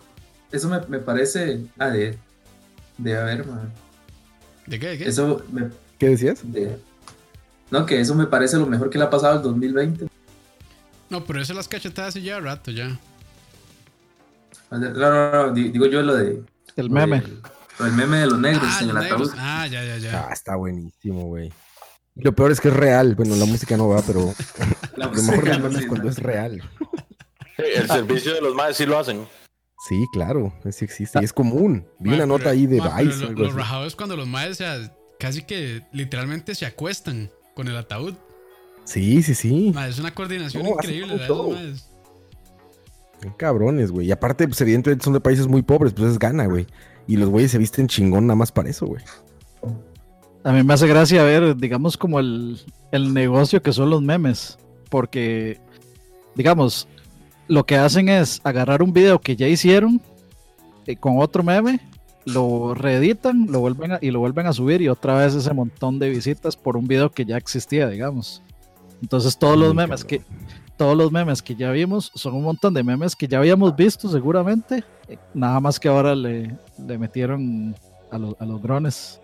Speaker 7: Eso me, me parece. Ah, de. De haber, mae.
Speaker 3: ¿De qué? ¿De qué?
Speaker 7: Eso me.
Speaker 4: ¿Qué decías?
Speaker 7: de- no, que eso me parece lo mejor que le ha pasado al 2020.
Speaker 3: No, pero eso las cachetadas y ya rato ya.
Speaker 7: No, no, no, di- digo yo lo de.
Speaker 6: El meme.
Speaker 7: Lo del meme de los negros
Speaker 3: Ah,
Speaker 7: en el
Speaker 3: los negros.
Speaker 7: ataúd.
Speaker 3: Ah, ya, ya, ya.
Speaker 4: Ah, está buenísimo, güey. Y Lo peor es que es real. Bueno, la música no va, pero
Speaker 7: La
Speaker 4: lo mejor
Speaker 7: música,
Speaker 4: del meme es
Speaker 7: sí,
Speaker 4: cuando
Speaker 7: mae.
Speaker 4: es real.
Speaker 5: El servicio de los madres sí lo hacen.
Speaker 4: Sí, claro, sí existe. Y es común. Vi una
Speaker 3: Mae,
Speaker 4: nota
Speaker 3: pero-
Speaker 4: ahí de
Speaker 3: mae, ah, pero
Speaker 4: Vice.
Speaker 3: lo-
Speaker 4: o algo
Speaker 3: Los
Speaker 4: así.
Speaker 3: rajados es cuando los maes, o sea, casi que literalmente se acuestan con el ataúd.
Speaker 4: Sí, sí, sí.
Speaker 3: Mae, es una coordinación
Speaker 4: No, hacen
Speaker 3: increíble.
Speaker 4: un
Speaker 3: la de esos
Speaker 4: show.
Speaker 3: maes.
Speaker 4: Qué Cabrones, güey. Y aparte, pues evidentemente son de países muy pobres, pues es Ghana, güey. Y los güeyes se visten chingón nada más para eso, güey.
Speaker 6: A mí me hace gracia ver, digamos, como el, el negocio que son los memes. Porque, digamos, lo que hacen es agarrar un video que ya hicieron eh, con otro meme, lo reeditan lo vuelven a- y lo vuelven a subir y otra vez ese montón de visitas por un video que ya existía, digamos. Entonces todos los
Speaker 4: Muy
Speaker 6: memes que
Speaker 4: cabrón.
Speaker 6: todos los memes que ya vimos son un montón de memes que ya habíamos visto seguramente, eh, nada más que ahora le, le metieron a, lo- a los drones.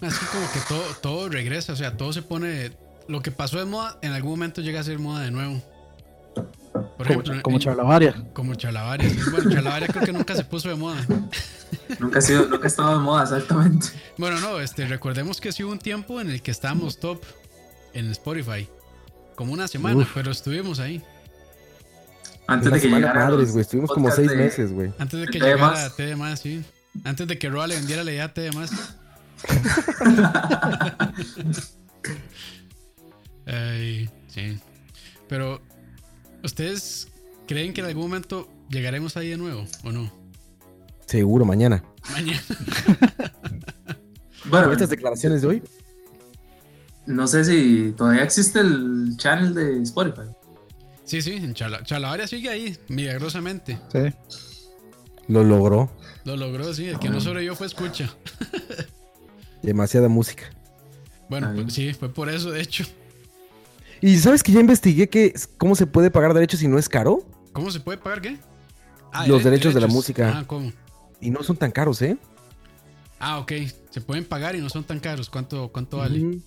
Speaker 3: Mae, Es que como que todo, todo regresa, o sea, todo se pone. Lo que pasó de moda, en algún momento llega a ser moda de nuevo. Por
Speaker 6: Como,
Speaker 3: ejemplo,
Speaker 6: como
Speaker 3: en-
Speaker 6: Charlavaria.
Speaker 3: Como Chalabaria. Bueno, Chalabaria creo que nunca se puso de moda.
Speaker 7: Nunca ha sido, nunca ha estado de moda, exactamente.
Speaker 3: Bueno, no, este, recordemos que sí hubo un tiempo en el que estábamos top en Spotify. Como una semana,
Speaker 4: Uf.
Speaker 3: pero estuvimos ahí.
Speaker 7: Antes
Speaker 4: Una
Speaker 7: de que
Speaker 4: semana,
Speaker 7: llegara.
Speaker 4: madres,
Speaker 7: los
Speaker 4: güey. Estuvimos como
Speaker 7: podcast
Speaker 4: seis
Speaker 7: de-
Speaker 4: meses, güey.
Speaker 3: Antes de que
Speaker 7: TDMás.
Speaker 3: llegara TDMás, sí. Antes de que Roa le vendiera la idea a TDMás. Ay, sí. Pero, ¿ustedes creen que en algún momento llegaremos ahí de nuevo o no?
Speaker 4: Seguro, mañana.
Speaker 3: Mañana.
Speaker 7: Bueno,
Speaker 4: Con estas declaraciones de hoy,
Speaker 7: no sé si todavía existe el channel de Spotify.
Speaker 3: Sí, sí, en Chala- Chalabaria sigue ahí, milagrosamente.
Speaker 6: Sí.
Speaker 4: lo logró.
Speaker 3: Lo logró, sí. El que no sobrevivió fue escucha.
Speaker 4: Demasiada música.
Speaker 3: Bueno,
Speaker 7: Ay.
Speaker 3: pues, sí, fue por eso, de hecho.
Speaker 4: Y sabes que ya investigué que s- cómo se puede pagar derechos si no es caro.
Speaker 3: ¿Cómo se puede pagar qué?
Speaker 4: Los
Speaker 3: dere-
Speaker 4: derechos de la música.
Speaker 3: Ah, ¿cómo?
Speaker 4: Y no son tan caros, ¿eh?
Speaker 3: Ah, ok. Se pueden pagar y no son tan caros. ¿Cuánto, cuánto vale?
Speaker 4: Ujú.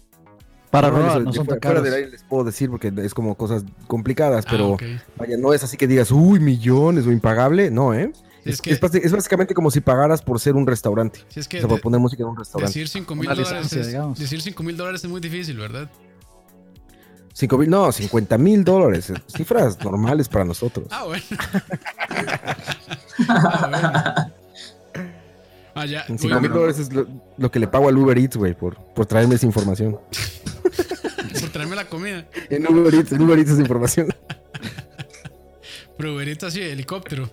Speaker 6: Para
Speaker 4: No,
Speaker 6: Roa
Speaker 4: les-
Speaker 6: no
Speaker 4: de
Speaker 6: son
Speaker 4: fuera- fuera
Speaker 6: tan caros.
Speaker 4: del aire les puedo decir porque es como cosas complicadas,
Speaker 3: Ah,
Speaker 4: pero
Speaker 3: ok.
Speaker 4: vaya, no es así que digas, uy, millones o impagable. No, ¿eh?
Speaker 3: Si es
Speaker 4: Es,
Speaker 3: que,
Speaker 4: es basi- es básicamente como si pagaras por ser un restaurante.
Speaker 3: si es
Speaker 4: O
Speaker 3: que
Speaker 4: sea, por
Speaker 3: de-
Speaker 4: poner música en un restaurante.
Speaker 3: decir 5 mil
Speaker 6: Una
Speaker 3: dólares
Speaker 6: licencia,
Speaker 3: es,
Speaker 6: digamos.
Speaker 3: decir cinco mil dólares es muy difícil, ¿verdad?
Speaker 4: Cinco mil, no, 50 mil dólares. eh, Cifras normales para nosotros.
Speaker 3: Ah, bueno. ah, bueno. Ah, ya.
Speaker 4: En
Speaker 3: voy-
Speaker 4: 5 mil dólares es lo, lo que le pago al Uber Eats, güey, por, por traerme esa información.
Speaker 3: por traerme la comida.
Speaker 4: En Uber Eats, en Uber Eats es información.
Speaker 3: Pero Uberito así, helicóptero.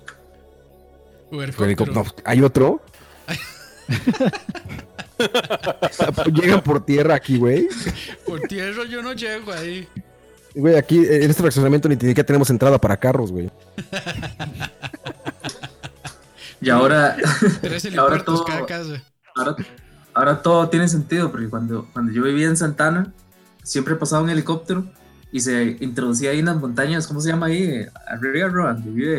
Speaker 4: Pero digo,
Speaker 3: Ubercóptero.
Speaker 4: no, ¿Hay otro? Llegan por tierra aquí, güey.
Speaker 3: Por tierra yo no llego ahí.
Speaker 4: Güey, aquí eh, en este fraccionamiento ni siquiera tenemos entrada para carros, güey.
Speaker 7: Y ahora,
Speaker 3: Tres
Speaker 7: Y ahora
Speaker 3: helipuertos
Speaker 7: todo-
Speaker 3: cada casa.
Speaker 7: ahora, ahora todo tiene sentido, porque cuando, cuando yo vivía en Santana, siempre pasaba un helicóptero y se introducía ahí en las montañas, ¿cómo se llama ahí? Arriba, Roa, donde vive,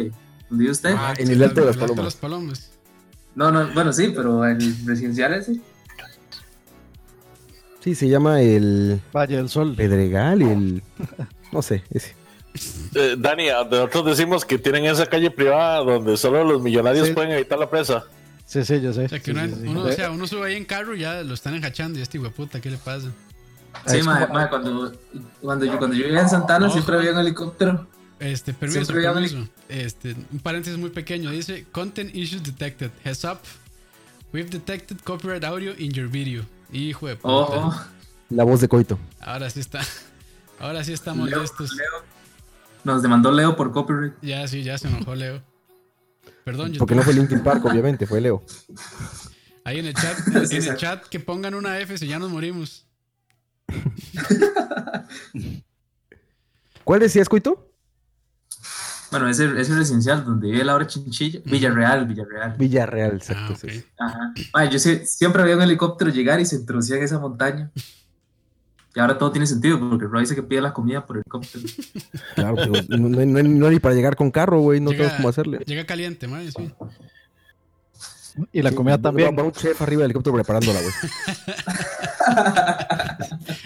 Speaker 7: donde vive usted.
Speaker 4: Ah, en el Alto de las
Speaker 3: En
Speaker 4: Palomas.
Speaker 3: Palomas.
Speaker 7: No, no, bueno, sí, pero en el residencial ese.
Speaker 4: Sí, se llama el
Speaker 6: Valle del Sol.
Speaker 4: Pedregal y el. No sé, ese.
Speaker 5: Eh, Dani, a- nosotros decimos que tienen esa calle privada donde solo los millonarios
Speaker 6: Sí.
Speaker 5: pueden evitar la presa.
Speaker 6: Sí, sí, yo sé.
Speaker 3: O sea, que
Speaker 6: Sí,
Speaker 3: uno,
Speaker 6: sí, sí.
Speaker 3: uno- o
Speaker 6: De-
Speaker 3: sea, uno sube ahí en carro y ya lo están enjachando. Y este puta, ¿qué le pasa?
Speaker 7: Sí,
Speaker 6: es
Speaker 7: mae,
Speaker 6: como-
Speaker 7: mae, cuando, cuando, yo, cuando yo vivía en Santana,
Speaker 3: Ojo.
Speaker 7: siempre había un helicóptero.
Speaker 3: Este, permiso,
Speaker 7: Siempre llaman-
Speaker 3: permiso. Este, un paréntesis muy pequeño. Dice, content issues detected. Heads up. We've detected copyright audio in your video. Hijo de puta.
Speaker 7: Ojo.
Speaker 4: La voz de Coito.
Speaker 3: Ahora sí está. Ahora sí estamos
Speaker 7: Leo,
Speaker 3: listos.
Speaker 7: Leo. Nos demandó Leo por copyright.
Speaker 3: Ya sí, ya se enojó Leo. Perdón, yo-
Speaker 4: Porque no fue Linkin Park, obviamente, fue Leo.
Speaker 3: Ahí en el chat, en el chat que pongan una F si ya nos morimos.
Speaker 4: ¿Cuál decías, Cuito?
Speaker 7: Bueno, ese, ese es el esencial, donde vive Laura Chinchilla. Villarreal, Villarreal.
Speaker 4: Villarreal, exacto.
Speaker 3: Ah, ok.
Speaker 4: sí.
Speaker 7: Ajá. Mae, yo sé- siempre había un helicóptero llegar y se introducía en esa montaña. Y ahora todo tiene sentido, porque Roy dice que pide la comida por helicóptero.
Speaker 4: Claro, digo, no, no- no- no hay para llegar con carro, güey, no tenemos cómo hacerle.
Speaker 3: Llega caliente, madre. sí.
Speaker 6: Y la comida
Speaker 4: Sí,
Speaker 6: también.
Speaker 4: Va, va un chef arriba del helicóptero preparándola, güey.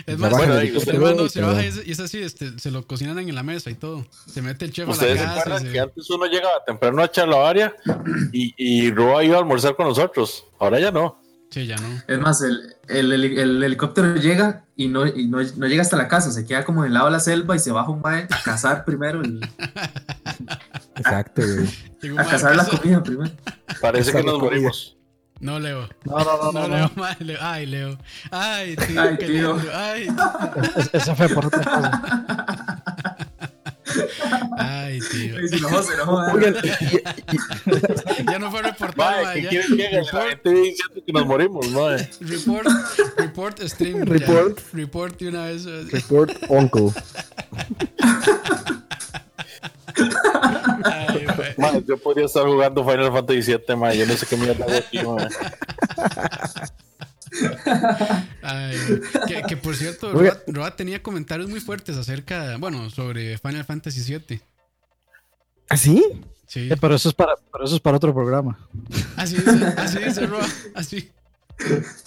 Speaker 3: Es
Speaker 4: La
Speaker 3: más,
Speaker 4: baja
Speaker 5: bueno,
Speaker 4: del
Speaker 5: ahí,
Speaker 3: el
Speaker 4: helicóptero,
Speaker 3: hermano se
Speaker 4: pero-
Speaker 3: baja y es, y es así, este, se lo cocinan en la mesa y todo. Se mete el chef a la
Speaker 5: Ustedes se
Speaker 3: casa. y
Speaker 5: acuerdan
Speaker 3: se-
Speaker 5: que antes uno llegaba temprano a Charlavaria y, y Roa iba a almorzar con nosotros. Ahora ya no.
Speaker 3: Sí, ya no.
Speaker 7: Es más, el, el heli- el helicóptero llega y, no, y no, no llega hasta la casa, se queda como en el lado de la selva y se baja un mae a cazar primero, y-
Speaker 4: Exacto, güey.
Speaker 3: Llegó un
Speaker 7: a
Speaker 3: madre
Speaker 7: cazar la
Speaker 3: que se-
Speaker 7: comida primero.
Speaker 5: Parece
Speaker 4: Está
Speaker 5: que nos
Speaker 4: loco,
Speaker 5: morimos.
Speaker 3: No, Leo.
Speaker 6: No, no, no,
Speaker 3: No,
Speaker 6: no.
Speaker 3: Leo,
Speaker 6: no.
Speaker 3: madre, Leo. Ay, Leo. Ay, tío.
Speaker 7: Ay,
Speaker 3: qué
Speaker 7: tío.
Speaker 3: lindo. Ay,
Speaker 6: Es- Esa fue por otra cosa.
Speaker 3: ay, tío.
Speaker 7: Y si no, ¿eh? José, no, joder.
Speaker 4: Oigan, y- y-
Speaker 3: Ya no fue reportado,
Speaker 5: Mae,
Speaker 3: madre.
Speaker 5: ¿qué
Speaker 3: ya.
Speaker 5: quieren que haga? La
Speaker 3: Report,
Speaker 5: gente diciendo que nos morimos, mae.
Speaker 3: report, report stream. ya.
Speaker 4: Report.
Speaker 3: Report de una vez. así.
Speaker 4: report uncle.
Speaker 3: Ay, güey.
Speaker 5: Mae, yo podría estar jugando Final Fantasy VII, mae. Yo no sé qué mierda hago aquí, mae.
Speaker 3: Ay, que, que por cierto,
Speaker 4: Oiga.
Speaker 3: Roa, Roa tenía comentarios muy fuertes acerca, bueno, sobre Final Fantasy VII.
Speaker 4: ¿Ah, sí?
Speaker 3: Sí.
Speaker 6: Eh, pero, eso es para, pero eso es para otro programa.
Speaker 3: Así dice, así dice Roa. Así.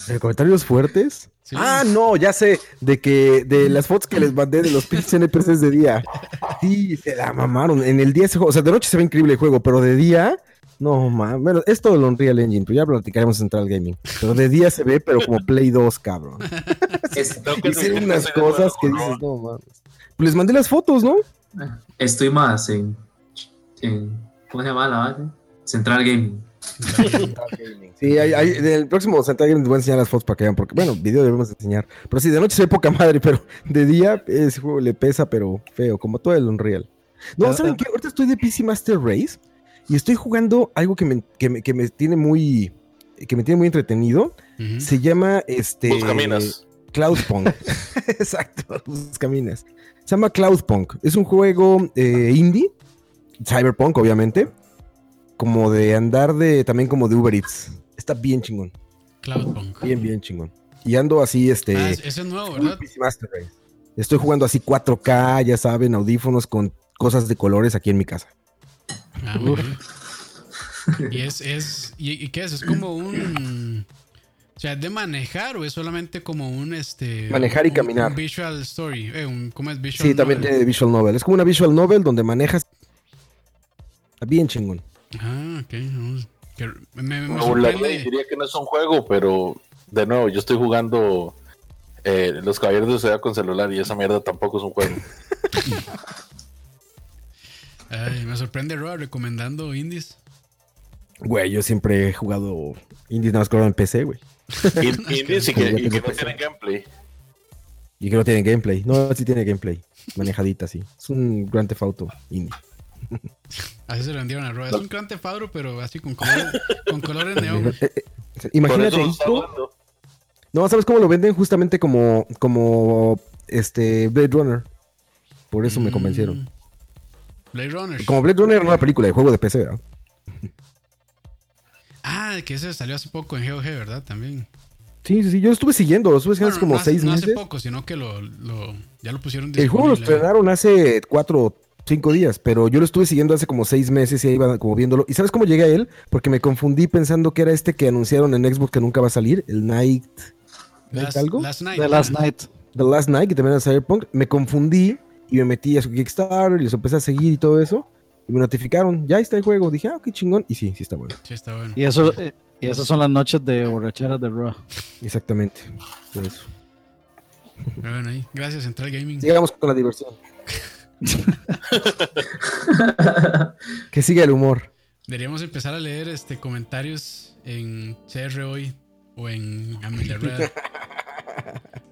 Speaker 4: ¿De comentarios fuertes?
Speaker 3: Sí.
Speaker 4: Ah, no, ya sé, de que de las fotos que les mandé de los pinches NPCs de día. Sí, se la mamaron. En el día ese juego, o sea, de noche se ve increíble el juego, pero de día, no mames. Bueno, es todo el Unreal Engine, pero ya platicaremos en Central Gaming. Pero de día se ve, pero como Play 2, cabrón.
Speaker 7: Es-
Speaker 5: Creo que
Speaker 4: Hicieron
Speaker 5: no-
Speaker 4: unas
Speaker 5: estoy de acuerdo
Speaker 4: cosas que
Speaker 5: con Roa.
Speaker 4: dices, no mames. Pues les mandé las fotos, ¿no?
Speaker 7: Estoy más en, en- ¿Cómo se llama la banda? Central Gaming.
Speaker 4: Sí, hay, hay- en el próximo Central Gaming les voy a enseñar las fotos para que vean, porque bueno, video debemos enseñar. Pero sí, de noche se ve poca madre, pero de día ese juego le pesa, pero feo, como todo el Unreal. No,
Speaker 6: Ah,
Speaker 4: ¿saben
Speaker 6: ah.
Speaker 4: qué? Ahorita estoy de PC Master Race y estoy jugando algo que me, que me, que me tiene muy que me tiene muy entretenido.
Speaker 3: Ujú.
Speaker 4: Se llama este
Speaker 5: Buscaminas.
Speaker 4: Cloudpunk. Exacto, tus caminas. Se llama Cloudpunk. Es un juego eh, indie, cyberpunk, obviamente. Como de andar de también como de Uber Eats. Está bien chingón,
Speaker 3: Cloudpunk.
Speaker 4: bien, bien chingón. Y ando así, este.
Speaker 3: Ah, es- eso es nuevo, ¿verdad?
Speaker 4: PC Master Race. Estoy jugando así 4K, ya saben, audífonos con cosas de colores aquí en mi casa.
Speaker 3: Ah, muy bien. Y es, es y, y qué es? Es como un o sea, ¿es de manejar o es solamente como un este
Speaker 4: Manejar y
Speaker 3: un-
Speaker 4: caminar.
Speaker 3: un visual story, eh, un- ¿cómo es visual?
Speaker 4: Sí, también
Speaker 3: novel?
Speaker 4: tiene Eh, Visual Novel. Es como una Visual Novel donde manejas. Está bien chingón.
Speaker 3: Ah, ok. vamos. Que me, me
Speaker 5: Me burlaría y
Speaker 3: sorprende.
Speaker 5: diría que no es un juego, pero de nuevo, yo estoy jugando eh, Los Caballeros de Ciudad con celular y esa mierda tampoco es un juego.
Speaker 3: Ay, me sorprende Roa recomendando indies.
Speaker 4: Güey, yo siempre he jugado indies nada más que ahora en PC, güey.
Speaker 5: Y, y dice que, y que no tienen gameplay.
Speaker 4: Y que no tiene gameplay. No, sí tiene gameplay. Manejadita, sí. Es un Grand Theft Auto indie.
Speaker 3: Así se lo vendieron a Roa. Es un Grand Theft Auto, pero así con colores, con colores neón.
Speaker 5: Por
Speaker 4: Eh, Imagínate
Speaker 5: eso lo está
Speaker 4: esto.
Speaker 5: hablando.
Speaker 4: No, ¿sabes cómo lo venden? Justamente como, como este Blade Runner. Por eso me convencieron.
Speaker 3: Mm. Blade Runner.
Speaker 4: Como Blade Runner era una película de juego de PC, ¿verdad?
Speaker 3: Ah, que ese salió hace poco en GOG, ¿verdad? También.
Speaker 4: Sí, sí, sí. Yo lo estuve siguiendo. Lo estuve siguiendo
Speaker 3: Bueno,
Speaker 4: hace como
Speaker 3: no hace-
Speaker 4: seis
Speaker 3: no
Speaker 4: meses.
Speaker 3: hace poco, sino que lo, lo- ya lo pusieron
Speaker 4: El juego lo
Speaker 3: disponible.
Speaker 4: estrenaron hace cuatro o cinco días, pero yo lo estuve siguiendo hace como seis meses y ahí iba como viéndolo. ¿Y sabes cómo llegué a él? Porque me confundí pensando que era este que anunciaron en Xbox que nunca va a salir, el Night... ¿Night
Speaker 3: Last,
Speaker 4: algo?
Speaker 3: Last Night.
Speaker 6: The Last Night.
Speaker 4: The Last Night, que también era Cyberpunk. Me confundí y me metí a su Kickstarter y los empecé a seguir y todo eso. Y me notificaron, ya está el juego. Dije, ah, qué chingón. Y sí, sí está bueno.
Speaker 3: Sí, está bueno.
Speaker 6: Y, eso, eh, y esas son las noches de borracheras de Raw.
Speaker 4: Exactamente. Por eso.
Speaker 3: Pero bueno, ahí. Gracias, Central Gaming.
Speaker 4: Sigamos con la diversión. que siga el humor.
Speaker 3: Deberíamos empezar a leer este comentarios en CR hoy o en Amel la Rueda.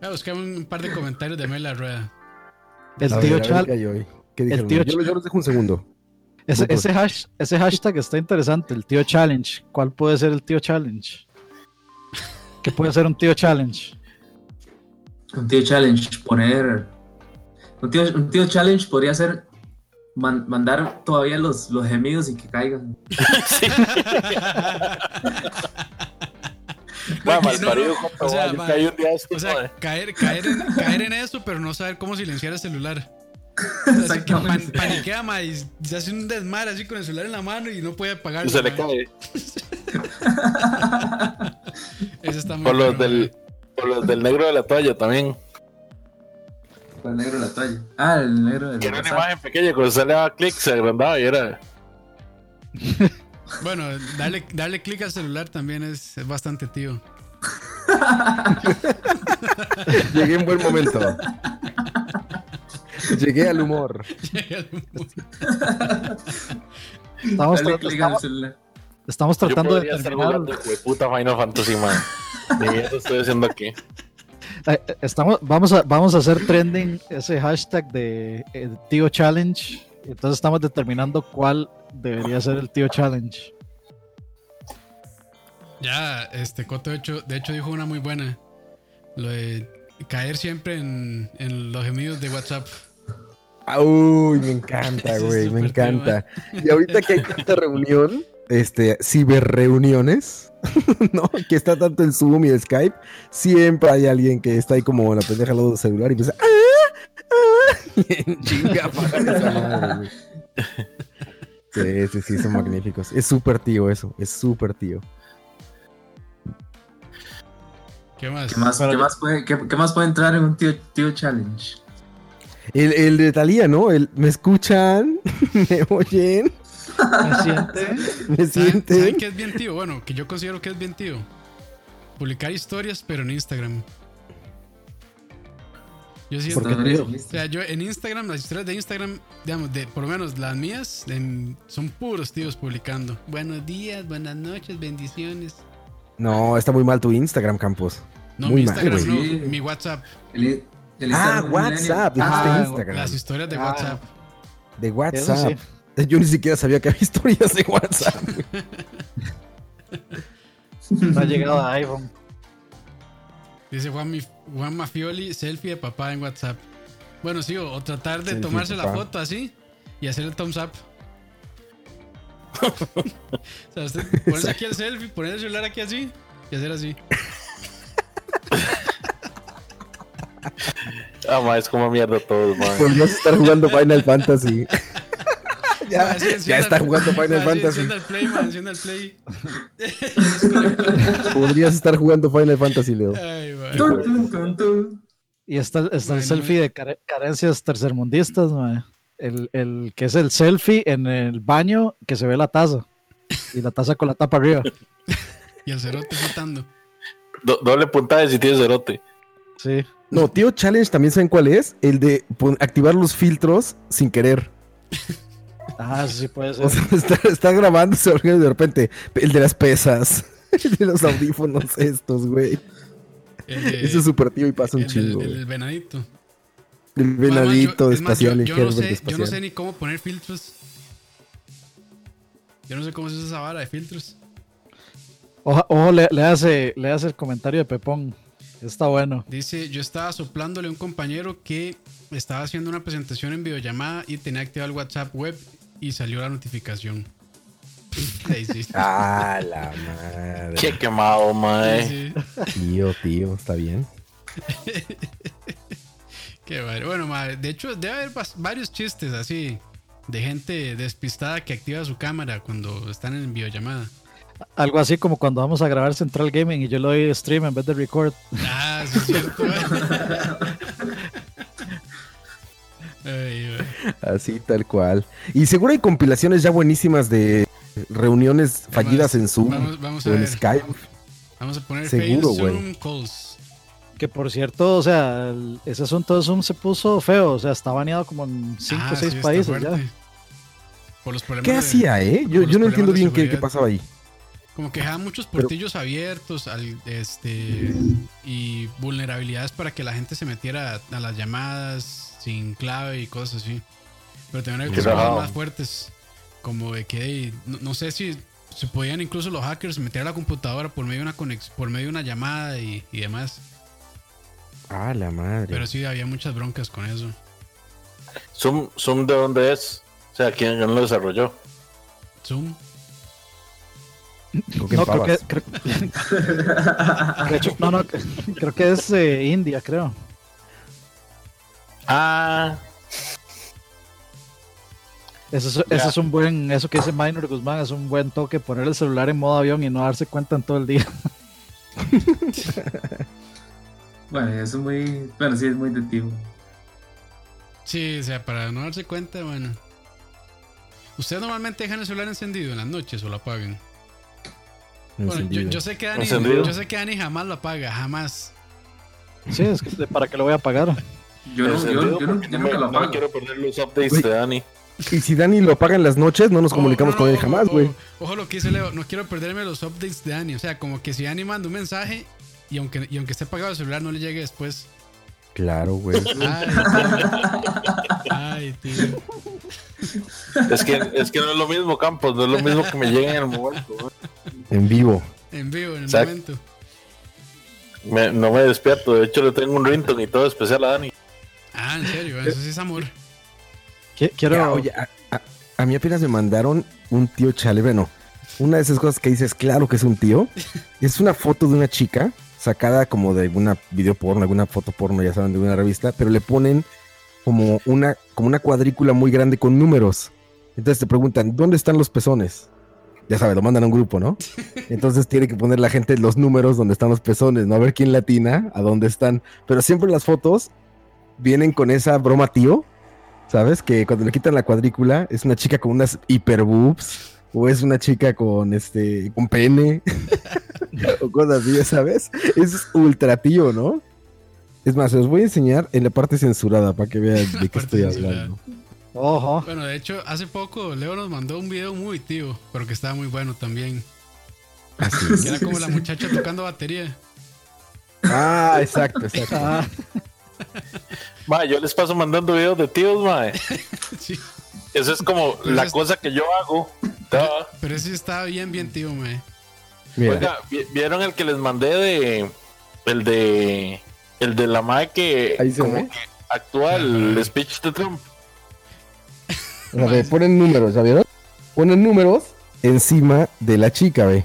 Speaker 3: Voy a buscar un par de comentarios de Amel la Rueda.
Speaker 6: El
Speaker 4: A ver,
Speaker 6: tío
Speaker 4: a ver
Speaker 6: Chal.
Speaker 4: qué hay hoy. ¿Qué dijeron?
Speaker 6: tío
Speaker 4: yo, yo les dejo un segundo.
Speaker 6: Ese, ese, hash- ese hashtag está interesante, el tío challenge. ¿Cuál puede ser el tío challenge? ¿Qué puede ser un tío challenge?
Speaker 7: Un tío challenge, poner. Un tío, un tío challenge podría ser man- mandar todavía los, los gemidos y que caigan.
Speaker 3: Porque
Speaker 5: Va,
Speaker 3: no,
Speaker 5: malparido,
Speaker 3: no,
Speaker 5: compa,
Speaker 3: o sea,
Speaker 5: va, yo
Speaker 3: va,
Speaker 5: caí un día de esto,
Speaker 3: O sea,
Speaker 5: madre.
Speaker 3: caer, caer, en, caer en eso, pero no saber cómo silenciar el celular. O sea, así que pan- paniquea, ma, y se hace un desmar así con el celular en la mano y no puede apagarlo.
Speaker 5: se le
Speaker 3: ma.
Speaker 5: cae.
Speaker 3: Eso está muy
Speaker 5: Por los
Speaker 3: bueno,
Speaker 5: del, por los del negro de la toalla también.
Speaker 7: Con el negro de la toalla. Ah, el negro de
Speaker 5: Que era
Speaker 7: la
Speaker 5: una
Speaker 7: toalla.
Speaker 5: imagen pequeña, cuando se le daba clic, se agrandaba y era.
Speaker 3: ma. Bueno, darle, darle clic al celular también es, es bastante tío.
Speaker 4: Llegué en buen momento. Llegué al humor.
Speaker 6: Estamos,
Speaker 7: Dale
Speaker 6: tra-
Speaker 7: clic al
Speaker 6: estamos-
Speaker 7: celular.
Speaker 6: estamos
Speaker 5: Yo
Speaker 6: tratando de
Speaker 5: podría estar
Speaker 6: terminar.
Speaker 5: jugando, puta Final Fantasy, man. Ni mierda estoy haciendo aquí.
Speaker 6: eh, eh, Estamos, vamos, a, vamos a hacer trending ese hashtag de eh, tío challenge. Entonces estamos determinando cuál debería ser el tío challenge.
Speaker 3: Ya, este Coto de hecho, de hecho dijo una muy buena. Lo de caer siempre en, en los gemidos de WhatsApp.
Speaker 4: Ah, Uy, me
Speaker 3: Eso
Speaker 4: encanta,
Speaker 3: es
Speaker 4: güey, me
Speaker 3: súper tío,
Speaker 4: encanta. Y ahorita que hay tanta reunión, este, ciberreuniones, ¿no? Que está tanto el Zoom y el Skype, siempre hay alguien que está ahí como la pendeja al lado del celular y empieza. ¡Ah! ¡Ah! Y en chinga apagan esa madre, güey. Sí, sí, sí, son magníficos. Es súper tío eso, es súper tío.
Speaker 3: ¿Qué más?
Speaker 7: ¿Qué más,
Speaker 6: Para-
Speaker 7: qué más puede, qué- qué más puede entrar en un tío, tío challenge?
Speaker 4: El, el de Talía, ¿no? El me escuchan, me oyen,
Speaker 6: ¿Me siente?
Speaker 4: me
Speaker 3: ¿Saben- ¿Saben
Speaker 4: sienten.
Speaker 3: qué es bien tío? Bueno, que yo considero que es bien tío. Publicar historias, pero en Instagram. Yo siento.
Speaker 4: Porque-
Speaker 7: Entonces,
Speaker 4: tío.
Speaker 3: O sea, yo en Instagram, las historias de Instagram, digamos, de, por lo menos las mías, en- son puros tíos publicando. Buenos días, buenas noches, bendiciones.
Speaker 4: No, está muy mal tu Instagram, Campos.
Speaker 3: No,
Speaker 4: Muy
Speaker 3: mi
Speaker 4: mal,
Speaker 3: Instagram, no,
Speaker 7: güey.
Speaker 3: mi WhatsApp.
Speaker 7: el- el
Speaker 4: Ah,
Speaker 7: Instagram
Speaker 4: WhatsApp,
Speaker 7: millennial.
Speaker 4: dijiste
Speaker 6: Ah,
Speaker 4: Instagram.
Speaker 3: Las historias de
Speaker 6: Ah.
Speaker 3: WhatsApp.
Speaker 4: De
Speaker 6: Eso
Speaker 4: WhatsApp.
Speaker 6: sí.
Speaker 4: Yo ni siquiera sabía que había historias de WhatsApp.
Speaker 6: No ha llegado a iPhone.
Speaker 3: Dice Juan, Mi- Juan Mafioli, selfie de papá en WhatsApp. Bueno, sí, o, o tratar de
Speaker 4: Selfie,
Speaker 3: tomarse la
Speaker 4: papá.
Speaker 3: foto así y hacer el thumbs up. o sea, usted ponerse aquí el selfie, poner el celular aquí así y hacer así.
Speaker 5: Ah, ma, es como mierda todos, man.
Speaker 4: Podrías Pues estar jugando Final Fantasy.
Speaker 3: Ah,
Speaker 4: ya,
Speaker 3: sí,
Speaker 4: ya
Speaker 3: encienda
Speaker 4: está
Speaker 3: el-
Speaker 4: jugando
Speaker 3: Ah,
Speaker 4: Final
Speaker 3: sí,
Speaker 4: Fantasy.
Speaker 3: Encienda el play, man, encienda el play.
Speaker 4: Podrías estar jugando Final Fantasy, Leo.
Speaker 3: Ay, man.
Speaker 7: Tun, tun, tun, tun.
Speaker 6: Y está, está
Speaker 3: Bueno,
Speaker 6: el selfie de care- carencias tercermundistas, mae. El, el que es el selfie en el baño que se ve la taza. Y la taza con la tapa arriba.
Speaker 3: Y el cerote flotando.
Speaker 5: Do- doble puntada si tienes cerote.
Speaker 6: Sí.
Speaker 4: No, tío Challenge también saben cuál es. El de pon- activar los filtros sin querer.
Speaker 6: Ah, sí puede ser.
Speaker 4: O sea, está, está grabando se orga y de repente. El de las pesas. El de los audífonos estos, güey.
Speaker 3: El de-
Speaker 4: Eso es súper tío y pasa un
Speaker 3: el del-
Speaker 4: chingo.
Speaker 3: El,
Speaker 4: güey.
Speaker 3: del venadito.
Speaker 4: El
Speaker 3: Bueno, man, yo-
Speaker 4: venadito
Speaker 3: es más, yo-
Speaker 4: espacial y
Speaker 3: yo, no
Speaker 4: Herbert
Speaker 3: sé, yo no sé
Speaker 4: espacial.
Speaker 3: ni cómo poner filtros. Yo no sé cómo se usa esa vara de filtros.
Speaker 6: Ojo, ojo, le, le hace, le hace el comentario de Pepón. Está bueno.
Speaker 3: Dice, yo estaba soplándole a un compañero que estaba haciendo una presentación en videollamada y tenía activado el WhatsApp web y salió la notificación. Ahí sí.
Speaker 4: Ah, la madre.
Speaker 5: Qué quemado, man.
Speaker 3: Sí,
Speaker 4: Tío, tío, está bien.
Speaker 3: sí. Qué madre. Bueno, madre, de hecho debe haber vas- varios chistes así de gente despistada que activa su cámara cuando están en videollamada.
Speaker 6: Algo así como cuando vamos a grabar Central Gaming y yo le doy stream en vez de record.
Speaker 3: Ah, sí es cierto. Ay, güey.
Speaker 4: Así, tal cual. Y seguro hay compilaciones ya buenísimas de reuniones fallidas en Zoom
Speaker 3: Vamos, vamos a
Speaker 4: o en
Speaker 3: ver.
Speaker 4: Skype.
Speaker 3: Vamos a poner
Speaker 4: Seguro,
Speaker 3: fail
Speaker 4: güey.
Speaker 3: Zoom calls.
Speaker 6: Que por cierto, o sea, el- ese asunto de Zoom se puso feo. O sea, está baneado como en 5
Speaker 3: Ah,
Speaker 6: o 6
Speaker 3: sí, está
Speaker 6: países ya.
Speaker 3: fuerte. Por los problemas
Speaker 4: ¿Qué
Speaker 3: de-
Speaker 4: hacía, eh? Yo,
Speaker 3: por los
Speaker 4: yo no
Speaker 3: problemas
Speaker 4: entiendo
Speaker 3: de
Speaker 4: bien qué, qué
Speaker 3: seguridad.
Speaker 4: pasaba ahí.
Speaker 3: Como que dejaba muchos
Speaker 4: Pero-
Speaker 3: portillos abiertos al, este, y vulnerabilidades para que la gente se metiera a, a las llamadas sin clave y cosas así. Pero también hay
Speaker 5: Qué
Speaker 3: cosas
Speaker 5: rajado.
Speaker 3: más fuertes. como de que hey, no, no sé si se podían incluso los hackers meter a la computadora por medio de una conex- por medio de una llamada y, y demás.
Speaker 4: Ah, la madre.
Speaker 3: Pero sí había muchas broncas con eso.
Speaker 5: Zoom, Zoom de dónde es. O sea, ¿quién, quién lo desarrolló?
Speaker 3: Zoom.
Speaker 4: Creo que
Speaker 6: No,
Speaker 4: en
Speaker 6: creo que,
Speaker 4: Pavas.
Speaker 6: creo- De hecho, no, no, creo que es eh, India, creo.
Speaker 5: Ah,
Speaker 6: Eso es, eso es un buen, eso que dice Minor Guzmán es un buen toque, poner el celular en modo avión y no darse cuenta en todo el día.
Speaker 7: Bueno, eso es muy. Bueno, sí, es muy de tiempo.
Speaker 3: Sí, o sea, para no darse cuenta, bueno. ¿Ustedes normalmente dejan el celular encendido en las noches o lo apagan? Bueno, yo,
Speaker 4: Encendido.
Speaker 3: yo sé que Dani,
Speaker 5: Encendido.
Speaker 3: yo sé que Dani jamás lo apaga, jamás.
Speaker 6: Sí, es que para que lo voy a pagar.
Speaker 7: Yo, no, yo,
Speaker 5: encendido,
Speaker 7: yo no-
Speaker 5: porque
Speaker 7: yo
Speaker 5: no me-
Speaker 7: nunca lo
Speaker 5: no me
Speaker 7: apago.
Speaker 5: quiero perder los updates de Dani.
Speaker 4: Y si Dani lo apaga en las noches, no nos comunicamos
Speaker 3: Oh,
Speaker 4: con
Speaker 3: no,
Speaker 4: él jamás,
Speaker 3: oh,
Speaker 4: güey.
Speaker 3: Ojo lo que dice Leo, no quiero perderme los updates de Dani. O sea, como que si Dani manda un mensaje y aunque, y aunque esté apagado el celular, no le llegue después.
Speaker 4: Claro, güey.
Speaker 3: Ay, tío. Ay, tío.
Speaker 5: Es que, es que no es lo mismo, Campos, no es lo mismo que me lleguen en el momento. güey.
Speaker 4: En vivo.
Speaker 3: En vivo, en el
Speaker 5: Exacto.
Speaker 3: momento.
Speaker 5: Me- no me despierto, de hecho le tengo un ringtone y todo especial a Dani.
Speaker 3: Ah, en serio, eso sí es amor.
Speaker 6: Qui- Quiero,
Speaker 4: Ya, oye, a, a- a mí apenas me mandaron un tío chale. Bueno, una de esas cosas que dices, claro que es un tío. Es una foto de una chica sacada como de alguna video porno, alguna foto porno, ya saben, de una revista, pero le ponen como una, como una cuadrícula muy grande con números. Entonces te preguntan, ¿dónde están los pezones? Ya sabes, lo mandan a un grupo, ¿no? Entonces tiene que poner la gente los números donde están los pezones, ¿no? A ver quién latina, a dónde están. Pero siempre las fotos vienen con esa broma tío, ¿Sabes? Que cuando le quitan la cuadrícula es una chica con unas hiperboobs o es una chica con este con pene o cosas así, ya ¿sabes? Es ultra tío, ¿no? Es más, os voy a enseñar en la parte censurada para que vean de qué
Speaker 3: parte
Speaker 4: estoy
Speaker 3: censurada.
Speaker 4: hablando.
Speaker 6: ojo,
Speaker 3: Bueno, de hecho, hace poco Leo nos mandó un video muy tío, pero que estaba muy bueno también. Que era como la muchacha tocando batería.
Speaker 4: Ah, exacto, exacto.
Speaker 6: ah,
Speaker 5: Ma, yo les paso mandando videos de tíos, mae.
Speaker 3: Sí.
Speaker 5: Eso es como
Speaker 3: Pero
Speaker 5: la
Speaker 3: es-
Speaker 5: cosa que yo hago. Ta.
Speaker 3: Pero ese estaba bien, bien tío, mae.
Speaker 4: Mira,
Speaker 5: Oiga, vi- ¿vieron el que les mandé de. El de. El de la mae que.
Speaker 4: Ahí se
Speaker 5: como
Speaker 4: ve.
Speaker 5: que actúa el speech de Trump.
Speaker 4: a ver, ponen números, ¿ya vieron? Ponen números encima de la chica, ve.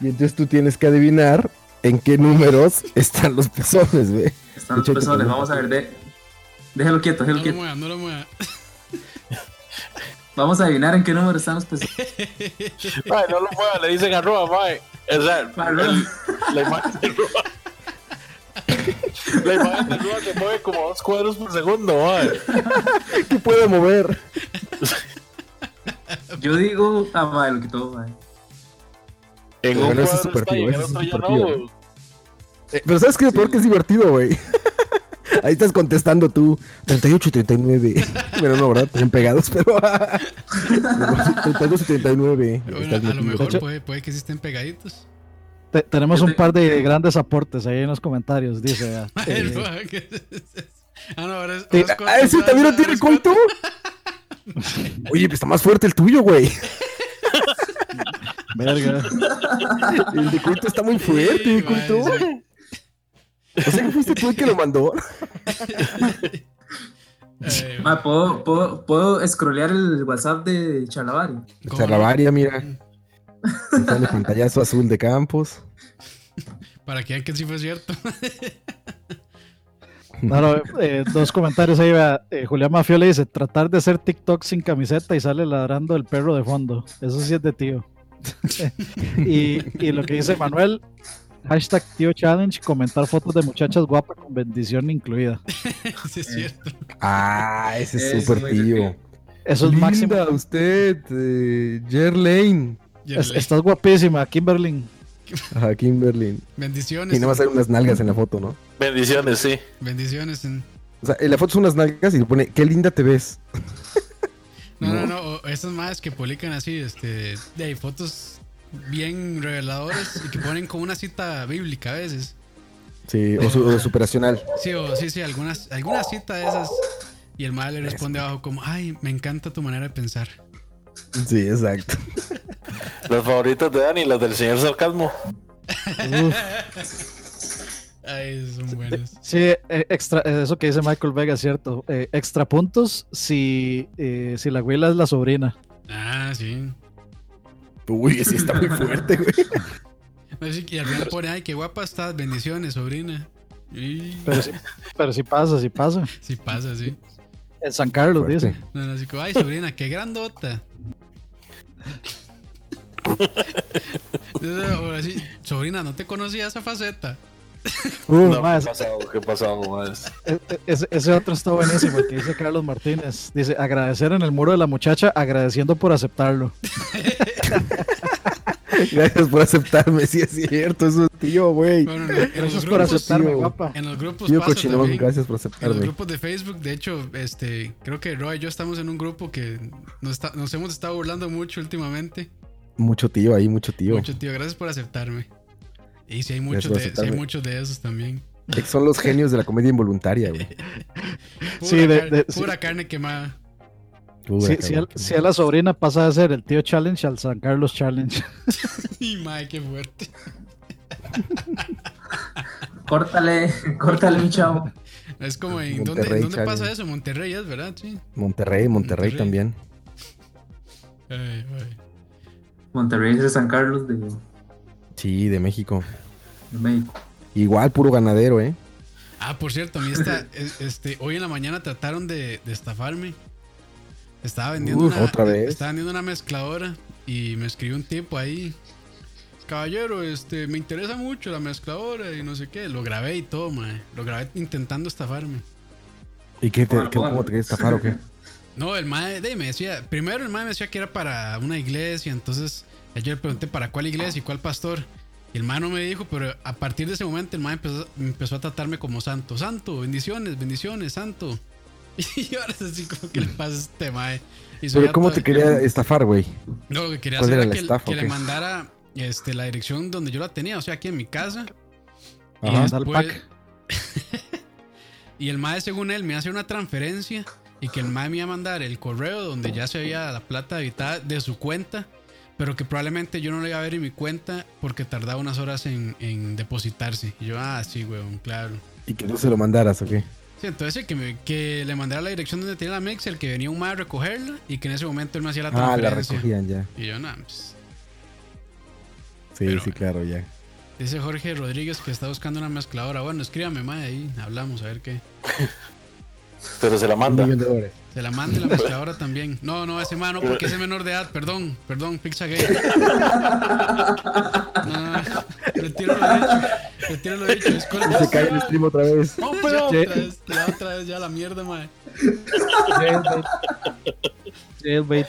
Speaker 4: Y entonces tú tienes que adivinar en qué números están los pezones, ve.
Speaker 7: Están los
Speaker 4: Yo te pregunto.
Speaker 7: pezones, vamos a ver. De... Déjalo quieto,
Speaker 3: No
Speaker 7: déjalo
Speaker 3: lo
Speaker 7: quieto.
Speaker 3: mueva, no lo mueva.
Speaker 7: Vamos a adivinar en qué número están los pezones.
Speaker 5: Mae, no lo mueva, le dicen arroba, mae. O sea,
Speaker 7: Arroba.
Speaker 5: el- la imagen de arroba. La imagen de arroba se mueve como dos cuadros por segundo, mae.
Speaker 4: ¿Qué puede mover?
Speaker 7: Yo digo. Ah, madre, lo quitó, madre.
Speaker 5: En
Speaker 4: Bueno,
Speaker 5: un
Speaker 4: eso es
Speaker 5: cuadro
Speaker 4: súper
Speaker 5: está
Speaker 4: tío,
Speaker 5: y en
Speaker 4: eso es
Speaker 5: otro ya
Speaker 4: súper
Speaker 5: no.
Speaker 4: tío. Pero ¿sabes qué? Lo peor que es divertido, güey. Ahí estás contestando tú, 38 y 39. Bueno, no, ¿verdad? Están pegados, pero... 32 y 39.
Speaker 3: Bueno,
Speaker 4: Estás
Speaker 3: a lo
Speaker 4: metido.
Speaker 3: mejor puede, puede que sí estén pegaditos.
Speaker 6: te- tenemos
Speaker 7: Yo
Speaker 6: un
Speaker 7: te-
Speaker 6: par de grandes aportes ahí en los comentarios, dice. ah,
Speaker 3: Mae,
Speaker 6: eh,
Speaker 3: no, ¿qué es eso? ah, no, ahora es.
Speaker 4: Eh,
Speaker 3: ahora es
Speaker 4: ¿Ah, ese
Speaker 3: corto,
Speaker 4: también lo
Speaker 3: ahora
Speaker 4: tiene
Speaker 3: es corto.
Speaker 4: coito? Oye, pues está más fuerte el tuyo, güey.
Speaker 6: verga.
Speaker 4: El de coito está muy
Speaker 3: Sí,
Speaker 4: fuerte,
Speaker 3: mae,
Speaker 4: coito.
Speaker 3: sí.
Speaker 4: O sea, que fuiste tú el que lo mandó.
Speaker 3: Ay, mae.
Speaker 7: Madre, ¿puedo, puedo, puedo scrollear el WhatsApp de Chalavari?
Speaker 3: ¿Cómo
Speaker 4: Charlavaria, mira. Te Sale pantallazo azul de Campos.
Speaker 3: no? Para que vean que sí fue cierto.
Speaker 6: Claro, eh, dos comentarios ahí. vea, eh, Julián Mafio le dice: tratar de hacer TikTok sin camiseta y sale ladrando el perro de fondo. Eso sí es de tío. y, y lo que dice Manuel: hashtag tío challenge, comentar fotos de muchachas guapas con bendición incluida.
Speaker 3: sí,
Speaker 4: Eh,
Speaker 3: es cierto.
Speaker 4: Ah, ese
Speaker 7: Ese
Speaker 4: es
Speaker 7: es
Speaker 4: súper
Speaker 7: muy
Speaker 4: tío.
Speaker 7: divertido.
Speaker 6: Eso es máximo.
Speaker 4: Linda usted, eh, Jer Lane.
Speaker 3: Ya
Speaker 6: Es-
Speaker 3: le-
Speaker 6: estás guapísima, Kimberly.
Speaker 4: Ajá, Kimberly.
Speaker 3: Bendiciones.
Speaker 4: Y nada más hay unas nalgas en la foto, ¿no?
Speaker 5: Bendiciones, sí.
Speaker 3: Bendiciones. en-
Speaker 4: O sea, en la foto son unas nalgas y le pone, qué linda te ves.
Speaker 3: No, no, no. o Esas madres que publican así, este. De ahí fotos bien reveladoras y que ponen como una cita bíblica a veces.
Speaker 4: Sí, o, su- o superacional.
Speaker 3: Sí, o sí, sí, algunas, alguna cita de esas. Y el madre le responde abajo como, ay, me encanta tu manera de pensar.
Speaker 4: Sí, exacto.
Speaker 5: Las favoritas de Dani, las del señor Sarcasmo.
Speaker 3: Ay, son buenos.
Speaker 6: Sí, eh, extra, eh, eso que dice Michael Vega es cierto. Eh, extra puntos si, eh, si la abuela es la sobrina.
Speaker 3: Ah, sí.
Speaker 4: Uy, sí está muy fuerte, güey.
Speaker 3: No, Pues sí, Y al final pone, ay, qué guapa estás, bendiciones, sobrina. Y
Speaker 6: Pero sí, pero sí pasa, sí pasa.
Speaker 3: sí pasa, sí.
Speaker 6: En San Carlos,
Speaker 4: Fuerte.
Speaker 6: dice.
Speaker 3: No, no, así como, ay, sobrina, qué grandota. Entonces, ahora sí, sobrina, no te conocía esa faceta.
Speaker 6: Uh,
Speaker 5: No, pues,
Speaker 6: mae,
Speaker 5: ¿Qué pasado? ¿Qué pasado, más?
Speaker 6: e- e- ese, ese otro está buenísimo, el que dice Carlos Martínez. Dice, agradecer en el muro de la muchacha, agradeciendo por aceptarlo.
Speaker 4: Gracias por aceptarme, sí es cierto, es un tío, güey.
Speaker 3: Bueno, pues en, en los
Speaker 6: Gracias por
Speaker 3: grupos,
Speaker 6: aceptarme,
Speaker 4: tío.
Speaker 6: guapa.
Speaker 3: en los grupos
Speaker 4: Tío
Speaker 3: pasa
Speaker 4: cochinón,
Speaker 3: también.
Speaker 4: gracias
Speaker 3: En
Speaker 4: por
Speaker 3: los
Speaker 4: aceptarme.
Speaker 3: grupos de Facebook, de hecho, este, creo que Roy y yo estamos en un grupo que nos, está- nos hemos estado burlando mucho últimamente.
Speaker 4: Mucho tío ahí, mucho tío.
Speaker 3: Mucho, tío, gracias por aceptarme. Y si hay muchos,
Speaker 4: por
Speaker 3: de, sí hay
Speaker 4: aceptarme.
Speaker 3: muchos de esos también.
Speaker 4: Eh, Son los genios de la comedia involuntaria, güey.
Speaker 3: Pura,
Speaker 6: Sí, de-
Speaker 3: car-
Speaker 6: de-
Speaker 3: pura carne quemada.
Speaker 4: Uy,
Speaker 6: Si,
Speaker 4: cabrón,
Speaker 6: si, el-
Speaker 4: qué
Speaker 6: si a la sobrina pasa de ser el tío challenge al San Carlos challenge.
Speaker 3: Y madre, qué fuerte.
Speaker 7: Córtale, córtale, mi chavo.
Speaker 3: Es como en. ¿Dónde,
Speaker 4: Monterrey,
Speaker 3: dónde pasa
Speaker 4: chale.
Speaker 3: eso? Monterrey, es verdad, sí.
Speaker 4: Monterrey, Monterrey,
Speaker 3: Monterrey.
Speaker 4: también.
Speaker 3: Ay, ay.
Speaker 7: Monterrey es de San Carlos de, de
Speaker 4: Sí, de México.
Speaker 7: México.
Speaker 4: Igual, puro ganadero, ¿eh?
Speaker 3: Ah, por cierto, a mí esta, es- este, hoy en la mañana trataron de, de estafarme. Estaba vendiendo,
Speaker 4: Uf,
Speaker 3: una, eh,
Speaker 4: ¿otra vez?
Speaker 3: estaba vendiendo una mezcladora y me escribió un tipo ahí. Caballero, este, me interesa mucho la mezcladora y no sé qué. Lo grabé y todo, mae. Lo grabé intentando estafarme.
Speaker 4: ¿Y qué te,
Speaker 7: Bueno,
Speaker 4: qué-
Speaker 7: bueno.
Speaker 4: cómo te quieres estafar o qué?
Speaker 3: No, el mae de, me decía, primero el mae me decía que era para una iglesia, entonces yo le pregunté para cuál iglesia y cuál pastor. Y el mae no me dijo, pero a partir de ese momento el mae empezó, empezó a tratarme como santo. Santo, bendiciones, bendiciones, santo. Y ahora es así como que le pasa a este mae. Y se
Speaker 4: Pero
Speaker 3: vea
Speaker 4: ¿cómo
Speaker 3: todo-
Speaker 4: te quería estafar, güey?
Speaker 3: No, lo que quería
Speaker 4: cuál
Speaker 3: hacer
Speaker 4: era
Speaker 3: era
Speaker 4: la
Speaker 3: que,
Speaker 4: estafa,
Speaker 3: que
Speaker 4: o
Speaker 3: le
Speaker 4: qué?
Speaker 3: mandara este, la dirección donde yo la tenía, o sea, aquí en mi casa. Y
Speaker 4: Ajá.
Speaker 6: Mandar
Speaker 3: después-
Speaker 6: pack.
Speaker 3: y el MAE, según él, me hace una transferencia y que el MAE me iba a mandar el correo donde ya se había la plata evitada de su cuenta, pero que probablemente yo no le iba a ver en mi cuenta porque tardaba unas horas en, en depositarse. Y yo, ah, sí, weón, claro.
Speaker 4: ¿Y que no se lo mandaras o qué?
Speaker 3: Sí, entonces el que, me- que le mandara la dirección donde tenía la Mex, el que venía un MAE a recogerla y que en ese momento él me hacía la
Speaker 4: Ah, la
Speaker 3: transferencia.
Speaker 4: recogían ya.
Speaker 3: y yo, nada, pues.
Speaker 4: Sí,
Speaker 3: Pero-
Speaker 4: sí, claro, ya.
Speaker 3: Dice Jorge Rodríguez que está buscando una mezcladora. Bueno, escríbame, MAE, ahí hablamos, a ver qué.
Speaker 5: Pero se la
Speaker 4: Un
Speaker 5: manda.
Speaker 4: millón de dólares.
Speaker 3: Se la mande la mezcladora también. No, no, ese mano, porque ese es menor de edad, perdón, perdón, pizza gay. No, no, retiro lo dicho, retiro lo dicho, disculpe.
Speaker 4: Se cae el stream otra vez.
Speaker 3: No, pero otra vez, la otra vez ya la mierda, madre.
Speaker 6: Jailbait. Jailbait.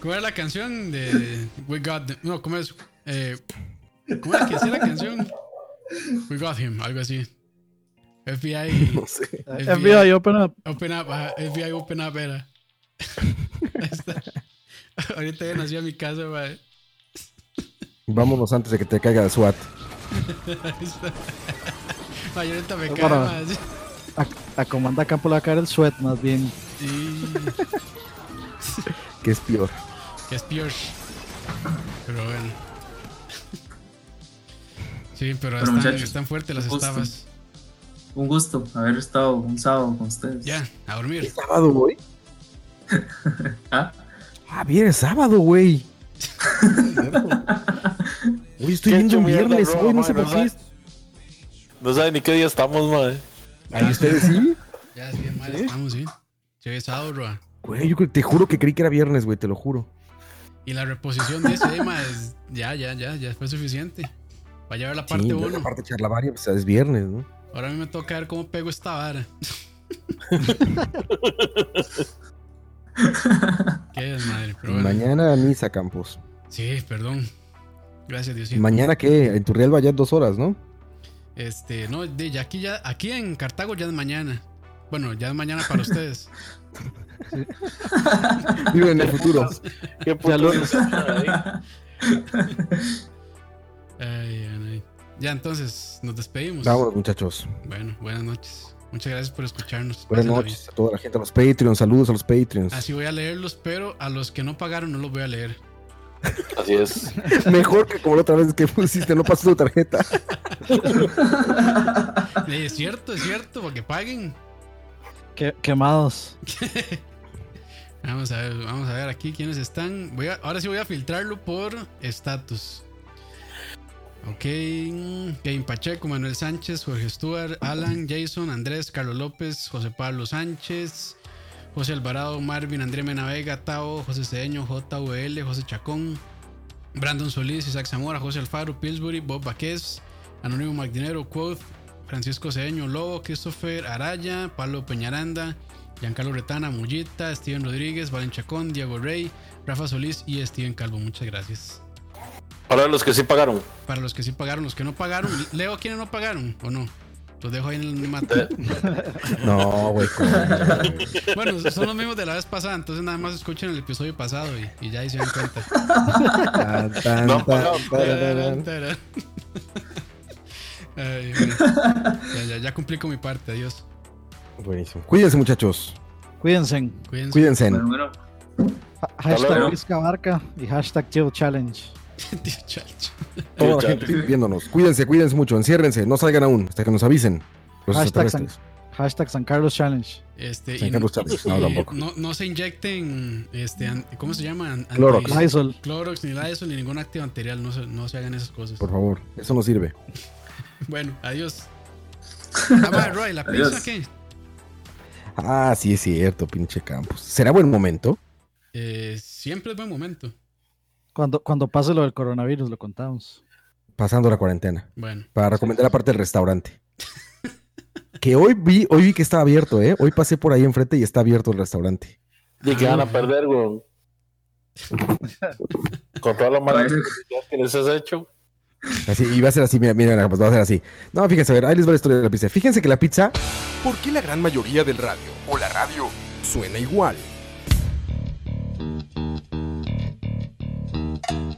Speaker 3: ¿Cuál es la canción de We Got Them? No, ¿cómo es? Eh, ¿Cómo era que decía la canción? We Got Him, algo así. FBI,
Speaker 4: No sé.
Speaker 6: FBI, open up.
Speaker 3: Open Up, ajá, FBI Open Up era. Ahí está. Ahorita ya nació a mi casa, madre.
Speaker 4: Vámonos antes de que te caiga el SWAT.
Speaker 3: Mayorita me
Speaker 6: Es
Speaker 3: cae
Speaker 6: para-
Speaker 3: más.
Speaker 6: A, a comanda campo la cara el sweat, más bien.
Speaker 3: Y
Speaker 4: Que es peor.
Speaker 3: que es peor. Pero bueno. Sí, pero, están,
Speaker 7: muchachos,
Speaker 3: están fuertes las
Speaker 7: un gusto.
Speaker 3: estafas.
Speaker 7: Un gusto haber estado un sábado con ustedes.
Speaker 3: Ya, a dormir.
Speaker 4: ¿Sábado, güey?
Speaker 7: ¿Ah?
Speaker 4: Ah, bien, es sábado, güey. Uy, estoy
Speaker 5: Qué
Speaker 4: viendo
Speaker 5: hecho
Speaker 4: un
Speaker 5: mierda,
Speaker 4: viernes
Speaker 5: bro,
Speaker 4: hoy, no
Speaker 5: man,
Speaker 4: sé por
Speaker 5: no
Speaker 4: qué.
Speaker 5: sé. No sabe ni qué día estamos, madre.
Speaker 4: ¿Ahí ustedes sí?
Speaker 3: Ya, sí, mal estamos, sí. Se ve sábado, Roa.
Speaker 4: Güey, yo creo- te juro que creí que era viernes, güey, te lo juro.
Speaker 3: Y la reposición de ese tema es. Ya, ya, ya, ya fue suficiente. Vaya a ver la
Speaker 4: sí,
Speaker 3: parte
Speaker 4: la
Speaker 3: 1.
Speaker 4: parte charlavaria, pues es viernes, ¿no?
Speaker 3: Ahora a mí me toca ver cómo pego esta vara. Qué desmadre, pero bueno.
Speaker 4: Mañana a misa, Campos.
Speaker 3: Sí, perdón. Gracias, Diosito.
Speaker 4: ¿Mañana qué? En Turrialba ya es dos horas, ¿no?
Speaker 3: Este, no, de ya aquí ya, aquí en Cartago ya es mañana. Bueno, ya es mañana para ustedes.
Speaker 4: Vive en el futuro.
Speaker 3: Pues,
Speaker 5: ¿Qué puto ¿eh?
Speaker 6: lo-
Speaker 5: día estamos, madre?
Speaker 3: Ay, ay, ay. Ya entonces, nos despedimos.
Speaker 4: Vámonos, muchachos.
Speaker 3: Bueno, buenas noches. Muchas gracias por escucharnos.
Speaker 4: Buenas
Speaker 3: Pásenla
Speaker 4: noches a toda la gente, a los Patreons, saludos a los Patreons.
Speaker 3: bien. Así voy a leerlos, pero a los que no pagaron no los voy a leer.
Speaker 5: Así es.
Speaker 4: Mejor que como la otra vez que pusiste, no pasó tu tarjeta.
Speaker 3: Eh, Es cierto, es cierto, para que paguen.
Speaker 6: Que- quemados.
Speaker 3: Vamos a ver, vamos a ver aquí quiénes están. Voy a- ahora sí voy a filtrarlo por estatus. Ok, mm, Kevin Pacheco, Manuel Sánchez, Jorge Stuart, Alan, Jason, Andrés, Carlos López, José Pablo Sánchez, José Alvarado, Marvin, André Menavega, Tao, José Cedeño, JVL, José Chacón, Brandon Solís, Isaac Zamora, José Alfaro, Pillsbury, Bob Baquez, Anónimo Magdinero, Quoth, Francisco Cedeño, Lobo, Christopher Araya, Pablo Peñaranda, Giancarlo Retana, Mullita, Steven Rodríguez, Valen Chacón, Diego Rey, Rafa Solís y Steven Calvo. Muchas gracias.
Speaker 5: Para los que sí pagaron.
Speaker 3: Para los que sí pagaron, los que no pagaron, leo quiénes no pagaron o no. Los dejo ahí en el mate.
Speaker 4: No, güey. ¿cómo?
Speaker 3: Bueno, son los mismos de la vez pasada, entonces nada más escuchen el episodio pasado y, y ya ahí se dan cuenta.
Speaker 4: Tan, tan,
Speaker 5: No,
Speaker 4: tan,
Speaker 5: no.
Speaker 4: tararán.
Speaker 3: Ay, bueno. ya, ya, ya cumplí con mi parte, adiós.
Speaker 4: Buenísimo. Cuídense, muchachos.
Speaker 6: Cuídense.
Speaker 3: Cuídense.
Speaker 4: Cuídense.
Speaker 7: Bueno, bueno,
Speaker 6: Ha- Hashtag
Speaker 5: luego.
Speaker 6: Vizca Barca y hashtag Chill Challenge.
Speaker 3: Tío Chacho.
Speaker 4: Toda la gente viéndonos. Cuídense, cuídense mucho. Enciérrense. No salgan aún hasta que nos avisen. Los
Speaker 6: Hashtag San,
Speaker 4: extraterrestres.
Speaker 6: hashtag San Carlos Challenge.
Speaker 3: Este,
Speaker 4: San
Speaker 3: y-
Speaker 4: Carlos Chávez. No,
Speaker 3: y
Speaker 4: tampoco.
Speaker 3: no, no se inyecten, este, an- ¿cómo se llama? An-
Speaker 4: Clorox.
Speaker 3: anti-
Speaker 6: Lysol.
Speaker 3: Clorox, ni Lysol, ni ningún activo anterior. No se, no se hagan esas cosas.
Speaker 4: Por favor, eso no sirve.
Speaker 3: Bueno, adiós. Ah, va, Roy, ¿la
Speaker 7: Adiós.
Speaker 3: pizza qué?
Speaker 4: Ah, sí es cierto, pinche Campos. ¿Será buen momento?
Speaker 3: Eh, siempre es buen momento.
Speaker 6: Cuando, cuando pase lo del coronavirus, lo contamos.
Speaker 4: Pasando la cuarentena.
Speaker 3: Bueno,
Speaker 4: Para recomendar aparte el restaurante. Que hoy vi, hoy vi que está abierto, ¿eh? Hoy pasé por ahí enfrente y está abierto el restaurante.
Speaker 5: Y que van a perder, weón. Con toda la mala
Speaker 7: Bueno.
Speaker 5: que les has hecho.
Speaker 4: Así, y va a ser así, mira, mira, pues va a ser así. No, fíjense, a ver, ahí les va la historia de la pizza. Fíjense que la pizza
Speaker 1: ¿Por qué la gran mayoría del radio o la radio suena igual?